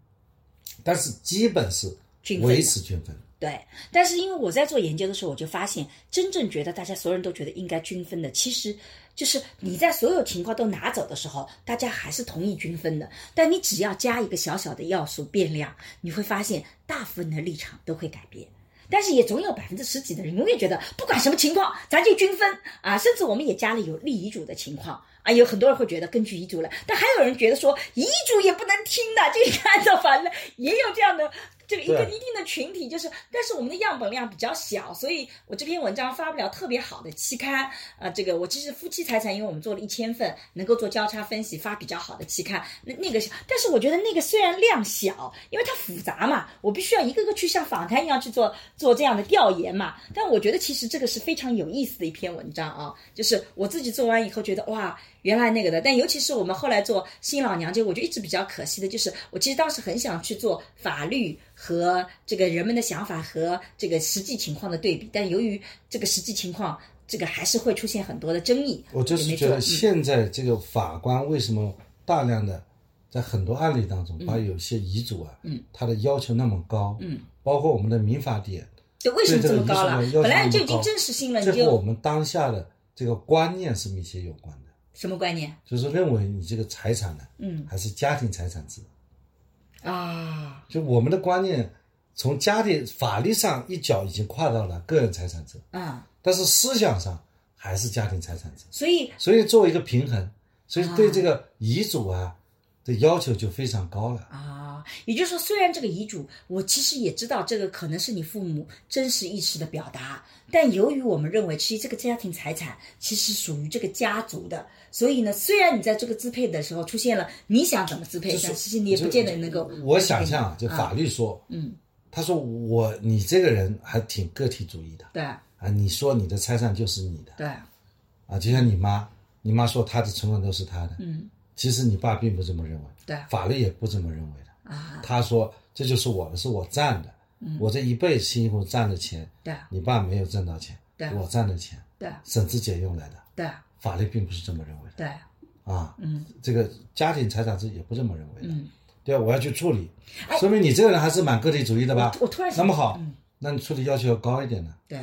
B: 但是基本是
A: 均分的
B: 维持均分。
A: 对，但是因为我在做研究的时候，我就发现，真正觉得大家所有人都觉得应该均分的，其实就是你在所有情况都拿走的时候，大家还是同意均分的。但你只要加一个小小的要素变量，你会发现大部分的立场都会改变。但是也总有百分之十几的人永远觉得，不管什么情况，咱就均分啊。甚至我们也加了有立遗嘱的情况啊，有很多人会觉得根据遗嘱来，但还有人觉得说遗嘱也不能听的，就应该按照法律来，也有这样的这个一个
B: 对
A: 一定的群体，就是，但是我们的样本量比较小，所以我这篇文章发不了特别好的期刊啊、这个我其实夫妻财产，因为我们做了一千份，能够做交叉分析，发比较好的期刊。那那个是，但是我觉得那个虽然量小，因为它复杂嘛，我必须要一个个去像访谈一样去做做这样的调研嘛。但我觉得其实这个是非常有意思的一篇文章啊，就是我自己做完以后觉得哇，原来那个的。但尤其是我们后来做新老娘舅，我就一直比较可惜的就是，我其实当时很想去做法律和这个人们的想法和这个实际情况的对比，但由于这个实际情况。这个还是会出现很多的争议。
B: 我就是觉得现在这个法官为什么大量的在很多案例当中，把有些遗嘱啊，
A: 嗯，
B: 他的要求那么高，
A: 嗯，
B: 包括我们的民法典，
A: 对，为什么这么高了？本来就已经正式性了，你就
B: 和我们当下的这个观念是密切有关的。
A: 什么观念？
B: 就是认为你这个财产呢，
A: 嗯，
B: 还是家庭财产制
A: 啊？
B: 就我们的观念，从家庭法律上一脚已经跨到了个人财产制
A: 啊。
B: 但是思想上还是家庭财产制，
A: 所以
B: 所以作为一个平衡，所以对这个遗嘱啊的要求就非常高了
A: 啊。也就是说，虽然这个遗嘱，我其实也知道这个可能是你父母真实意识的表达，但由于我们认为，其实这个家庭财产其实属于这个家族的，所以呢，虽然你在这个支配的时候出现了你想怎么支配，
B: 就是
A: 但其实你也不见得能够。
B: 我想象啊，就法律说，
A: 嗯，
B: 他说我你这个人还挺个体主义的
A: 对
B: 啊，你说你的财产就是你的
A: 对，
B: 啊，就像你妈，你妈说她的存款都是她的，
A: 嗯，
B: 其实你爸并不这么认为，
A: 对
B: 法律也不这么认为的。
A: 啊，
B: 他说这就是我的，是我赚的，
A: 嗯
B: 我这一辈子辛苦赚的钱，
A: 对
B: 你爸没有挣到钱，
A: 对
B: 我赚的钱，
A: 对
B: 省吃俭用来的，
A: 对
B: 法律并不是这么认为的
A: 对，
B: 啊，
A: 嗯
B: 这个家庭财产制也不这么认为的，
A: 嗯。哎
B: 对啊吧？我要去处理，说明你这个人还是蛮个体主义的吧？
A: 我突然
B: 那么好，
A: 嗯
B: 那你处理要求要高一点呢，
A: 对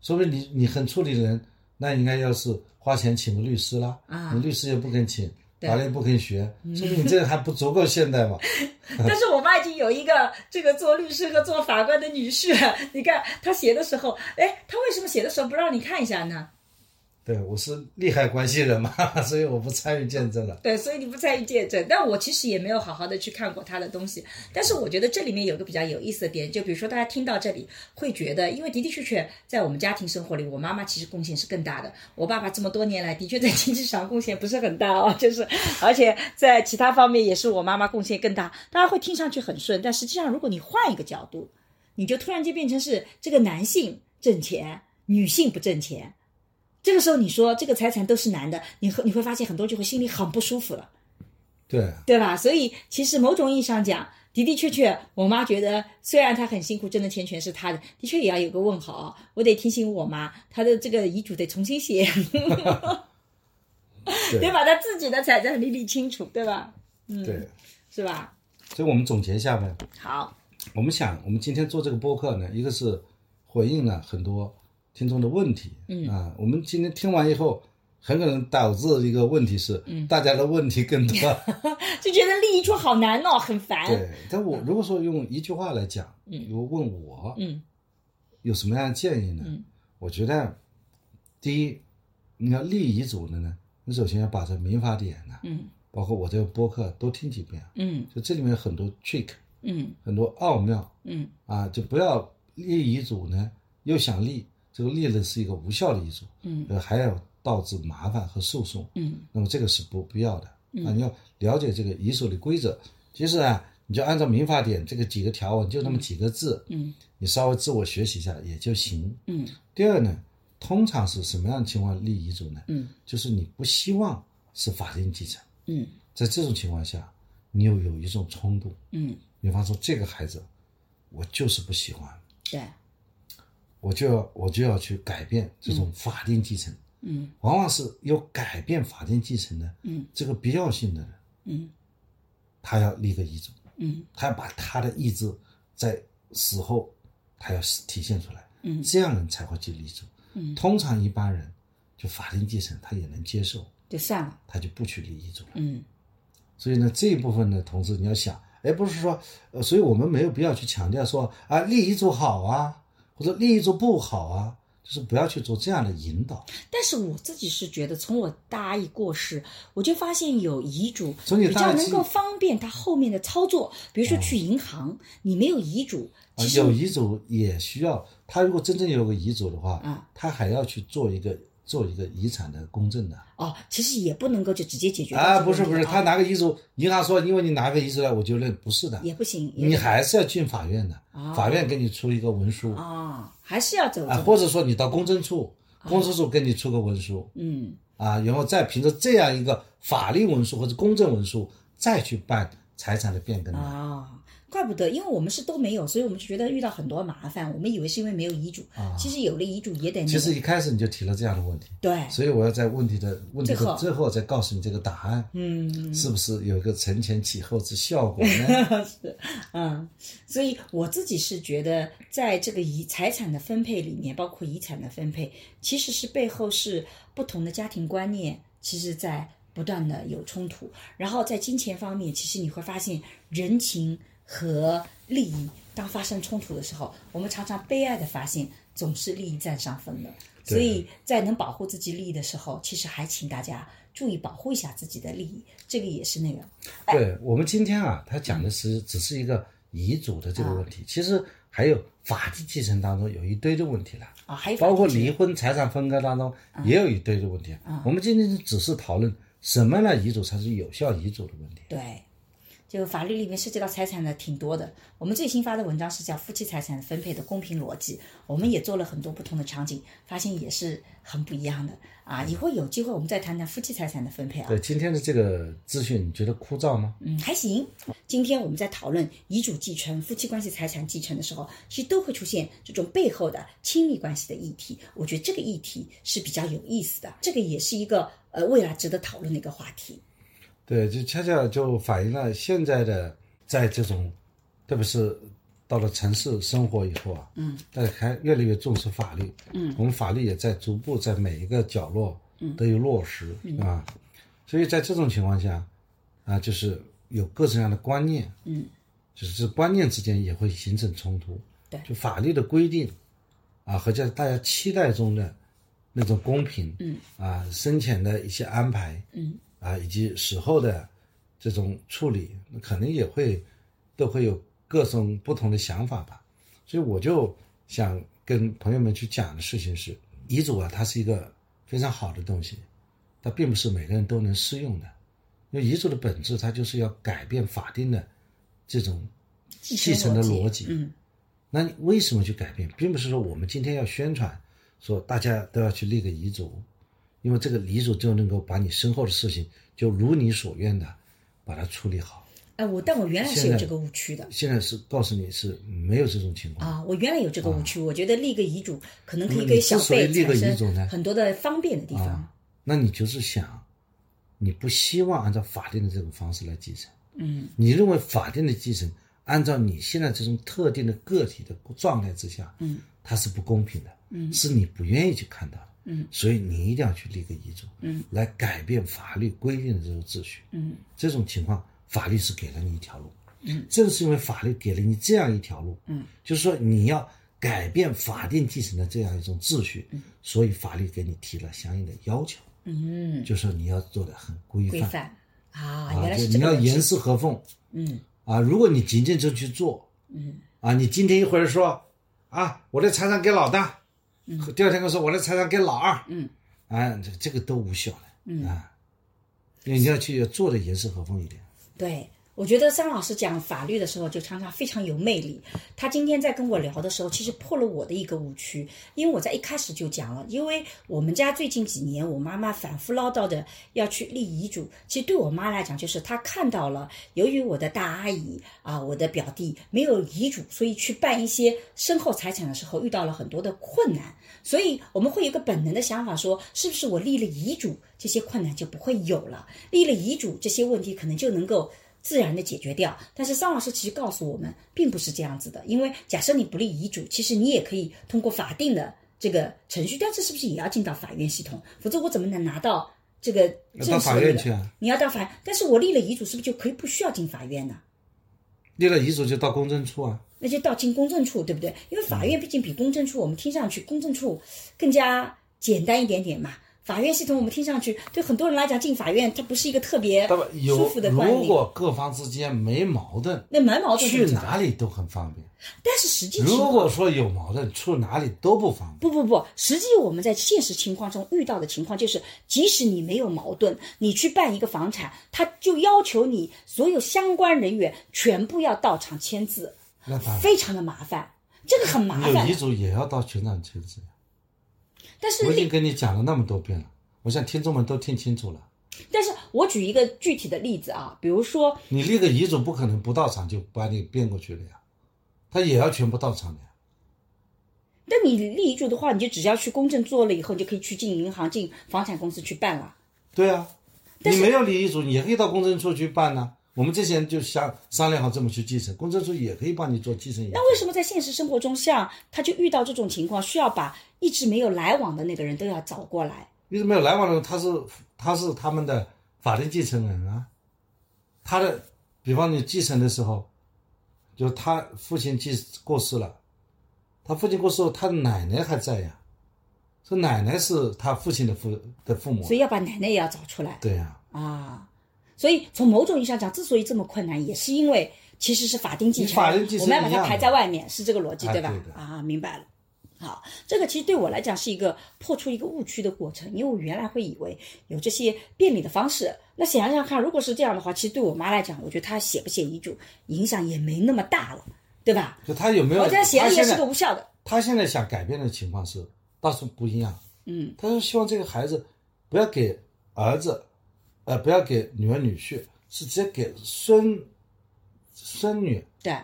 B: 说明你你很处理的人，那应该要是花钱请个律师啦，
A: 啊
B: 你律师也不肯请。
A: 对
B: 法律也不肯学，说明你这个还不足够现代嘛？
A: 但是我妈已经有一个这个做律师和做法官的女婿了。你看她写的时候，哎，她为什么写的时候不让你看一下呢？
B: 对，我是利害关系人嘛， 所以我不参与见证了。
A: 对，所以你不参与见证。但我其实也没有好好的去看过她的东西。但是我觉得这里面有个比较有意思的点，就比如说大家听到这里会觉得，因为的的确确在我们家庭生活里，我妈妈其实贡献是更大的。我爸爸这么多年来的确在经济上贡献不是很大哦，就是而且在其他方面也是我妈妈贡献更大。大家会听上去很顺，但实际上如果你换一个角度，你就突然间变成是这个男性挣钱，女性不挣钱。这个时候你说这个财产都是男的，你会你会发现很多人就会心里很不舒服了，
B: 对，
A: 对吧？所以其实某种意义上讲，的的确确，我妈觉得虽然她很辛苦，挣的钱全是她的，的确也要有个问号啊、我得提醒我妈，她的这个遗嘱得重新 写，
B: 对
A: 得把她自己的财产理理清楚，对吧？嗯
B: 对，
A: 是吧？
B: 所以我们总结一下呗。
A: 好，
B: 我们想，我们今天做这个播客呢，一个是回应了很多听众的问题，嗯啊，我们今天听完以后，很可能导致一个问题是，嗯，大家的问题更 多。
A: 就觉得立遗嘱好难哦，很烦。
B: 对，但我如果说用一句话来讲，嗯，如果问我，
A: 嗯，
B: 有什么样的建议呢？
A: 嗯
B: 我觉得，第一，你要立遗嘱的呢，你首先要把这民法典呢、
A: 嗯
B: 包括我这个播客都听几遍，啊
A: 嗯
B: 就这里面有很多 trick，
A: 嗯
B: 很多奥妙，
A: 嗯
B: 啊，就不要立遗嘱呢，又想立，这个立的是一个无效的遗嘱，
A: 嗯
B: 呃，还要导致麻烦和诉讼，
A: 嗯
B: 那么这个是不必要的啊。你要了解这个遗嘱的规则，其实啊，你就按照民法典这个几个条文，就那么几个字，
A: 嗯
B: 你稍微自我学习一下也就行。
A: 嗯
B: 第二呢，通常是什么样的情况立遗嘱呢？
A: 嗯，
B: 就是你不希望是法定继承，
A: 嗯
B: 在这种情况下，你又有一种冲动，
A: 嗯，
B: 比方说这个孩子，我就是不喜欢。
A: 对，
B: 我就要我就要去改变这种法定继承，
A: 嗯
B: 往往是有改变法定继承的
A: 嗯
B: 这个必要性的人，
A: 嗯
B: 他要立个遗嘱，
A: 嗯
B: 他要把他的意志在死后他要体现出来，
A: 嗯
B: 这样人才会去立遗嘱。
A: 嗯，
B: 通常一般人就法定继承他也能接受，
A: 就算了。
B: 他就不去立遗嘱了。
A: 嗯
B: 所以呢，这一部分的同志你要想，哎，不是说，呃，所以我们没有必要去强调说啊立遗嘱好啊，或者立遗嘱不好啊，就是不要去做这样的引导。啊
A: 但是我自己是觉得，从我大阿姨过世，我就发现有遗嘱
B: 从你
A: 比
B: 大
A: 较
B: 阿姨
A: 能够方便她后面的操作。比如说去银行，你没有遗嘱，
B: 啊
A: 其，实
B: 有遗嘱也需要他如果真正有个遗嘱的话，
A: 啊
B: 他还要去做一个做一个遗产的公证的
A: 哦，其实也不能够就直接解决
B: 啊，
A: 到这个
B: 不是
A: 问
B: 不
A: 题
B: 是，
A: 啊
B: 他拿个遗嘱，银行说因为你拿个遗嘱来，我就认不是的，
A: 也不行，也
B: 你还是要进法院的，
A: 哦
B: 法院给你出一个文书
A: 啊，还是要走
B: 啊，
A: 这个哦
B: 或者说你到公证处，公证处给你出个文书
A: 嗯
B: 啊，然后再凭着这样一个法律文书或者公证文书再去办财产的变更的。
A: 啊，怪不得，因为我们是都没有，所以我们就觉得遇到很多麻烦。我们以为是因为没有遗嘱，其实有了遗嘱也得那
B: 啊其
A: 个
B: 实一开始你就提了这样的问题，
A: 对，
B: 所以我要在问题的问
A: 最
B: 题的
A: 后
B: 最后再告诉你这个答案，
A: 嗯，
B: 是不是有一个承前启后之效 果呢？
A: 嗯，所以我自己是觉得，在这个遗财产的分配里面，包括遗产的分配，其实是背后是不同的家庭观念，其实在不断的有冲突。然后在金钱方面，其实你会发现人情和利益当发生冲突的时候，我们常常悲哀的发现，总是利益占上风的。所以在能保护自己利益的时候，其实还请大家注意保护一下自己的利益，这个也是那个
B: 对我们今天啊，他讲的是只是一个遗嘱的这个问
A: 啊
B: 题，其实还有法定继承当中有一堆的问题了。
A: 啊，还有
B: 包括离婚财产分割当中
A: 啊
B: 也有一堆的问题。我们今天只是讨论什么样的遗嘱才是有效遗嘱的问题。
A: 对，就法律里面涉及到财产的挺多的。我们最新发的文章是叫《夫妻财产分配的公平逻辑》，我们也做了很多不同的场景，发现也是很不一样的啊。以后有机会我们再谈谈夫妻财产的分配啊
B: 对。今天的这个资讯，你觉得枯燥吗？
A: 嗯，还行。今天我们在讨论遗嘱继承、夫妻关系财产继承的时候，其实都会出现这种背后的亲密关系的议题。我觉得这个议题是比较有意思的，这个也是一个呃未来值得讨论的一个话题。
B: 对，就恰恰就反映了现在的在这种，特别是到了城市生活以后啊，嗯，大家还越来越重视法律，嗯，我们法律也在逐步在每一个角落都有落实、啊，所以在这种情况下，啊，就是有各种各样的观念，
A: 嗯，
B: 就是这观念之间也会形成冲突，
A: 对
B: 就法律的规定啊和在大家期待中的那种公平，嗯，啊，生前的一些安排，
A: 嗯
B: 啊，以及死后的这种处理，那肯定也会都会有各种不同的想法吧。所以我就想跟朋友们去讲的事情是，遗嘱啊，它是一个非常好的东西，它并不是每个人都能适用的。因为遗嘱的本质，它就是要改变法定的这种继承的逻辑。
A: 嗯，
B: 那你为什么去改变？并不是说我们今天要宣传说大家都要去立个遗嘱，因为这个遗嘱就能够把你身后的事情就如你所愿的把它处理好。
A: 哎、我但我原来是
B: 现
A: 有
B: 在
A: 这个误区的。
B: 现在是告诉你是没有这种情况，
A: 啊，我原来有这个误区，我觉得立个遗嘱可能可以
B: 嗯
A: 给
B: 你
A: 小
B: 之所以
A: 辈
B: 立个
A: 产
B: 遗嘱呢
A: 生很多的方便的地方。
B: 那你就是想，你不希望按照法定的这种方式来继承，
A: 嗯，
B: 你认为法定的继承按照你现在这种特定的个体的状态之下，
A: 嗯，
B: 它是不公平的，
A: 嗯
B: 是你不愿意去看到的，
A: 嗯，
B: 所以你一定要去立个遗嘱，
A: 嗯，
B: 来改变法律规定的这种秩序，
A: 嗯，
B: 这种情况法律是给了你一条路，
A: 嗯，
B: 正是因为法律给了你这样一条路，
A: 嗯，
B: 就是说你要改变法定继承的这样一种秩序，嗯，所以法律给你提了相应的要求，
A: 嗯，
B: 就说你要做的很规
A: 规
B: 范，
A: 范啊，原
B: 啊，
A: 来
B: 就是你
A: 这个
B: 要
A: 问题
B: 严丝合缝，
A: 嗯
B: 啊，如果你仅仅就去做，
A: 嗯，
B: 啊，你今天一会儿说啊，我的财产给老大，第二天跟我说我的财产给老二，
A: 嗯，
B: 啊，这这个都无效的，嗯啊，因为你要去做的严丝合缝一点，
A: 对，我觉得张老师讲法律的时候，就常常非常有魅力。他今天在跟我聊的时候，其实破了我的一个误区，因为我在一开始就讲了，因为我们家最近几年，我妈妈反复唠叨的要去立遗嘱，其实对我妈来讲，就是她看到了，由于我的大阿姨啊，我的表弟没有遗嘱，所以去办一些身后财产的时候遇到了很多的困难，所以我们会有一个本能的想法说，是不是我立了遗嘱，这些困难就不会有了？立了遗嘱，这些问题可能就能够自然的解决掉。但是张老师其实告诉我们，并不是这样子的，因为假设你不立遗嘱，其实你也可以通过法定的这个程序，但这是不是也要进到法院系统？否则我怎么能拿到这个
B: 要
A: 正
B: 到
A: 式
B: 法
A: 的
B: 院
A: 那个
B: 去啊，
A: 你要到法院，但是我立了遗嘱，是不是就可以不需要进法院呢？
B: 立了遗嘱就到公证处啊，
A: 那就到进公证处，对不对？因为法院毕竟比公证处，我们听上去公证处更加简单一点点嘛。法院系统我们听上去，对很多人来讲，进法院它不是一个特别
B: 那么有
A: 哎舒服的观
B: 如
A: 念，
B: 果各方之间没矛盾，
A: 那蛮矛盾
B: 去
A: 的。
B: 哪里都很方便。
A: 但是实际情
B: 如
A: 况
B: 果说有矛盾，去哪里都不方便。
A: 不不不，实际我们在现实情况中遇到的情况就是，即使你没有矛盾，你去办一个房产，他就要求你所有相关人员全部要到场签字，
B: 那当然，
A: 非常的麻烦，这个很麻
B: 啊有
A: 烦
B: 遗。嘱也要到全场签字。
A: 但是
B: 我已
A: 另
B: 经跟你讲了那么多遍了，我想听众们都听清楚了。
A: 但是我举一个具体的例子啊，比如说
B: 你立个遗嘱，不可能不到场就把你变过去了呀，他也要全部到场的呀。
A: 但你立遗嘱的话，你就只要去公证做了以后，你就可以去进银行、进房产公司去办了。
B: 对啊，
A: 但
B: 你
A: 是
B: 没有立遗嘱，你也可以到公证处去办呢、我们这些人就商商量好这么去继承，公证处也可以帮你做继承遗嘱。
A: 那为什么在现实生活中，像他就遇到这种情况，需要把一直没有来往的那个人都要找过来？
B: 一直没有来往的人，他是他是他们的法定继承人啊。他的，比方你继承的时候，就是他父亲继过世了，他父亲过世后，他奶奶还在呀，这奶奶是他父亲的父的父母
A: 所，以要把奶奶也要找出来
B: 对呀、
A: 啊。所以从某种意义上讲，之所以这么困难，也是因为其实是法定继
B: 你
A: 承，
B: 法定继承
A: 我们要把
B: 一样
A: 它
B: 的
A: 排在外面，是这个逻辑
B: 哎
A: 对吧？
B: 对的
A: 啊，明白了。好，这个其实对我来讲是一个破除一个误区的过程，因为我原来会以为有这些便利的方式。那想想看，如果是这样的话，其实对我妈来讲，我觉得她写不写遗嘱影响也没那么大了，对吧？
B: 就他有没有？
A: 我在
B: 他
A: 写
B: 现
A: 也是
B: 在
A: 个无效的。
B: 他现在想改变的情况是，倒是不一样。
A: 嗯，
B: 他说希望这个孩子不要给儿子，呃，不要给女儿女婿，是直接给孙孙女、
A: 对，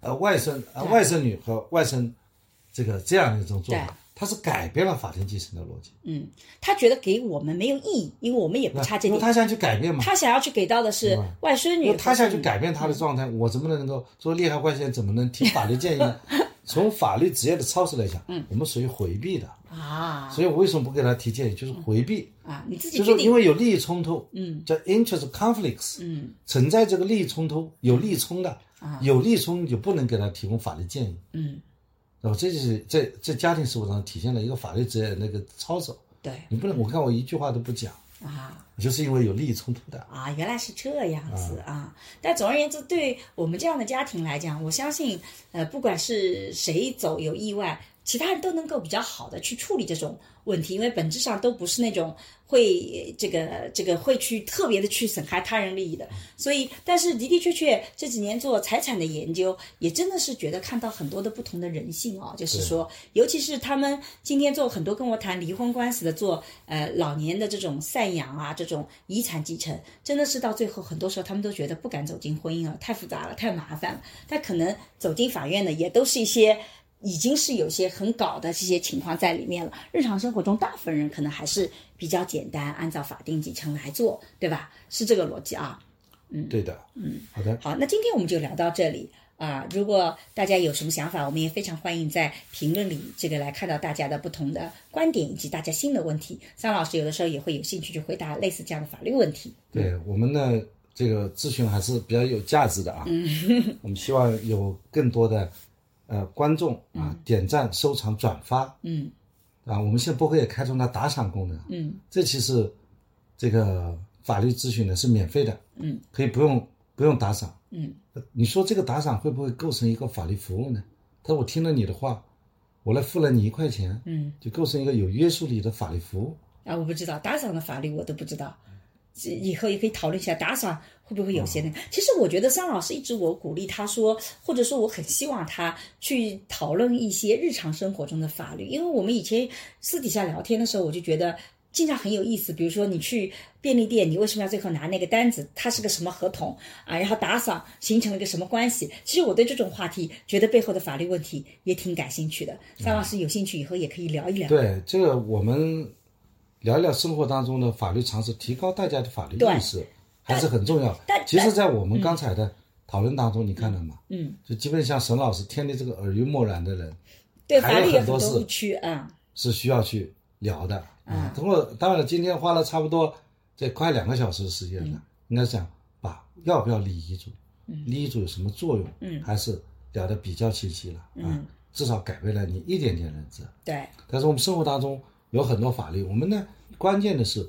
B: 呃外甥、呃
A: 对
B: 外甥女和外甥这个这样的一种做
A: 对
B: 法，他是改变了法定继承的逻辑，
A: 嗯，她觉得给我们没有意义，因为我们也不差这
B: 因为
A: 点。
B: 他想去改变嘛。
A: 他想要去给到的是
B: 明白
A: 外孙
B: 因
A: 女和孙
B: 为
A: 女，
B: 他想去改变他的状
A: 嗯
B: 态，我怎么能够说利害关系人怎么能提法律建 议呢？从法律职业的操守来讲，
A: 嗯
B: 我们属于回避的，
A: 啊，
B: 所以我为什么不给他提建议？就是回避，
A: 啊，你自己
B: 就
A: 决
B: 是因
A: 定，
B: 为有利益冲突，
A: 嗯
B: 叫 interest conflicts，
A: 嗯
B: 存在这个利益冲突，有利益冲的，
A: 啊
B: 有利益冲就不能给他提供法律建议，
A: 嗯，
B: 然后这就是在在家庭生活上体现了一个法律职业的那个操守。
A: 对
B: 你不能，我看我一句话都不讲，
A: 啊
B: 就是因为有利益冲突的。
A: 啊，原来是这样子啊。但总而言之，对我们这样的家庭来讲，我相信，呃，不管是谁走有意外。其他人都能够比较好的去处理这种问题，因为本质上都不是那种会呃这个这个会去特别的去损害他人利益的，所以，但是的的确确这几年做财产的研究，也真的是觉得看到很多的不同的人性哦，就是说，尤其是他们今天做很多跟我谈离婚官司的，做呃老年的这种赡养啊，这种遗产继承，真的是到最后很多时候他们都觉得不敢走进婚姻了，太复杂了，太麻烦了。但可能走进法院的也都是一些。已经是有些很搞的这些情况在里面了。日常生活中，大部分人可能还是比较简单，按照法定继承来做，对吧？是这个逻辑啊。
B: 对的，嗯，好的，
A: 好，那今天我们就聊到这里啊、如果大家有什么想法，我们也非常欢迎在评论里这个来看到大家的不同的观点以及大家新的问题。桑老师有的时候也会有兴趣去回答类似这样的法律问题。
B: 对我们的这个咨询还是比较有价值的啊。
A: 嗯
B: 我们希望有更多的呃观众啊点赞、收藏、转发
A: 嗯
B: 啊。我们现在播客也开通了打赏功能，啊
A: 嗯
B: 这其实这个法律咨询呢是免费的，
A: 嗯，
B: 可以不用不用打赏。
A: 嗯
B: 你说这个打赏会不会构成一个法律服务呢？他说我听了你的话，我来付了你一块钱，
A: 嗯
B: 就构成一个有约束力的法律服务。
A: 啊，我不知道打赏的法律我都不知道。这以后也可以讨论一下打赏会不会有些那个。其实我觉得桑老师一直我鼓励他说，或者说我很希望他去讨论一些日常生活中的法律，因为我们以前私底下聊天的时候，我就觉得经常很有意思。比如说你去便利店，你为什么要最后拿那个单子？它是个什么合同啊？然后打赏形成了个什么关系？其实我对这种话题，觉得背后的法律问题也挺感兴趣的。桑老师有兴趣以后也可以聊一聊。
B: 对，这个我们聊一聊生活当中的法律常识，提高大家的法律
A: 对
B: 意识还是很重要
A: 但。
B: 其实，在我们刚才的讨论当中，你看到吗？
A: 嗯，
B: 就基本像沈老师天天这个耳濡目染的人，
A: 对，
B: 还
A: 法
B: 有
A: 律有很
B: 很多
A: 多
B: 事
A: 误区啊。
B: 是需要去聊的啊。
A: 嗯
B: 通过当然了，今天花了差不多这快两个小时的时间
A: 嗯
B: 了，应该讲把要不要立遗嘱，立遗嘱有什么作用，
A: 嗯
B: 还是聊得比较清晰了啊
A: 嗯。
B: 至少改变了你一点点认知。
A: 对，
B: 但是我们生活当中有很多法律，我们呢关键的是，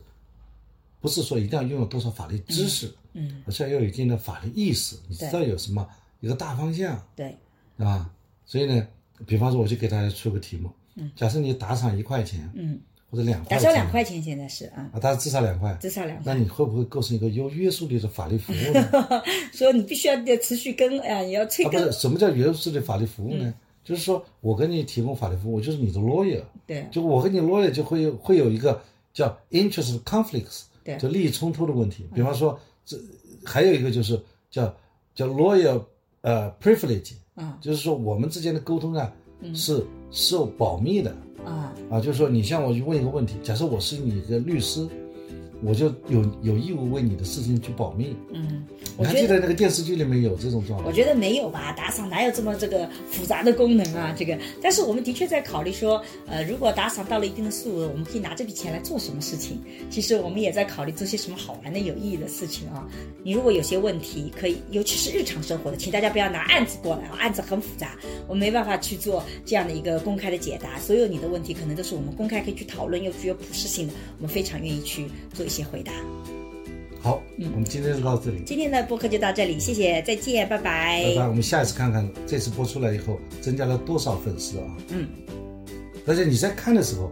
B: 不是说一定要拥有多少法律知识，
A: 嗯，
B: 而是要有一定的法律意识，你知道有什么一个大方向，
A: 对，
B: 对吧？所以呢，比方说我就给大家出个题目，假设你打赏一块钱
A: 嗯，
B: 或者两块
A: 打
B: 钱，
A: 消两块钱现在是啊，
B: 啊，打至少两块，
A: 至少两块。
B: 那你会不会构成一个有约束力的法律服 务呢？啊
A: 说你必须要持续跟啊，你要催
B: 啊，不
A: 更
B: 是，，什么叫约束力法律服务
A: 嗯
B: 呢？就是说我给你提供法律服务，我就是你的 lawyer，
A: 对，
B: 就我跟你 lawyer 就会有会有一个叫 interest conflicts，
A: 对
B: 就利益冲突的问题。比方说，这还有一个就是叫叫 lawyer 呃 privilege，
A: 啊
B: 就是说我们之间的沟通啊
A: 嗯
B: 是受保密的
A: 啊
B: 啊，就是说你向我问一个问题，假设我是你的律师，我就有有义务为你的事情去保密。
A: 嗯，
B: 你
A: 我
B: 还
A: 觉
B: 记
A: 得
B: 得那个电视剧里面有这种状
A: 我
B: 况？
A: 觉得没有吧，打赏哪有这么这个复杂的功能
B: 嗯
A: 啊？这个，但是我们的确在考虑说，呃，如果打赏到了一定的数额，我们可以拿这笔钱来做什么事情？其实我们也在考虑做些什么好玩的、有意义的事情啊。你如果有些问题，可以，尤其是日常生活的，请大家不要拿案子过来啊，案子很复杂，我们没办法去做这样的一个公开的解答。所有你的问题，可能都是我们公开可以去讨论又具有普适性的，我们非常愿意去做一些回答。
B: 好，
A: 嗯
B: 我们今天就到这里，
A: 今天的播客就到这里，谢谢，再见，拜拜。
B: 拜拜。我们下一次看看这次播出来以后增加了多少粉丝啊？
A: 嗯。
B: 而且你在看的时候，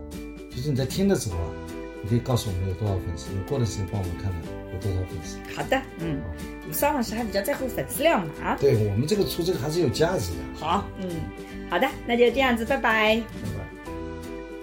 B: 就是你在听的时候啊，你可以告诉我们有多少粉丝。你过段时间帮我们看看有多少粉丝。
A: 好的，嗯，我们桑老师还比较在乎粉丝量嘛啊。
B: 对我们这个出这个还是有价值的。
A: 好，嗯，好的，那就这样子，拜拜。
B: 拜拜。